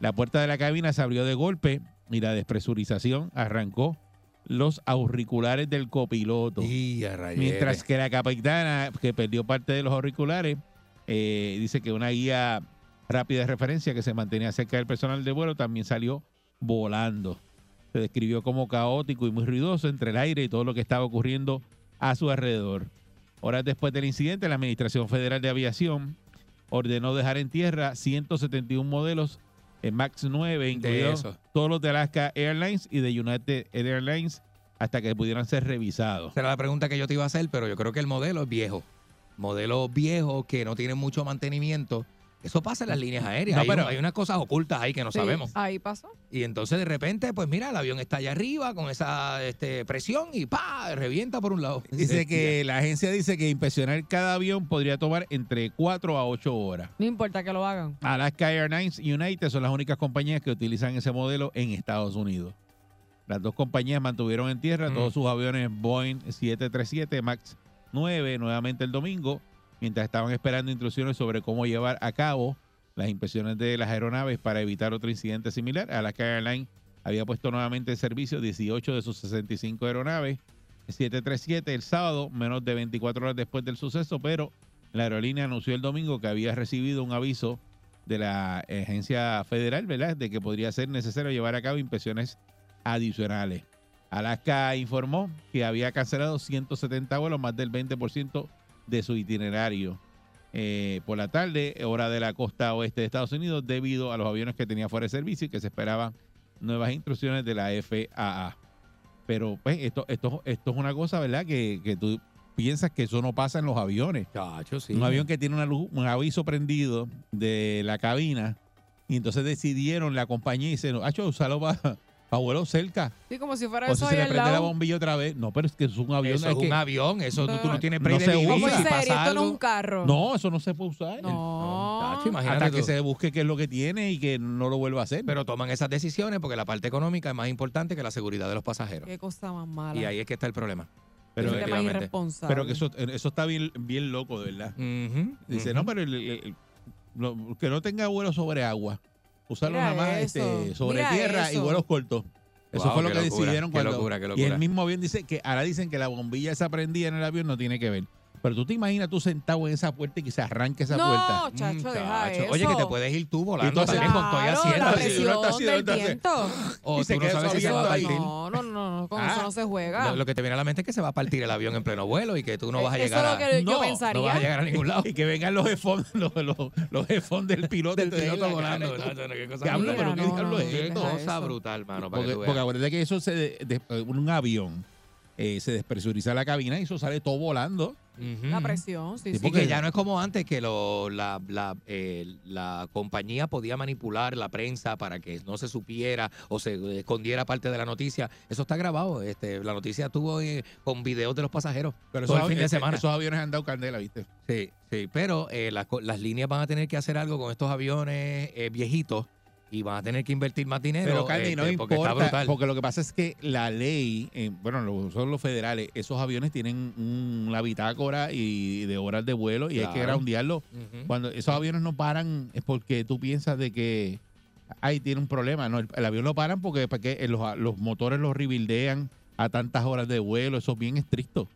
[SPEAKER 4] La puerta de la cabina se abrió de golpe y la despresurización arrancó los auriculares del copiloto. Mientras que la capitana, que perdió parte de los auriculares, eh, dice que una guía rápida de referencia que se mantenía cerca del personal de vuelo también salió volando. Se describió como caótico y muy ruidoso entre el aire y todo lo que estaba ocurriendo a su alrededor. Horas después del incidente, la Administración Federal de Aviación ordenó dejar en tierra 171 modelos en MAX 9, incluidos
[SPEAKER 16] esos.
[SPEAKER 4] todos los de Alaska Airlines y de United Airlines, hasta que pudieran ser revisados.
[SPEAKER 6] Esa era la pregunta que yo te iba a hacer, pero yo creo que el modelo es viejo. Modelos viejos que no tienen mucho mantenimiento. Eso pasa en las líneas aéreas.
[SPEAKER 3] No,
[SPEAKER 6] hay,
[SPEAKER 3] pero-
[SPEAKER 6] un- hay unas cosas ocultas ahí que no
[SPEAKER 3] Sí,
[SPEAKER 6] sabemos.
[SPEAKER 3] Ahí pasó.
[SPEAKER 6] Y entonces de repente, pues mira, el avión está allá arriba con esa este, presión y ¡pa! revienta por un lado.
[SPEAKER 4] Dice que la agencia dice que inspeccionar cada avión podría tomar entre 4 a 8 horas.
[SPEAKER 3] No importa que lo hagan.
[SPEAKER 4] Alaska Airlines y United son las únicas compañías que utilizan ese modelo en Estados Unidos. Las dos compañías mantuvieron en tierra todos sus aviones Boeing 737 MAX 9 nuevamente el domingo, mientras estaban esperando instrucciones sobre cómo llevar a cabo las inspecciones de las aeronaves para evitar otro incidente similar. Alaska Airlines había puesto nuevamente en servicio 18 de sus 65 aeronaves 737 el sábado, menos de 24 horas después del suceso, pero la aerolínea anunció el domingo que había recibido un aviso de la agencia federal, ¿verdad?, de que podría ser necesario llevar a cabo inspecciones adicionales. Alaska informó que había cancelado 170 vuelos, más del 20% de su itinerario. eh, por la tarde, hora de la costa oeste de Estados Unidos, debido a los aviones que tenía fuera de servicio y que se esperaban nuevas instrucciones de la FAA. Pero pues esto, esto, esto es una cosa, ¿verdad? Que, que tú piensas que eso no pasa en los aviones. Un avión que tiene una luz- un aviso prendido de la cabina y entonces decidieron la compañía y dicen, hacho, usalo para vuelo cerca.
[SPEAKER 3] Sí, como si fuera
[SPEAKER 4] O si
[SPEAKER 3] eso
[SPEAKER 4] se
[SPEAKER 3] ahí
[SPEAKER 4] le
[SPEAKER 3] al
[SPEAKER 4] prende la
[SPEAKER 3] lado.
[SPEAKER 4] bombilla otra vez. No, pero es que es un avión.
[SPEAKER 6] Eso es un
[SPEAKER 4] que-
[SPEAKER 6] avión, eso tú- tú no tienes break
[SPEAKER 4] no
[SPEAKER 6] de
[SPEAKER 4] se
[SPEAKER 6] vivir.
[SPEAKER 4] usa.
[SPEAKER 6] Vamos en serio,
[SPEAKER 3] Esto no es un carro.
[SPEAKER 4] No, eso no se puede usar.
[SPEAKER 3] No.
[SPEAKER 4] Hasta que
[SPEAKER 6] tú.
[SPEAKER 4] se busque qué es lo que tiene y que no lo vuelva a hacer.
[SPEAKER 6] Pero toman esas decisiones porque la parte económica es más importante que la seguridad de los pasajeros.
[SPEAKER 3] Qué cosa más mala.
[SPEAKER 6] Y ahí es que está el problema.
[SPEAKER 4] Pero-
[SPEAKER 3] Qué tema
[SPEAKER 6] Definitivamente.
[SPEAKER 3] irresponsable.
[SPEAKER 4] Pero que eso, eh, eso está bien, bien loco, de verdad. Dice,
[SPEAKER 6] ujú.
[SPEAKER 4] no, pero el- el- el- lo- que no tenga vuelos sobre agua. Usarlo
[SPEAKER 3] Mira
[SPEAKER 4] nada más
[SPEAKER 3] eso,
[SPEAKER 4] este, sobre
[SPEAKER 3] mira
[SPEAKER 4] tierra y
[SPEAKER 3] eso.
[SPEAKER 4] vuelos cortos. Eso
[SPEAKER 10] Wow,
[SPEAKER 4] fue lo
[SPEAKER 10] qué
[SPEAKER 4] que
[SPEAKER 10] locura,
[SPEAKER 4] decidieron
[SPEAKER 10] qué
[SPEAKER 4] cuando.
[SPEAKER 10] locura, qué
[SPEAKER 4] Y
[SPEAKER 10] locura.
[SPEAKER 4] el mismo avión dice que ahora dicen que la bombilla esa prendida en el avión no tiene que ver. Pero tú te imaginas tú sentado en esa puerta y que se arranque esa
[SPEAKER 3] No,
[SPEAKER 4] puerta.
[SPEAKER 3] chacho, deja eso.
[SPEAKER 6] Mm, Oye, que te puedes ir tú volando
[SPEAKER 4] Y tú haces-
[SPEAKER 6] también con todo y
[SPEAKER 3] Claro,
[SPEAKER 6] asiento.
[SPEAKER 3] la
[SPEAKER 6] Sí,
[SPEAKER 3] presión
[SPEAKER 6] no está así,
[SPEAKER 3] del
[SPEAKER 6] no está así.
[SPEAKER 3] viento.
[SPEAKER 6] O
[SPEAKER 4] Y se
[SPEAKER 6] tú no
[SPEAKER 4] queda
[SPEAKER 6] sabes
[SPEAKER 4] eso
[SPEAKER 6] si se va a
[SPEAKER 4] abierto
[SPEAKER 6] partir.
[SPEAKER 4] ahí.
[SPEAKER 3] No, no, no, no, con
[SPEAKER 4] Ah,
[SPEAKER 3] eso no se juega.
[SPEAKER 6] Lo, lo que te viene a la mente es que se va a partir el avión en pleno vuelo y que tú no vas a
[SPEAKER 3] E, Eso es
[SPEAKER 6] llegar
[SPEAKER 3] lo que
[SPEAKER 6] a...
[SPEAKER 3] yo
[SPEAKER 6] no,
[SPEAKER 3] pensaría.
[SPEAKER 6] no vas a llegar a ningún lado.
[SPEAKER 4] Y que vengan los jefes los, los, los jefes del piloto y
[SPEAKER 6] Del
[SPEAKER 4] te den
[SPEAKER 6] piloto
[SPEAKER 4] la cara
[SPEAKER 6] volando,
[SPEAKER 4] y todo.
[SPEAKER 6] ¿verdad? Qué cosa
[SPEAKER 4] Diablo,
[SPEAKER 6] brutal.
[SPEAKER 4] pero qué
[SPEAKER 3] Mira, no,
[SPEAKER 4] diablo
[SPEAKER 3] no,
[SPEAKER 4] es
[SPEAKER 3] deja
[SPEAKER 4] esto.
[SPEAKER 6] Cosa
[SPEAKER 3] eso.
[SPEAKER 6] brutal, mano, para que
[SPEAKER 4] Porque,
[SPEAKER 6] tú
[SPEAKER 4] porque
[SPEAKER 6] veas.
[SPEAKER 4] acuérdate que eso se de- de- un avión eh, se despresuriza la cabina y eso sale todo volando.
[SPEAKER 3] La
[SPEAKER 6] Ujú.
[SPEAKER 3] presión, sí,
[SPEAKER 4] Sí,
[SPEAKER 3] sí.
[SPEAKER 6] Y
[SPEAKER 4] porque-
[SPEAKER 6] que Mm. ya no es como antes que lo- la, la, eh, la compañía podía manipular la prensa para que no se supiera o se escondiera parte de la noticia. Eso está grabado. Este, la noticia estuvo eh, con videos de los pasajeros
[SPEAKER 4] Pero este,
[SPEAKER 6] todo
[SPEAKER 4] esos
[SPEAKER 6] el fin
[SPEAKER 4] avi-
[SPEAKER 6] de semana.
[SPEAKER 4] esos aviones han dado candela, ¿viste?
[SPEAKER 6] Sí, sí, pero eh, las, co- las líneas van a tener que hacer algo con estos aviones eh, viejitos y van a tener que invertir más dinero.
[SPEAKER 4] Pero, Candy, no
[SPEAKER 6] este, porque
[SPEAKER 4] importa,
[SPEAKER 6] está
[SPEAKER 4] porque,
[SPEAKER 6] brutal.
[SPEAKER 4] lo que pasa es que la ley, eh, bueno, los, son los federales, esos aviones tienen un- una bitácora y de horas de vuelo y hay que
[SPEAKER 6] Claro.
[SPEAKER 4] groundearlo.
[SPEAKER 6] Ujú.
[SPEAKER 4] Cuando esos aviones no paran es porque tú piensas de que ahí tiene un problema, ¿no? El, el avión lo paran porque, porque eh, los, los motores los rebildean a tantas horas de vuelo, eso es bien estricto.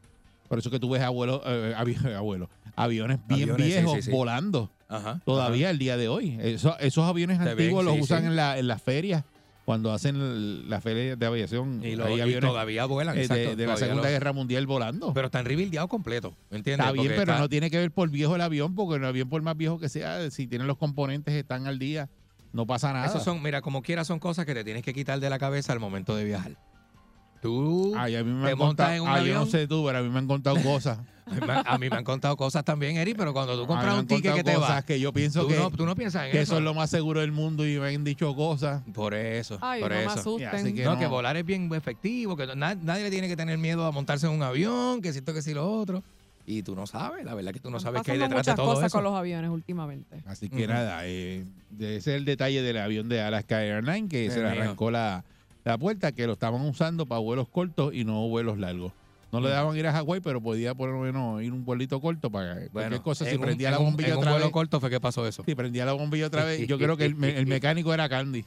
[SPEAKER 4] Por eso que tú ves abuelos, eh, avi- abuelos, aviones bien
[SPEAKER 6] Aviones, sí,
[SPEAKER 4] viejos
[SPEAKER 6] sí, sí.
[SPEAKER 4] volando
[SPEAKER 6] Ajá,
[SPEAKER 4] todavía el día de hoy. Eso- esos aviones
[SPEAKER 6] Se ven,
[SPEAKER 4] antiguos los
[SPEAKER 6] sí,
[SPEAKER 4] usan
[SPEAKER 6] sí.
[SPEAKER 4] en, la- en las ferias, cuando hacen el- las ferias de aviación.
[SPEAKER 6] ajá. Y, lo-
[SPEAKER 4] hay
[SPEAKER 6] y
[SPEAKER 4] aviones
[SPEAKER 6] todavía vuelan.
[SPEAKER 4] eh, de-
[SPEAKER 6] exacto,
[SPEAKER 4] de, la
[SPEAKER 6] todavía
[SPEAKER 4] Segunda
[SPEAKER 6] lo-
[SPEAKER 4] Guerra Mundial volando.
[SPEAKER 6] Pero están rebildeados completo, ¿me entiendes?
[SPEAKER 4] está bien,
[SPEAKER 6] Porque
[SPEAKER 4] pero
[SPEAKER 6] está-
[SPEAKER 4] no tiene que ver por viejo el avión, porque el avión, por más viejo que sea, si tienen los componentes, están al día, no pasa nada.
[SPEAKER 6] Esos son, mira, como quiera, son cosas que te tienes que quitar de la cabeza al momento de viajar. Tú,
[SPEAKER 4] Ay, a mí me
[SPEAKER 6] te
[SPEAKER 4] han
[SPEAKER 6] montas
[SPEAKER 4] contado-
[SPEAKER 6] en un
[SPEAKER 4] ay, yo
[SPEAKER 6] avión.
[SPEAKER 4] no sé tú, pero a mí me han contado cosas.
[SPEAKER 6] a mí me han contado cosas también, Eri, pero cuando tú
[SPEAKER 4] A mí me
[SPEAKER 6] compras
[SPEAKER 4] han
[SPEAKER 6] un ticket
[SPEAKER 4] contado
[SPEAKER 6] que te
[SPEAKER 4] cosas
[SPEAKER 6] va,
[SPEAKER 4] que yo pienso
[SPEAKER 6] tú,
[SPEAKER 4] que,
[SPEAKER 6] no, tú no piensas en
[SPEAKER 4] que
[SPEAKER 6] eso.
[SPEAKER 4] eso es lo más seguro del mundo y me han dicho cosas.
[SPEAKER 6] Por eso,
[SPEAKER 3] Ay,
[SPEAKER 6] por
[SPEAKER 3] no me
[SPEAKER 6] eso.
[SPEAKER 4] Y así
[SPEAKER 3] asusten.
[SPEAKER 4] que
[SPEAKER 6] no,
[SPEAKER 4] no.
[SPEAKER 6] que volar es bien efectivo, que no- na- nadie le tiene que tener miedo a montarse en un avión, que siento que sí lo otro. Y tú no sabes, la verdad es que tú no
[SPEAKER 3] Están
[SPEAKER 6] sabes qué hay
[SPEAKER 3] pasando
[SPEAKER 6] detrás de
[SPEAKER 3] muchas
[SPEAKER 6] todo
[SPEAKER 3] cosas
[SPEAKER 6] eso.
[SPEAKER 3] con los aviones últimamente.
[SPEAKER 4] Así que
[SPEAKER 6] Ujú.
[SPEAKER 4] nada, eh, ese es el detalle del avión de Alaska Airlines que se le
[SPEAKER 6] mío.
[SPEAKER 4] arrancó la, la puerta, que lo estaban usando para vuelos cortos y no vuelos largos. No
[SPEAKER 6] Mm.
[SPEAKER 4] le daban ir a Hawái, pero podía por lo menos ir un vuelito corto para cualquier cosa. Si
[SPEAKER 6] en un-
[SPEAKER 4] prendía
[SPEAKER 6] en
[SPEAKER 4] la
[SPEAKER 6] un-
[SPEAKER 4] bombilla
[SPEAKER 6] en un
[SPEAKER 4] otra
[SPEAKER 6] vuelo
[SPEAKER 4] vez.
[SPEAKER 6] corto fue que pasó eso.
[SPEAKER 4] Si prendía la bombilla otra vez, yo creo que el, me- el mecánico era Candy.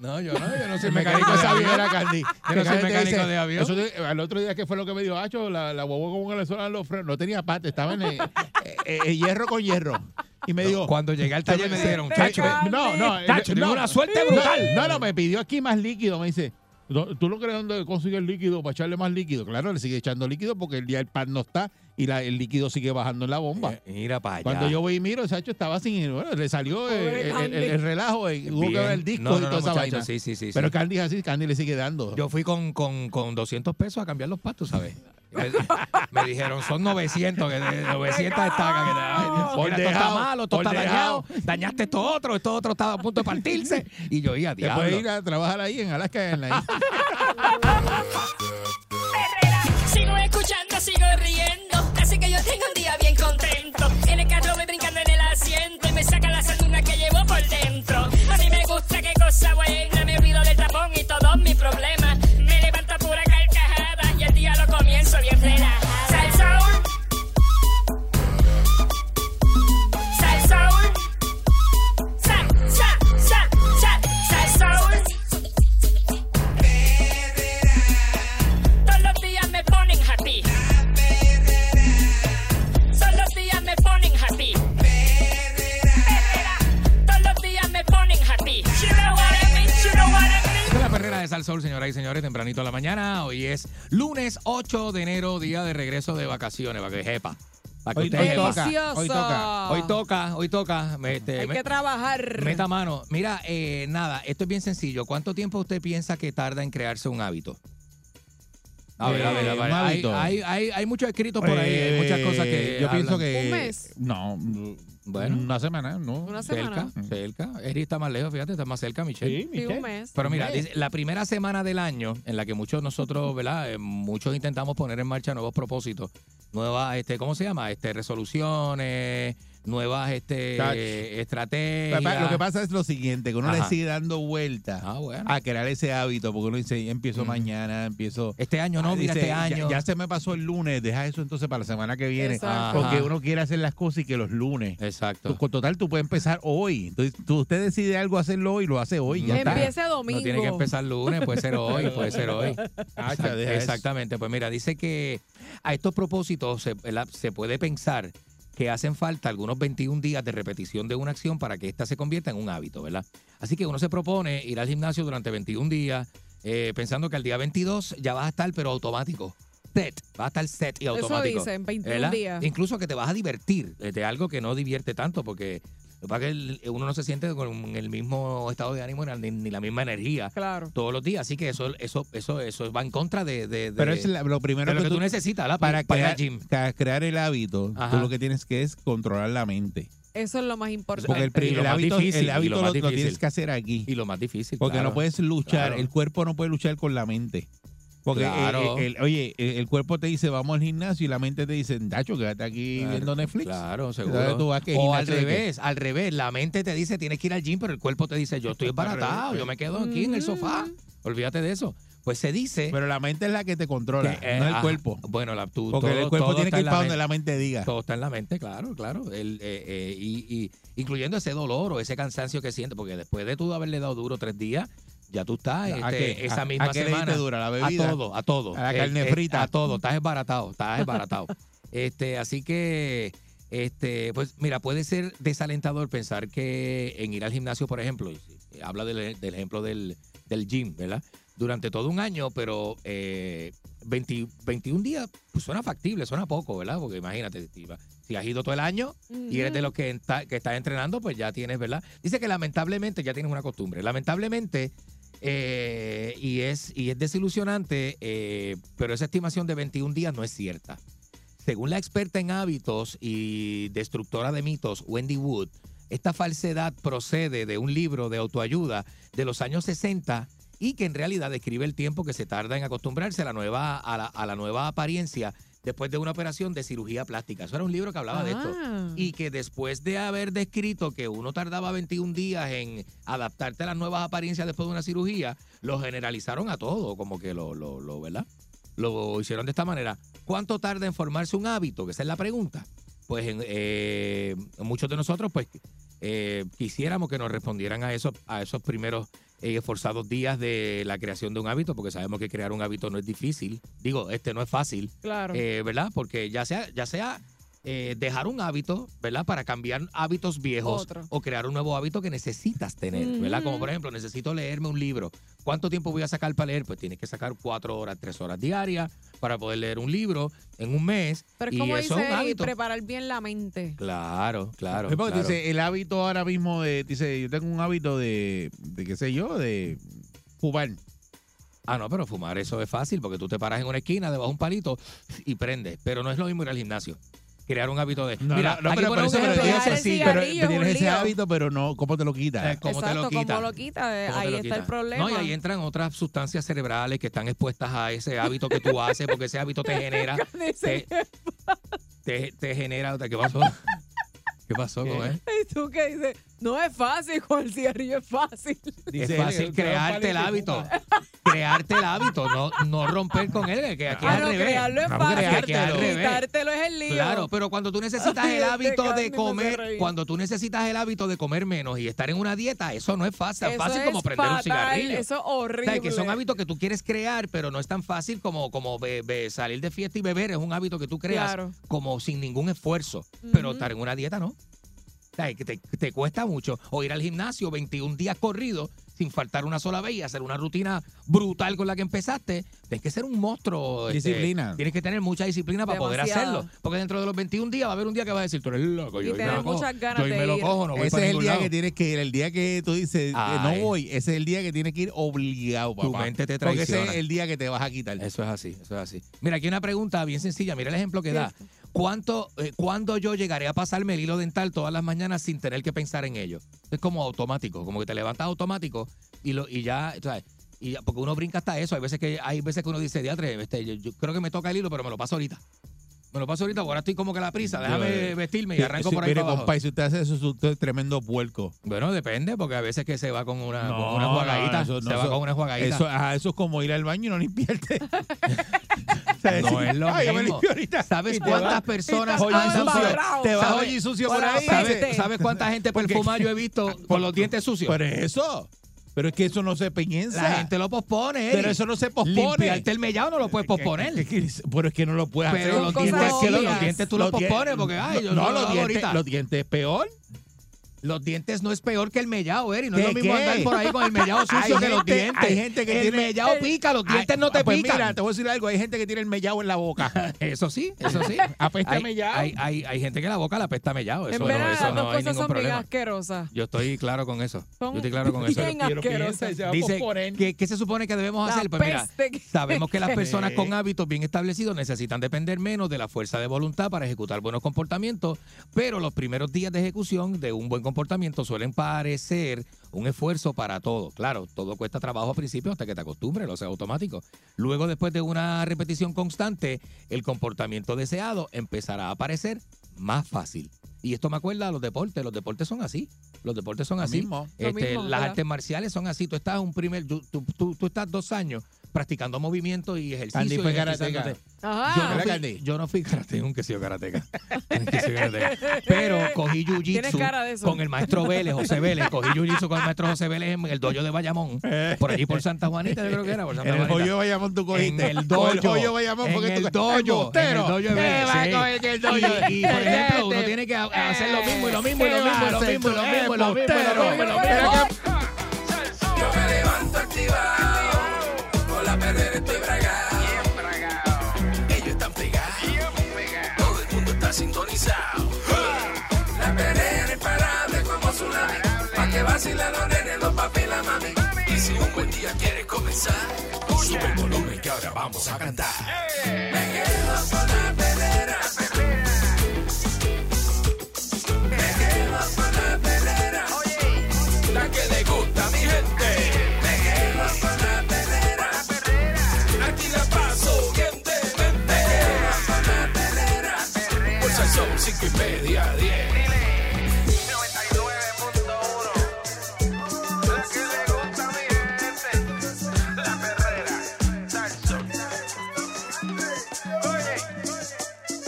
[SPEAKER 6] No, yo no, yo no soy
[SPEAKER 4] El
[SPEAKER 6] mecánico
[SPEAKER 4] mecánico
[SPEAKER 6] de
[SPEAKER 4] de avión
[SPEAKER 6] avión.
[SPEAKER 4] era Candy.
[SPEAKER 6] Yo no soy mecánico de avión.
[SPEAKER 4] Eso te- al otro día que fue lo que me dijo, Acho, la, la guagua como que le suenan los frenos. No tenía parte, estaba en el, eh, eh, hierro con hierro. Y me dijo,
[SPEAKER 6] Cuando llegué al taller me dijeron, chacho,
[SPEAKER 3] Tacho,
[SPEAKER 4] no, no, eh,
[SPEAKER 6] Tacho,
[SPEAKER 4] no,
[SPEAKER 6] tengo una suerte brutal.
[SPEAKER 4] No, no, me pidió aquí más líquido. Me dice, "No, ¿tú no crees dónde consigue el líquido para echarle más líquido? Claro, le sigue echando líquido porque el día el pan no está y la- el líquido sigue bajando en la bomba.
[SPEAKER 6] Mira para allá.
[SPEAKER 4] Cuando yo voy y miro, Sacho estaba sin. Bueno, le salió el,
[SPEAKER 3] Pobre
[SPEAKER 4] el- el-
[SPEAKER 3] Candy.
[SPEAKER 4] el relajo, eh, hubo
[SPEAKER 6] Bien.
[SPEAKER 4] que ver el disco
[SPEAKER 6] No,
[SPEAKER 4] y
[SPEAKER 6] no,
[SPEAKER 4] toda
[SPEAKER 6] no,
[SPEAKER 4] esa
[SPEAKER 6] muchacho,
[SPEAKER 4] vaina.
[SPEAKER 6] Sí, sí, sí.
[SPEAKER 4] Pero
[SPEAKER 6] sí.
[SPEAKER 4] Candy es así, Candy le sigue dando.
[SPEAKER 6] Yo fui con, con, con 200 pesos a cambiar los patos, ¿sabes? Me, me dijeron, son 900, que de- 900 estacas. Que, ay, Dios, mira, esto está
[SPEAKER 4] Bordejao,
[SPEAKER 6] malo, esto está
[SPEAKER 4] bordejao.
[SPEAKER 6] dañado, dañaste esto otro, esto otro estaba a punto de partirse. Y yo, y a
[SPEAKER 4] Te puedes ir
[SPEAKER 6] diablo.
[SPEAKER 4] a trabajar ahí en Alaska Airlines.
[SPEAKER 14] Herrera. Sigo escuchando, sigo riendo. Así que yo tengo un día bien contento. En el carro voy brincando en el asiento y me saca la sanduna que llevo por dentro. A mí me gusta qué cosa buena. Me olvido del tapón y todos mis problemas. Me levanto a pura carcajada y el día lo comienzo bien relajada. Sal Soul. Sal Soul. Sal, sal, sal, sal, sal Soul. Todos los días me ponen happy. Todos los días me ponen happy. Perrera. Todos los días me ponen happy. You know what I mean, you know what I mean.
[SPEAKER 6] De la perrera de Sal Soul, señoras y señores, tempranito a la mañana. Hoy es lunes 8 de enero, día de regreso de vacaciones, para que jepa. Para que
[SPEAKER 4] Hoy
[SPEAKER 6] usted
[SPEAKER 4] toca,
[SPEAKER 6] jepa.
[SPEAKER 3] Delicioso.
[SPEAKER 4] hoy toca,
[SPEAKER 6] Hoy toca, hoy toca. este,
[SPEAKER 3] Hay
[SPEAKER 6] me-
[SPEAKER 3] que trabajar.
[SPEAKER 6] Meta mano. Mira, eh, nada, esto es bien sencillo. ¿Cuánto tiempo usted piensa que tarda en crearse un hábito? A ver, a ver, a
[SPEAKER 4] Eh,
[SPEAKER 6] ver.
[SPEAKER 4] un
[SPEAKER 6] Hay,
[SPEAKER 4] hábito.
[SPEAKER 6] hay, hay, hay muchos escritos por ahí, hay muchas cosas que.
[SPEAKER 4] Eh, Yo pienso
[SPEAKER 6] hablan.
[SPEAKER 4] que.
[SPEAKER 3] ¿Un mes?
[SPEAKER 4] No,
[SPEAKER 6] Bueno.
[SPEAKER 4] una semana, ¿no?
[SPEAKER 3] Una semana.
[SPEAKER 6] Cerca,
[SPEAKER 4] Mm.
[SPEAKER 6] cerca. Eri está más lejos, fíjate, está más cerca, Michelle.
[SPEAKER 4] Sí,
[SPEAKER 3] Sí,
[SPEAKER 4] Michelle.
[SPEAKER 3] un mes.
[SPEAKER 6] Pero mira,
[SPEAKER 4] Ok.
[SPEAKER 6] dice, la primera semana del año en la que muchos nosotros, ¿verdad? Eh, Muchos intentamos poner en marcha nuevos propósitos, nuevas, este, ¿cómo se llama? Este, resoluciones, nuevas este,
[SPEAKER 4] Chacho.
[SPEAKER 6] eh,
[SPEAKER 4] Papá,
[SPEAKER 6] estrategias.
[SPEAKER 4] Lo que pasa es Ah, lo siguiente, que uno le
[SPEAKER 6] Ajá. Ah,
[SPEAKER 4] sigue dando vueltas a crear ese hábito, porque uno dice, "Ya empiezo mañana, empiezo...
[SPEAKER 6] Este año no, mira, este año.
[SPEAKER 4] Ya, se me pasó el lunes, deja eso entonces para la semana que viene.
[SPEAKER 6] Exacto.
[SPEAKER 4] Porque
[SPEAKER 6] Ajá.
[SPEAKER 4] uno quiere hacer las cosas y que los lunes.
[SPEAKER 6] Exacto.
[SPEAKER 4] Con total, tú puedes empezar hoy. Entonces, tú, usted decide algo hacerlo hoy, lo hace hoy. Ya está.
[SPEAKER 3] Empieza domingo.
[SPEAKER 6] No tiene que empezar lunes, puede ser hoy, puede ser hoy.
[SPEAKER 4] Ah,
[SPEAKER 6] Exact-
[SPEAKER 4] deja eso.
[SPEAKER 6] Exactamente. Pues mira, dice que a estos propósitos se, ¿verdad? se puede pensar que hacen falta algunos 21 días de repetición de una acción para que ésta se convierta en un hábito, ¿verdad? Así que uno se propone ir al gimnasio durante 21 días eh, pensando que al día 22 ya vas a estar, pero automático. Set, va a estar set y
[SPEAKER 3] Eso
[SPEAKER 6] automático.
[SPEAKER 3] dicen, 21
[SPEAKER 6] ¿verdad?
[SPEAKER 3] días.
[SPEAKER 6] Incluso que te vas a divertir eh, de algo que no divierte tanto, porque lo que pasa es que el- uno no se siente con el mismo estado de ánimo ni, ni la misma energía
[SPEAKER 3] Claro.
[SPEAKER 6] todos los días. Así que eso, eso, eso, eso va en contra de, de- de-
[SPEAKER 4] Pero es la- lo primero
[SPEAKER 6] de lo
[SPEAKER 4] que
[SPEAKER 6] que, tú,
[SPEAKER 4] tú-
[SPEAKER 6] necesitas ¿verdad?
[SPEAKER 4] Para,
[SPEAKER 6] ir al
[SPEAKER 4] crear,
[SPEAKER 6] gym.
[SPEAKER 4] para crear el hábito, tú
[SPEAKER 6] Ajá.
[SPEAKER 4] lo que tienes que es controlar la mente.
[SPEAKER 3] Eso es lo más importante.
[SPEAKER 4] Porque el, pri-
[SPEAKER 6] Y lo
[SPEAKER 4] el
[SPEAKER 6] más
[SPEAKER 4] hábito,
[SPEAKER 6] difícil,
[SPEAKER 4] el
[SPEAKER 6] y lo
[SPEAKER 4] hábito
[SPEAKER 6] más
[SPEAKER 4] lo, lo
[SPEAKER 6] difícil.
[SPEAKER 4] tienes que hacer aquí.
[SPEAKER 6] Y lo más difícil.
[SPEAKER 4] Porque
[SPEAKER 6] claro.
[SPEAKER 4] no puedes luchar,
[SPEAKER 6] Claro.
[SPEAKER 4] el cuerpo no puede luchar con la mente. Porque eh,
[SPEAKER 6] Claro.
[SPEAKER 4] eh, el, oye, eh, el cuerpo te dice vamos al gimnasio y la mente te dice, Dacho, quédate aquí
[SPEAKER 6] Claro,
[SPEAKER 4] viendo Netflix.
[SPEAKER 6] Claro,
[SPEAKER 4] Entonces
[SPEAKER 6] seguro.
[SPEAKER 4] tú vas, ¿qué
[SPEAKER 6] o al
[SPEAKER 4] gimnasio de qué?
[SPEAKER 6] revés, al revés. La mente te dice tienes que ir al gym, pero el cuerpo te dice yo estoy embaratado, yo me quedo aquí en el sofá. Olvídate de eso. Pues se dice.
[SPEAKER 4] Pero la mente es la que te controla,
[SPEAKER 6] que, eh,
[SPEAKER 4] no el
[SPEAKER 6] ajá,
[SPEAKER 4] cuerpo.
[SPEAKER 6] Bueno, la, tú,
[SPEAKER 4] Porque
[SPEAKER 6] todo-
[SPEAKER 4] el cuerpo
[SPEAKER 6] todo
[SPEAKER 4] tiene
[SPEAKER 6] está
[SPEAKER 4] que
[SPEAKER 6] en
[SPEAKER 4] ir para donde la mente diga.
[SPEAKER 6] Todo está en la mente, claro, claro. El, eh, eh, y, y- incluyendo ese dolor o ese cansancio que sientes, porque después de tú haberle dado duro tres días, ya tú estás
[SPEAKER 4] ¿A
[SPEAKER 6] este,
[SPEAKER 4] qué?
[SPEAKER 6] esa
[SPEAKER 4] ¿A-
[SPEAKER 6] misma
[SPEAKER 4] a qué le
[SPEAKER 6] semana.
[SPEAKER 4] diste duro? ¿A la bebida?
[SPEAKER 6] A todo, a todo.
[SPEAKER 4] ¿A la
[SPEAKER 6] Eh,
[SPEAKER 4] carne
[SPEAKER 6] eh,
[SPEAKER 4] frita?
[SPEAKER 6] a todo, estás desbaratado, estás desbaratado. este, así que, este, pues mira, puede ser desalentador pensar que en ir al gimnasio, por ejemplo, y- y habla del, del ejemplo del, del gym, ¿verdad? Durante todo un año, pero eh, 20 21 días pues, suena factible, suena poco, ¿verdad? Porque imagínate, si va- si has ido todo el año y eres de los que, está- que estás entrenando, pues ya tienes, ¿verdad? Dice que lamentablemente ya tienes una costumbre. Lamentablemente, eh, y, es, y es desilusionante, eh, pero esa estimación de 21 días no es cierta. Según la experta en hábitos y destructora de mitos, Wendy Wood, esta falsedad procede de un libro de autoayuda de los años 60 y que en realidad describe el tiempo que se tarda en acostumbrarse a la nueva, a la, a la nueva apariencia después de una operación de cirugía plástica. Eso era un libro que hablaba de
[SPEAKER 3] Ah.
[SPEAKER 6] esto. Y que después de haber descrito que uno tardaba 21 días en adaptarte a las nuevas apariencias después de una cirugía, lo generalizaron a todo, como que lo, lo, lo, ¿verdad? Lo hicieron de esta manera. ¿Cuánto tarda en formarse un hábito? Que esa es la pregunta. Pues en, eh, muchos de nosotros, pues, eh, quisiéramos que nos respondieran a esos, a esos primeros eh, esforzados días de la creación de un hábito, porque sabemos que crear un hábito no es difícil. Digo, este no es fácil.
[SPEAKER 3] Claro.
[SPEAKER 6] Eh, ¿Verdad? Porque ya sea, ya sea eh, dejar un hábito, ¿verdad? Para cambiar hábitos viejos
[SPEAKER 3] Otro.
[SPEAKER 6] o crear un nuevo hábito que necesitas tener, ¿verdad? Como por ejemplo, necesito leerme un libro. ¿Cuánto tiempo voy a sacar para leer? Pues tienes que sacar cuatro horas, tres horas diarias para poder leer un libro en un mes.
[SPEAKER 3] Pero es
[SPEAKER 6] y
[SPEAKER 3] como
[SPEAKER 6] eso
[SPEAKER 3] dice
[SPEAKER 6] es un
[SPEAKER 3] él,
[SPEAKER 6] hábito.
[SPEAKER 3] preparar bien la mente.
[SPEAKER 6] Claro, claro.
[SPEAKER 4] Es porque
[SPEAKER 6] claro.
[SPEAKER 4] dice, el hábito ahora mismo de, dice, yo tengo un hábito de, de qué sé yo, de fumar.
[SPEAKER 6] Ah, no, pero fumar eso es fácil porque tú te paras en una esquina debajo de un palito y prendes. Pero no es lo mismo ir al gimnasio. Crear un hábito de.
[SPEAKER 4] No,
[SPEAKER 6] Mira,
[SPEAKER 4] no, no,
[SPEAKER 6] aquí
[SPEAKER 4] pero por
[SPEAKER 6] pone un
[SPEAKER 4] eso, pero
[SPEAKER 6] ejemplo bien
[SPEAKER 4] tienes-
[SPEAKER 6] sencillo.
[SPEAKER 4] pero tienes ese hábito, pero no, ¿cómo te lo quitas?
[SPEAKER 6] Eh, ¿Cómo te lo
[SPEAKER 3] Exacto,
[SPEAKER 6] quita?
[SPEAKER 3] como lo quita, eh,
[SPEAKER 6] ¿Cómo te
[SPEAKER 3] ahí
[SPEAKER 6] lo
[SPEAKER 3] está
[SPEAKER 6] quita?
[SPEAKER 3] el problema.
[SPEAKER 6] No, y ahí entran otras sustancias cerebrales que están expuestas a ese hábito que tú haces, porque ese hábito te genera. te, te- te genera. ¿Qué pasó? ¿Qué pasó, Joel?
[SPEAKER 3] ¿Y tú qué dices? No es fácil, con el cigarrillo es fácil.
[SPEAKER 6] es fácil crearte el hábito. Crearte el hábito, no, no romper con él, que aquí
[SPEAKER 3] Ah,
[SPEAKER 6] es
[SPEAKER 3] no,
[SPEAKER 6] al revés.
[SPEAKER 3] crearlo es
[SPEAKER 6] No,
[SPEAKER 3] fácil.
[SPEAKER 6] que aquí es al revés.
[SPEAKER 3] Quitártelo es el lío.
[SPEAKER 6] Claro, pues, pero cuando tú necesitas
[SPEAKER 3] Ay,
[SPEAKER 6] el
[SPEAKER 3] este
[SPEAKER 6] hábito
[SPEAKER 3] Candy me
[SPEAKER 6] de
[SPEAKER 3] hace
[SPEAKER 6] comer,
[SPEAKER 3] reír.
[SPEAKER 6] cuando tú necesitas el hábito de comer menos y estar en una dieta, eso no es fácil,
[SPEAKER 3] Eso
[SPEAKER 6] fácil como
[SPEAKER 3] es
[SPEAKER 6] prender un
[SPEAKER 3] fatal,
[SPEAKER 6] cigarrillo.
[SPEAKER 3] eso es
[SPEAKER 6] O sea, que son
[SPEAKER 3] horrible.
[SPEAKER 6] hábitos que tú quieres crear, pero no es tan fácil como, como be- be- salir de fiesta y beber. Es un hábito que tú creas
[SPEAKER 3] Claro.
[SPEAKER 6] como sin ningún esfuerzo, pero estar en una dieta no. O sea, que te, te cuesta mucho. O ir al gimnasio 21 días corridos sin faltar una sola vez y hacer una rutina brutal con la que empezaste. Tienes que ser un monstruo. este,
[SPEAKER 4] Disciplina.
[SPEAKER 6] tienes que tener mucha disciplina para poder
[SPEAKER 4] Demasiado.
[SPEAKER 6] hacerlo. Porque dentro de los 21 días va a haber un día que vas a decir, tú eres loco.
[SPEAKER 4] Y
[SPEAKER 6] Yo hoy me
[SPEAKER 4] tener
[SPEAKER 6] lo cojo.
[SPEAKER 4] muchas
[SPEAKER 3] ganas
[SPEAKER 6] Yo hoy
[SPEAKER 3] de
[SPEAKER 6] me lo
[SPEAKER 3] ir.
[SPEAKER 6] cojo, no voy
[SPEAKER 4] ese
[SPEAKER 6] para
[SPEAKER 4] es el
[SPEAKER 6] ningún
[SPEAKER 4] día
[SPEAKER 6] lado.
[SPEAKER 4] que tienes que ir, el día que tú dices, eh, no
[SPEAKER 6] Ay.
[SPEAKER 4] voy, ese es el día que tienes que ir obligado, papá.
[SPEAKER 6] Tu mente te
[SPEAKER 4] Porque
[SPEAKER 6] traiciona.
[SPEAKER 4] ese es el día que te vas a quitar.
[SPEAKER 6] Eso es así, eso es así. Mira, aquí una pregunta bien sencilla. Mira el ejemplo que da. ¿Cuánto, eh, ¿Cuándo yo llegaré a pasarme el hilo dental todas las mañanas sin tener que pensar en ello? Es como automático, como que te levantas automático y, lo, y ya, ¿sabes? Y ya- porque uno brinca hasta eso. Hay veces que, hay veces que uno dice, diatre, este, yo, yo creo que me toca el hilo, pero me lo paso ahorita.
[SPEAKER 10] Me lo paso ahorita, porque ahora estoy como que a la prisa.
[SPEAKER 4] Yo,
[SPEAKER 10] Déjame
[SPEAKER 4] eh,
[SPEAKER 10] vestirme y
[SPEAKER 4] sí,
[SPEAKER 10] arranco
[SPEAKER 4] sí,
[SPEAKER 10] por ahí.
[SPEAKER 4] Mire,
[SPEAKER 10] para abajo.
[SPEAKER 4] compa, y si usted hace eso, usted es tremendo puerco.
[SPEAKER 10] Bueno, depende, porque a veces que se va con una,
[SPEAKER 4] No,
[SPEAKER 10] con una
[SPEAKER 4] no,
[SPEAKER 10] jugadita.
[SPEAKER 4] eso- no,
[SPEAKER 10] se va
[SPEAKER 4] eso-
[SPEAKER 10] con una jugadita.
[SPEAKER 4] Eso, ajá, eso es como ir al baño y no limpiarte.
[SPEAKER 10] no es lo
[SPEAKER 4] Ay, yo me
[SPEAKER 10] mismo.
[SPEAKER 4] limpio ahorita.
[SPEAKER 10] ¿Sabes
[SPEAKER 4] Y te
[SPEAKER 10] cuántas
[SPEAKER 4] va-
[SPEAKER 10] personas
[SPEAKER 4] y
[SPEAKER 10] han
[SPEAKER 4] estás todo
[SPEAKER 10] sucio?
[SPEAKER 4] embarrado. Te vas
[SPEAKER 10] ¿Sabes-
[SPEAKER 4] hoy sucio por ahí.
[SPEAKER 10] ¿Sabes, sabes cuánta gente
[SPEAKER 4] Porque-
[SPEAKER 10] perfumada yo he visto con los dientes sucios?
[SPEAKER 4] Pero eso. Pero es que eso no se piensa.
[SPEAKER 10] La gente lo pospone.
[SPEAKER 4] Pero eso no se pospone.
[SPEAKER 10] Limpiarte el mellado no lo puedes posponer.
[SPEAKER 4] Es que- pero es que no lo puedes
[SPEAKER 10] Pero
[SPEAKER 4] hacer.
[SPEAKER 10] los Son dientes- cosas que los obvias. dientes tú los
[SPEAKER 4] dien-
[SPEAKER 10] pospones, porque, ay, yo
[SPEAKER 4] no,
[SPEAKER 10] lo
[SPEAKER 4] los
[SPEAKER 10] hago
[SPEAKER 4] dientes,
[SPEAKER 10] ahorita.
[SPEAKER 4] los dientes es peor.
[SPEAKER 10] Los dientes no es peor que el mellado, Eri. No
[SPEAKER 4] ¿Qué,
[SPEAKER 10] es lo mismo
[SPEAKER 4] qué?
[SPEAKER 10] andar por ahí con el mellado sucio
[SPEAKER 4] Hay
[SPEAKER 10] que los
[SPEAKER 4] gente-
[SPEAKER 10] dientes.
[SPEAKER 4] Hay gente que
[SPEAKER 10] el
[SPEAKER 4] tiene-
[SPEAKER 10] mellado pica, los
[SPEAKER 4] Ay,
[SPEAKER 10] dientes no te
[SPEAKER 4] pues
[SPEAKER 10] pican.
[SPEAKER 4] Mira, te voy a decir algo. Hay gente que tiene el mellado en la boca.
[SPEAKER 10] Eso sí, eso sí.
[SPEAKER 4] Apesta
[SPEAKER 10] hay,
[SPEAKER 4] mellado.
[SPEAKER 10] Hay, hay, hay gente que la boca la apesta mellado. Eso
[SPEAKER 3] En
[SPEAKER 10] no,
[SPEAKER 3] verdad,
[SPEAKER 10] eso
[SPEAKER 3] las
[SPEAKER 10] no
[SPEAKER 3] dos
[SPEAKER 10] hay
[SPEAKER 3] cosas
[SPEAKER 10] ningún
[SPEAKER 3] son bien
[SPEAKER 10] problema.
[SPEAKER 3] asquerosas.
[SPEAKER 10] Yo estoy claro con eso.
[SPEAKER 3] Son
[SPEAKER 10] Yo estoy claro con eso.
[SPEAKER 3] bien
[SPEAKER 10] Pero piensa,
[SPEAKER 3] asquerosas.
[SPEAKER 4] se va a
[SPEAKER 10] Dice,
[SPEAKER 4] posponer.
[SPEAKER 10] ¿qué, ¿qué se supone que debemos
[SPEAKER 3] La
[SPEAKER 10] hacer? Pues mira,
[SPEAKER 3] peste que-
[SPEAKER 10] sabemos que las personas
[SPEAKER 4] Sí.
[SPEAKER 10] con hábitos bien establecidos necesitan depender menos de la fuerza de voluntad para ejecutar buenos comportamientos, pero los primeros días de ejecución de un buen comportamiento suelen parecer un esfuerzo para todo. Claro, todo cuesta trabajo al principio hasta que te acostumbres, lo sea automático. Luego, después de una repetición constante, el comportamiento deseado empezará a aparecer más fácil. Y esto me acuerda a los deportes. Los deportes son así. Los deportes son
[SPEAKER 4] Lo
[SPEAKER 10] así.
[SPEAKER 4] mismo.
[SPEAKER 3] Lo
[SPEAKER 10] Este,
[SPEAKER 3] mismo,
[SPEAKER 10] las
[SPEAKER 3] ¿verdad?
[SPEAKER 10] artes marciales son así. Tú estás un primer, tú, tú- tú- tú estás dos años practicando movimientos y ejercicio.
[SPEAKER 4] Andy
[SPEAKER 10] y
[SPEAKER 4] fue
[SPEAKER 10] ejercitándote.
[SPEAKER 4] karateca.
[SPEAKER 10] Yo no,
[SPEAKER 3] Ajá.
[SPEAKER 4] ¿Verdad,
[SPEAKER 10] fui,
[SPEAKER 4] Candy?
[SPEAKER 10] yo no fui karateca, aunque soy karateca. Aunque soy karateca. Pero cogí
[SPEAKER 3] Tienes cara de
[SPEAKER 10] jiu-jitsu
[SPEAKER 3] eso.
[SPEAKER 10] con el maestro Vélez, José Vélez. Cogí jiu-jitsu con el maestro José Vélez en el dojo de Bayamón. Por allí por Santa Juanita, yo creo que era. Por Santa
[SPEAKER 4] En el
[SPEAKER 10] Juanita.
[SPEAKER 4] joyo Bayamón tú
[SPEAKER 10] En
[SPEAKER 4] cogiste.
[SPEAKER 10] el
[SPEAKER 4] Con
[SPEAKER 10] dojo.
[SPEAKER 4] El joyo Bayamón
[SPEAKER 10] en
[SPEAKER 4] porque
[SPEAKER 10] el
[SPEAKER 4] tú
[SPEAKER 10] dojo,
[SPEAKER 4] el bostero.
[SPEAKER 10] En el dojo de
[SPEAKER 4] ¿Qué
[SPEAKER 10] Vélez,
[SPEAKER 4] va a
[SPEAKER 10] sí.
[SPEAKER 4] coger que el dojo?
[SPEAKER 10] Y, y, por ejemplo, uno
[SPEAKER 4] Este,
[SPEAKER 10] tiene que ha- hacer lo mismo y lo mismo y
[SPEAKER 4] ¿qué
[SPEAKER 10] lo
[SPEAKER 4] va
[SPEAKER 10] mismo
[SPEAKER 4] a
[SPEAKER 10] y lo
[SPEAKER 4] hacer
[SPEAKER 10] mismo y
[SPEAKER 4] tú?
[SPEAKER 10] lo
[SPEAKER 4] Eh,
[SPEAKER 10] mismo y lo mismo y lo mismo y lo
[SPEAKER 4] bostero.
[SPEAKER 10] mismo.
[SPEAKER 1] Yo me levanto activado, con la perrera estoy bragado. Ellos están pegados, todo el mundo está sintonizado. La perrera es imparable como tsunami, pa' que vacilan los nenes, los papi y la mami. Y si un buen día quieres comenzar, sube el volumen que ahora vamos a cantar. Me quedo con la perrera, me quedo con la perrera. La que le gusta a mi gente. Me quedo con la perrera. Aquí la paso bien de mente. Me quedo con la perrera. Pulsa el sol, cinco y media, diez.
[SPEAKER 2] La que le gusta a mi gente, la perrera, Salsón. Oye.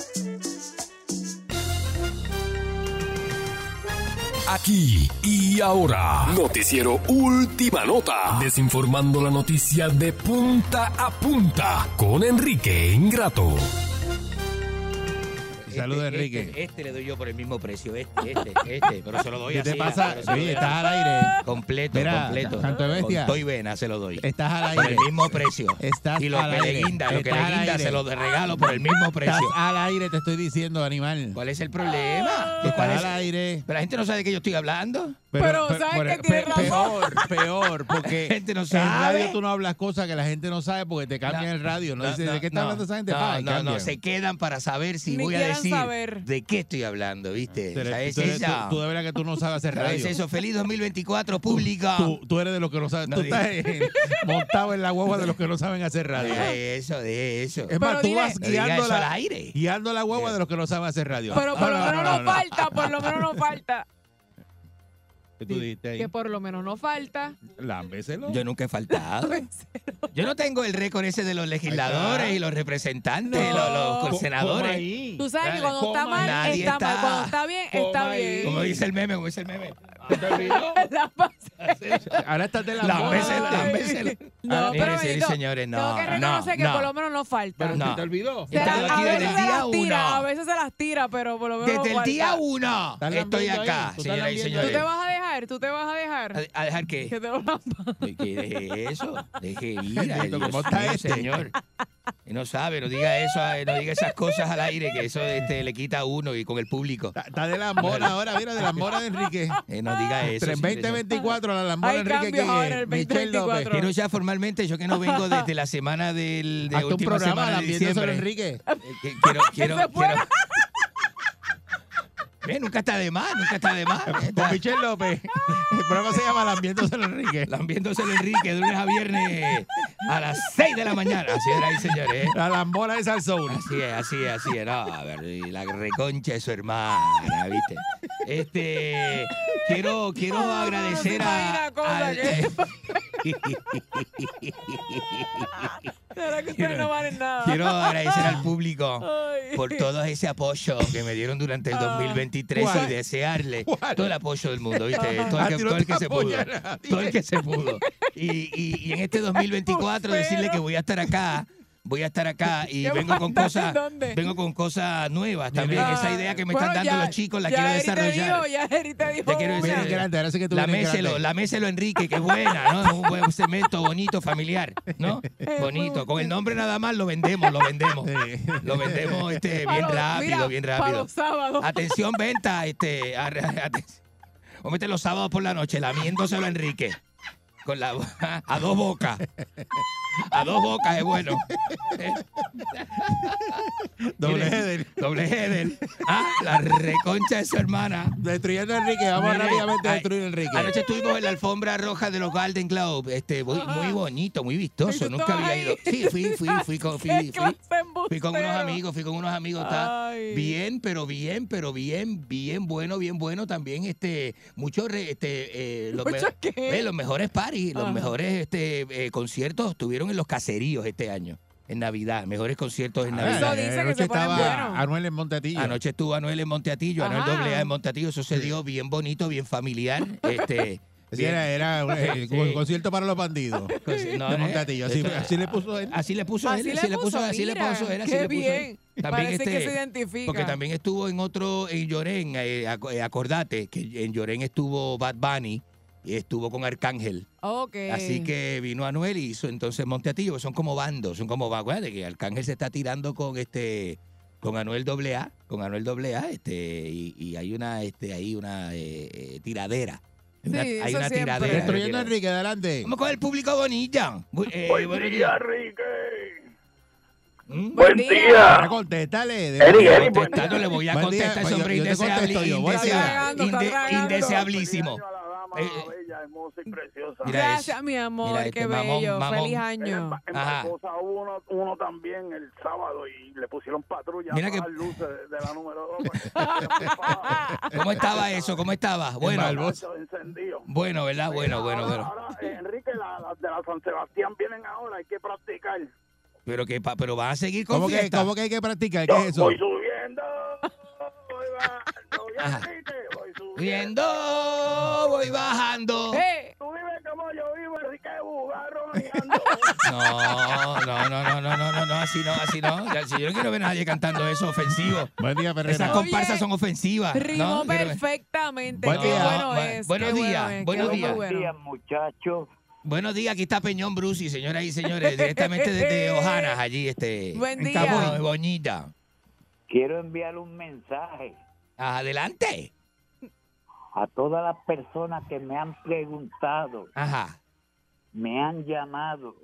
[SPEAKER 9] Aquí y ahora, noticiero Última Nota, desinformando la noticia de punta a punta con Enrique Ingrato.
[SPEAKER 6] Este,
[SPEAKER 4] Saludos,
[SPEAKER 6] este,
[SPEAKER 4] Enrique.
[SPEAKER 6] Este, le doy yo por el mismo precio. Este, este, este. Pero se lo doy
[SPEAKER 4] ¿Qué
[SPEAKER 6] así.
[SPEAKER 4] te pasa?
[SPEAKER 6] pero se lo
[SPEAKER 4] Oye,
[SPEAKER 6] doy
[SPEAKER 4] estás
[SPEAKER 6] así.
[SPEAKER 4] al aire.
[SPEAKER 6] Completo,
[SPEAKER 4] Mira,
[SPEAKER 6] completo.
[SPEAKER 4] Santo
[SPEAKER 6] Con
[SPEAKER 4] Bestia.
[SPEAKER 6] todo y vena se lo doy.
[SPEAKER 4] Estás al
[SPEAKER 6] Por
[SPEAKER 4] aire.
[SPEAKER 6] el mismo precio.
[SPEAKER 4] Estás
[SPEAKER 6] y lo
[SPEAKER 4] al
[SPEAKER 6] que le
[SPEAKER 4] aire.
[SPEAKER 6] guinda, lo que le
[SPEAKER 4] Estás al
[SPEAKER 6] guinda
[SPEAKER 4] aire.
[SPEAKER 6] se lo regalo por el mismo
[SPEAKER 4] Estás
[SPEAKER 6] precio.
[SPEAKER 4] al aire, te estoy diciendo, animal.
[SPEAKER 6] ¿Cuál es el problema? ¿Cuál
[SPEAKER 4] Estás
[SPEAKER 6] es?
[SPEAKER 4] al aire.
[SPEAKER 6] Pero la gente no sabe de qué yo estoy hablando.
[SPEAKER 3] Pero, ¿sabes qué? Tienes razón.
[SPEAKER 4] Peor, peor, porque
[SPEAKER 6] La gente no
[SPEAKER 4] en
[SPEAKER 6] sabe.
[SPEAKER 4] radio tú no hablas cosas que la gente no sabe porque te cambian
[SPEAKER 6] No,
[SPEAKER 4] el radio. No,
[SPEAKER 6] no,
[SPEAKER 4] dices,
[SPEAKER 6] no,
[SPEAKER 4] ¿de qué está
[SPEAKER 6] no,
[SPEAKER 4] hablando esa gente?
[SPEAKER 6] No,
[SPEAKER 4] Pa, y
[SPEAKER 6] no, no,
[SPEAKER 4] cambian.
[SPEAKER 6] se quedan para saber si
[SPEAKER 3] Ni
[SPEAKER 6] voy a
[SPEAKER 3] quieran
[SPEAKER 6] decir
[SPEAKER 3] saber.
[SPEAKER 6] de qué estoy hablando, ¿viste?
[SPEAKER 4] Tú
[SPEAKER 6] O sea,
[SPEAKER 4] eres-
[SPEAKER 6] es
[SPEAKER 4] tú eres-
[SPEAKER 6] esa.
[SPEAKER 4] Tú tú de verdad que tú no sabes hacer
[SPEAKER 6] O sea, es
[SPEAKER 4] radio.
[SPEAKER 6] eso. Feliz 2024, pública.
[SPEAKER 4] Tú, tú eres de los que no saben.
[SPEAKER 6] No
[SPEAKER 4] tú
[SPEAKER 6] digas.
[SPEAKER 4] estás eh, montado en la guagua de los que no saben hacer radio.
[SPEAKER 6] Deja Ah, eso, de eso.
[SPEAKER 4] Es más,
[SPEAKER 3] Pero
[SPEAKER 4] tú
[SPEAKER 3] dile-
[SPEAKER 4] vas
[SPEAKER 6] No digas
[SPEAKER 4] guiando
[SPEAKER 6] eso al
[SPEAKER 4] la,
[SPEAKER 6] aire.
[SPEAKER 4] guiando la guagua de los que no saben hacer radio.
[SPEAKER 3] Pero por lo
[SPEAKER 4] No, no,
[SPEAKER 3] menos
[SPEAKER 4] no,
[SPEAKER 3] no
[SPEAKER 4] no.
[SPEAKER 3] falta, por lo menos no falta.
[SPEAKER 4] ¿Qué tú dijiste ahí?
[SPEAKER 3] Que por lo menos no falta.
[SPEAKER 4] Lámbeselo.
[SPEAKER 6] Yo nunca he faltado. Yo no tengo el récord ese de los legisladores y los representantes,
[SPEAKER 3] No.
[SPEAKER 6] los,
[SPEAKER 4] Co-
[SPEAKER 6] los
[SPEAKER 4] coma
[SPEAKER 6] senadores.
[SPEAKER 4] ahí.
[SPEAKER 3] Tú sabes que
[SPEAKER 4] Dale,
[SPEAKER 3] cuando está
[SPEAKER 4] coma
[SPEAKER 3] mal,
[SPEAKER 6] Nadie
[SPEAKER 3] está mal.
[SPEAKER 6] está-
[SPEAKER 3] Cuando está bien, está
[SPEAKER 4] coma ahí.
[SPEAKER 3] bien.
[SPEAKER 6] Como dice el meme, como dice el meme.
[SPEAKER 3] La pasé.
[SPEAKER 4] Ahora estás de la
[SPEAKER 6] Las veces,
[SPEAKER 3] Ay.
[SPEAKER 6] las veces.
[SPEAKER 3] Ah, No, pero
[SPEAKER 6] Ah, Señores,
[SPEAKER 3] bendito,
[SPEAKER 6] señores, no,
[SPEAKER 3] tengo que reconocer
[SPEAKER 6] no,
[SPEAKER 3] que
[SPEAKER 6] no.
[SPEAKER 3] por lo menos no falta.
[SPEAKER 6] Pero- No.
[SPEAKER 4] ¿Te olvidó?
[SPEAKER 3] O sea,
[SPEAKER 6] Estaba
[SPEAKER 3] a
[SPEAKER 6] aquí desde
[SPEAKER 3] veces
[SPEAKER 6] el
[SPEAKER 3] se
[SPEAKER 6] día
[SPEAKER 3] las tira,
[SPEAKER 6] uno.
[SPEAKER 3] a veces se las tira, pero por lo menos
[SPEAKER 6] Desde
[SPEAKER 3] no
[SPEAKER 6] el día
[SPEAKER 3] falta.
[SPEAKER 6] uno
[SPEAKER 4] Están
[SPEAKER 6] estoy
[SPEAKER 4] lambiendo ahí,
[SPEAKER 6] acá,
[SPEAKER 4] tú estás
[SPEAKER 6] señoras y
[SPEAKER 4] lambiendo ahí.
[SPEAKER 3] Tú te
[SPEAKER 6] señores.
[SPEAKER 3] vas a dejar, tú te vas a dejar.
[SPEAKER 6] ¿A a dejar qué?
[SPEAKER 3] Que te lo lampa.
[SPEAKER 6] Oye, que deje eso, deje ir a
[SPEAKER 4] Bendito,
[SPEAKER 6] Dios
[SPEAKER 4] ¿cómo está
[SPEAKER 6] mío,
[SPEAKER 4] este?
[SPEAKER 6] señor. Y No sabe, no diga eso, eh, no diga esas cosas al aire, que eso este, le quita a uno y con el público.
[SPEAKER 4] Está- Está de lambona ahora, mira, de lambona de Enrique.
[SPEAKER 6] Eh, no diga eso.
[SPEAKER 4] Ah, Tres-
[SPEAKER 6] señores.
[SPEAKER 4] 2024, la lambona
[SPEAKER 3] Hay
[SPEAKER 4] de Enrique
[SPEAKER 3] cambios
[SPEAKER 4] que
[SPEAKER 3] ahora, el
[SPEAKER 4] Michelle López.
[SPEAKER 3] 2024.
[SPEAKER 6] Quiero ya formalmente, yo que no vengo desde la semana del de
[SPEAKER 4] Hazte un
[SPEAKER 6] última
[SPEAKER 4] programa
[SPEAKER 6] semana de Eh,
[SPEAKER 4] lambiendo sobre
[SPEAKER 6] diciembre.
[SPEAKER 4] Enrique.
[SPEAKER 6] Eh, que- Quiero, quiero,
[SPEAKER 3] se
[SPEAKER 6] quiero,
[SPEAKER 3] fuera.
[SPEAKER 6] Eh, nunca está de más, nunca está de más.
[SPEAKER 4] Con Michelle López. El programa se llama Lambiéndoselo Enrique.
[SPEAKER 6] Lambiéndoselo Enrique, de lunes a viernes a las 6 de la mañana. Así era ahí, señores.
[SPEAKER 4] La lambola de Salsoul.
[SPEAKER 6] Así es, así es, así es. No, a ver, y la reconcha de su hermana, ¿viste? Este, quiero, quiero agradecer a... al-
[SPEAKER 3] La verdad que ustedes no valen nada.
[SPEAKER 6] Quiero agradecer al público
[SPEAKER 3] Ah. Ay.
[SPEAKER 6] por todo ese apoyo que me dieron durante el 2023
[SPEAKER 4] Ah. ¿Cuál?
[SPEAKER 6] y desearle
[SPEAKER 4] ¿Cuál?
[SPEAKER 6] todo el apoyo del mundo, ¿viste?
[SPEAKER 4] Ajá.
[SPEAKER 6] Todo
[SPEAKER 4] A
[SPEAKER 6] el que,
[SPEAKER 4] ti no
[SPEAKER 6] todo el
[SPEAKER 4] te
[SPEAKER 6] que se pudo.
[SPEAKER 4] apoya nadie.
[SPEAKER 6] Todo el que se pudo. Y, y- y en este 2024 decirle que voy a estar acá. Voy a estar acá y
[SPEAKER 3] ¿Qué
[SPEAKER 6] vengo con
[SPEAKER 3] mandaste?
[SPEAKER 6] cosas,
[SPEAKER 3] ¿Dónde?
[SPEAKER 6] vengo con cosas nuevas también.
[SPEAKER 3] Ah,
[SPEAKER 6] Esa idea que me
[SPEAKER 3] bueno,
[SPEAKER 6] están dando
[SPEAKER 3] ya-
[SPEAKER 6] los chicos la
[SPEAKER 3] ya
[SPEAKER 6] quiero
[SPEAKER 3] Eri te
[SPEAKER 6] desarrollar.
[SPEAKER 3] dijo, ya Eri te dijo
[SPEAKER 6] Te quiero
[SPEAKER 3] una.
[SPEAKER 6] decir,
[SPEAKER 4] grande, ahora sé que tú vienes
[SPEAKER 6] laméselo,
[SPEAKER 4] grande.
[SPEAKER 6] laméselo, Enrique, que buena, ¿no? Es un buen cemento bonito, familiar, ¿no?
[SPEAKER 3] muy
[SPEAKER 6] Bonito. Con el nombre nada más lo vendemos, lo vendemos. Lo vendemos este,
[SPEAKER 3] Para
[SPEAKER 6] bien
[SPEAKER 3] los- mira,
[SPEAKER 6] rápido, bien
[SPEAKER 3] Para
[SPEAKER 6] rápido. Ah,
[SPEAKER 3] los sábados.
[SPEAKER 6] Atención, venta, este, ar- atención. Cómete los sábados por la noche, lamiéndoselo a Enrique. Con la bo- a dos bocas. A dos bocas es bueno.
[SPEAKER 4] Doble
[SPEAKER 6] Mire,
[SPEAKER 4] header.
[SPEAKER 6] Doble header. Ah, la reconcha de su hermana.
[SPEAKER 4] Destruyendo a Enrique. Vamos
[SPEAKER 6] Mire,
[SPEAKER 4] rápidamente a
[SPEAKER 6] ay,
[SPEAKER 4] destruir a Enrique.
[SPEAKER 6] Anoche estuvimos en la alfombra roja de los Golden Globe. Este, muy, muy bonito, muy vistoso.
[SPEAKER 3] ¿Y tú
[SPEAKER 6] Nunca
[SPEAKER 3] estabas
[SPEAKER 6] había
[SPEAKER 3] ahí?
[SPEAKER 6] ido. Sí, fui, fui, fui con, fui,
[SPEAKER 3] Qué
[SPEAKER 6] fui,
[SPEAKER 3] clase de
[SPEAKER 6] fui con unos
[SPEAKER 3] embustero.
[SPEAKER 6] amigos, fui con unos amigos. Está
[SPEAKER 3] Ay.
[SPEAKER 6] bien, pero bien, pero bien, bien bueno, bien bueno también. Este, muchos, re- este, eh, los,
[SPEAKER 3] ¿Mucho
[SPEAKER 6] me-
[SPEAKER 3] qué?
[SPEAKER 6] eh, los mejores paris, los
[SPEAKER 3] Ajá.
[SPEAKER 6] mejores este, eh, conciertos estuvieron en los caseríos este año. En Navidad, mejores conciertos en
[SPEAKER 4] Ah,
[SPEAKER 6] Navidad.
[SPEAKER 3] Eso dice que
[SPEAKER 4] anoche
[SPEAKER 3] se ponen
[SPEAKER 4] estaba
[SPEAKER 3] buenos.
[SPEAKER 4] Anuel en Montetillo.
[SPEAKER 6] Anoche estuvo Anuel en Monteatillo, Anuel
[SPEAKER 3] Ajá.
[SPEAKER 6] doble A en Monteatillo, eso se dio bien bonito, bien familiar. Este,
[SPEAKER 4] Ese
[SPEAKER 6] bien-
[SPEAKER 4] Era, era un, el
[SPEAKER 6] Sí.
[SPEAKER 4] concierto para los bandidos.
[SPEAKER 6] Pues, no,
[SPEAKER 4] de
[SPEAKER 6] eh,
[SPEAKER 4] Montetillo. Así,
[SPEAKER 6] esto-
[SPEAKER 4] así le puso él.
[SPEAKER 6] Así le puso
[SPEAKER 3] Así
[SPEAKER 6] él,
[SPEAKER 3] le
[SPEAKER 6] así le puso,
[SPEAKER 3] puso,
[SPEAKER 6] así le
[SPEAKER 3] mira,
[SPEAKER 6] puso él, así
[SPEAKER 3] qué
[SPEAKER 6] le puso él. este,
[SPEAKER 3] bien. Parece que se identifica.
[SPEAKER 6] Porque también estuvo en otro, en Llorén, eh, ac- eh, acordate, que en Llorén estuvo Bad Bunny, y estuvo con Arcángel.
[SPEAKER 3] Ok.
[SPEAKER 6] Así que vino Anuel y hizo entonces Monteatillo, son como bandos, son como bandos. Acuérdate que Arcángel se está tirando con este con Anuel AA, con Anuel AA, este, y, y hay una, este, hay una eh, eh, tiradera. Hay una,
[SPEAKER 3] Sí,
[SPEAKER 6] hay
[SPEAKER 3] eso
[SPEAKER 6] una
[SPEAKER 3] siempre.
[SPEAKER 6] tiradera. hay una
[SPEAKER 4] Destruyendo a
[SPEAKER 6] tiradera.
[SPEAKER 4] Enrique, adelante.
[SPEAKER 6] Vamos con el público bonilla. Bu- eh,
[SPEAKER 8] Buen
[SPEAKER 6] buenos
[SPEAKER 8] día,
[SPEAKER 6] días.
[SPEAKER 8] Enrique.
[SPEAKER 6] Mm.
[SPEAKER 8] Buen
[SPEAKER 4] Ahora
[SPEAKER 8] día.
[SPEAKER 4] contéstale. de-
[SPEAKER 8] Eri, Eri, buen día.
[SPEAKER 6] Contestando, le voy a
[SPEAKER 4] Buen día,
[SPEAKER 6] contestar ese
[SPEAKER 4] pues,
[SPEAKER 6] hombre
[SPEAKER 4] yo- yo te
[SPEAKER 6] indeseable,
[SPEAKER 4] contesto yo, buen
[SPEAKER 6] indesea-
[SPEAKER 3] día. Está tragando, está
[SPEAKER 6] inde-
[SPEAKER 3] tragando.
[SPEAKER 6] indeseablísimo.
[SPEAKER 8] Feliz año a la dama
[SPEAKER 6] Eh,
[SPEAKER 8] bella, hermosa y preciosa.
[SPEAKER 6] mira
[SPEAKER 3] Gracias,
[SPEAKER 6] eso.
[SPEAKER 3] mi amor.
[SPEAKER 6] Mira
[SPEAKER 3] qué
[SPEAKER 6] este mamón,
[SPEAKER 3] bello.
[SPEAKER 6] mamón.
[SPEAKER 3] Feliz
[SPEAKER 8] Ella
[SPEAKER 3] año.
[SPEAKER 8] emba-
[SPEAKER 6] Ajá.
[SPEAKER 8] embarazó a uno, uno también el sábado y le pusieron patrulla
[SPEAKER 6] Mira
[SPEAKER 8] a
[SPEAKER 6] que-
[SPEAKER 8] las luces de, de la número dos. pues, porque-
[SPEAKER 6] ¿Cómo estaba eso? ¿Cómo estaba? Bueno,
[SPEAKER 8] Muchacho, encendido.
[SPEAKER 6] bueno, ¿verdad? Bueno, bueno,
[SPEAKER 8] Ahora-
[SPEAKER 6] bueno.
[SPEAKER 8] ahora, eh, Enrique, las la, de la San Sebastián vienen ahora, hay que practicar.
[SPEAKER 6] Pero que pa- pero van a seguir con
[SPEAKER 4] ¿Cómo que,
[SPEAKER 6] fiesta.
[SPEAKER 4] ¿Cómo que hay que practicar?
[SPEAKER 8] Yo
[SPEAKER 4] ¿Qué es eso?
[SPEAKER 8] Voy subiendo. Voy bajando, ya,
[SPEAKER 6] Ajá.
[SPEAKER 8] Enrique, voy subiendo.
[SPEAKER 6] Viendo, voy bajando.
[SPEAKER 3] Eh,
[SPEAKER 8] Tú vives como yo vivo, Enrique Bugarroneando.
[SPEAKER 6] No, no, no, no, no, no, no, no, así no, así no. Ya, si yo no quiero ver a nadie cantando eso ofensivo.
[SPEAKER 4] Buen día, Ferreira.
[SPEAKER 6] Esas
[SPEAKER 3] Oye,
[SPEAKER 6] comparsas son ofensivas.
[SPEAKER 3] rimó
[SPEAKER 6] Ah, ¿no? Pero-
[SPEAKER 3] perfectamente.
[SPEAKER 4] Buen
[SPEAKER 3] qué
[SPEAKER 4] día.
[SPEAKER 3] bueno
[SPEAKER 6] Bu-
[SPEAKER 3] es.
[SPEAKER 6] buenos
[SPEAKER 3] qué bueno
[SPEAKER 6] días,
[SPEAKER 3] es, qué
[SPEAKER 6] buenos
[SPEAKER 3] bueno,
[SPEAKER 6] días.
[SPEAKER 3] bueno.
[SPEAKER 7] muchachos.
[SPEAKER 6] Buenos días, aquí está Peñón Bruce y señoras y señores, directamente desde Ojanas, allí este.
[SPEAKER 3] Buen
[SPEAKER 6] en
[SPEAKER 3] día.
[SPEAKER 6] Camuy, Boñita.
[SPEAKER 7] Quiero enviar un mensaje
[SPEAKER 6] Adelante.
[SPEAKER 7] a todas las personas que me han preguntado,
[SPEAKER 6] Ajá.
[SPEAKER 7] me han llamado,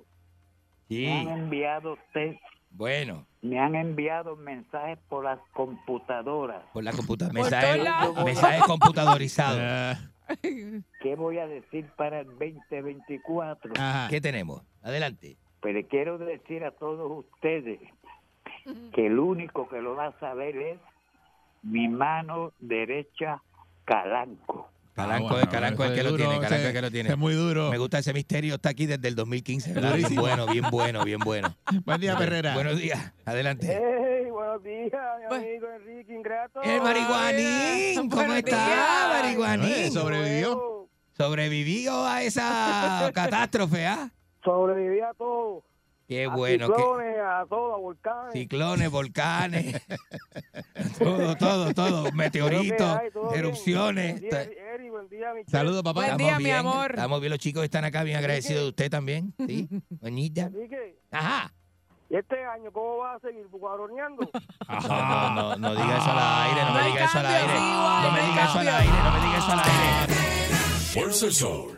[SPEAKER 6] Sí.
[SPEAKER 7] me han enviado textos,
[SPEAKER 6] Bueno,
[SPEAKER 7] me han enviado mensajes por las computadoras.
[SPEAKER 6] por la computadora.
[SPEAKER 3] Por
[SPEAKER 6] Mensaje,
[SPEAKER 3] todos lados.
[SPEAKER 6] mensaje computadorizado.
[SPEAKER 4] Ah,
[SPEAKER 7] ¿Qué voy a decir para el 2024?
[SPEAKER 4] ajá.
[SPEAKER 6] ¿Qué tenemos? Adelante.
[SPEAKER 7] Pero quiero decir a todos ustedes que el único que lo va a saber es mi mano derecha calanco.
[SPEAKER 6] Calanco,
[SPEAKER 4] Ah, bueno,
[SPEAKER 6] Calanco, el
[SPEAKER 4] ese
[SPEAKER 6] que lo
[SPEAKER 4] duro,
[SPEAKER 6] tiene, Calanco,
[SPEAKER 4] ese-
[SPEAKER 6] el que lo
[SPEAKER 4] ese
[SPEAKER 6] tiene.
[SPEAKER 4] Es muy duro.
[SPEAKER 6] Me gusta ese misterio, está aquí desde el 2015, ¿verdad? Bien
[SPEAKER 4] Durísimo.
[SPEAKER 6] bueno, bien bueno, bien bueno.
[SPEAKER 4] Buen día, Ferreira.
[SPEAKER 6] Buenos días, adelante.
[SPEAKER 8] Hey, buenos días, mi
[SPEAKER 3] Buen-
[SPEAKER 8] amigo Enrique Ingrato.
[SPEAKER 6] El marihuanín, ¿cómo
[SPEAKER 3] Buenos
[SPEAKER 6] está,
[SPEAKER 3] días.
[SPEAKER 6] marihuanín?
[SPEAKER 4] Eso. sobrevivió.
[SPEAKER 6] Sobrevivió a esa catástrofe, ¿ah?
[SPEAKER 8] Sobreviví a todo.
[SPEAKER 6] Qué
[SPEAKER 8] a
[SPEAKER 6] bueno, qué,
[SPEAKER 8] ciclones, a todo, a volcanes.
[SPEAKER 6] Ciclones, volcanes, todo, todo, todo, meteoritos, erupciones. Ta-
[SPEAKER 4] Saludos, papá.
[SPEAKER 3] Buen
[SPEAKER 6] estamos
[SPEAKER 3] día, mi
[SPEAKER 6] bien,
[SPEAKER 3] amor.
[SPEAKER 6] Estamos bien, los chicos están acá bien agradecidos de usted también, ¿sí? Doñita. Ajá.
[SPEAKER 8] ¿Y este año cómo vas a seguir bugaroneando?
[SPEAKER 6] No, no, no, no diga eso al aire, no
[SPEAKER 3] Ah. No
[SPEAKER 6] me
[SPEAKER 3] hay
[SPEAKER 6] diga eso al
[SPEAKER 3] cambio, sí, igual, no hay
[SPEAKER 6] aire. No me diga eso al
[SPEAKER 3] cambio.
[SPEAKER 6] aire, no me diga eso al aire.
[SPEAKER 9] Fuerza el sol.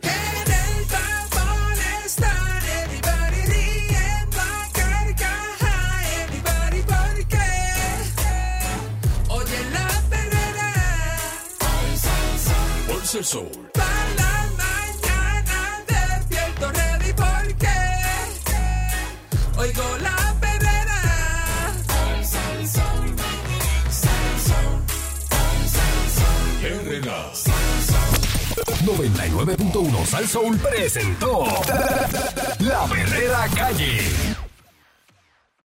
[SPEAKER 1] Oye la perrera
[SPEAKER 9] es el sol.
[SPEAKER 1] la mañana despierto ready porque oigo la perrera. Sal, sol, sal, sol, sal, sol.
[SPEAKER 9] RNA. 99.1 Sal Soul presentó La Verdadera Calle.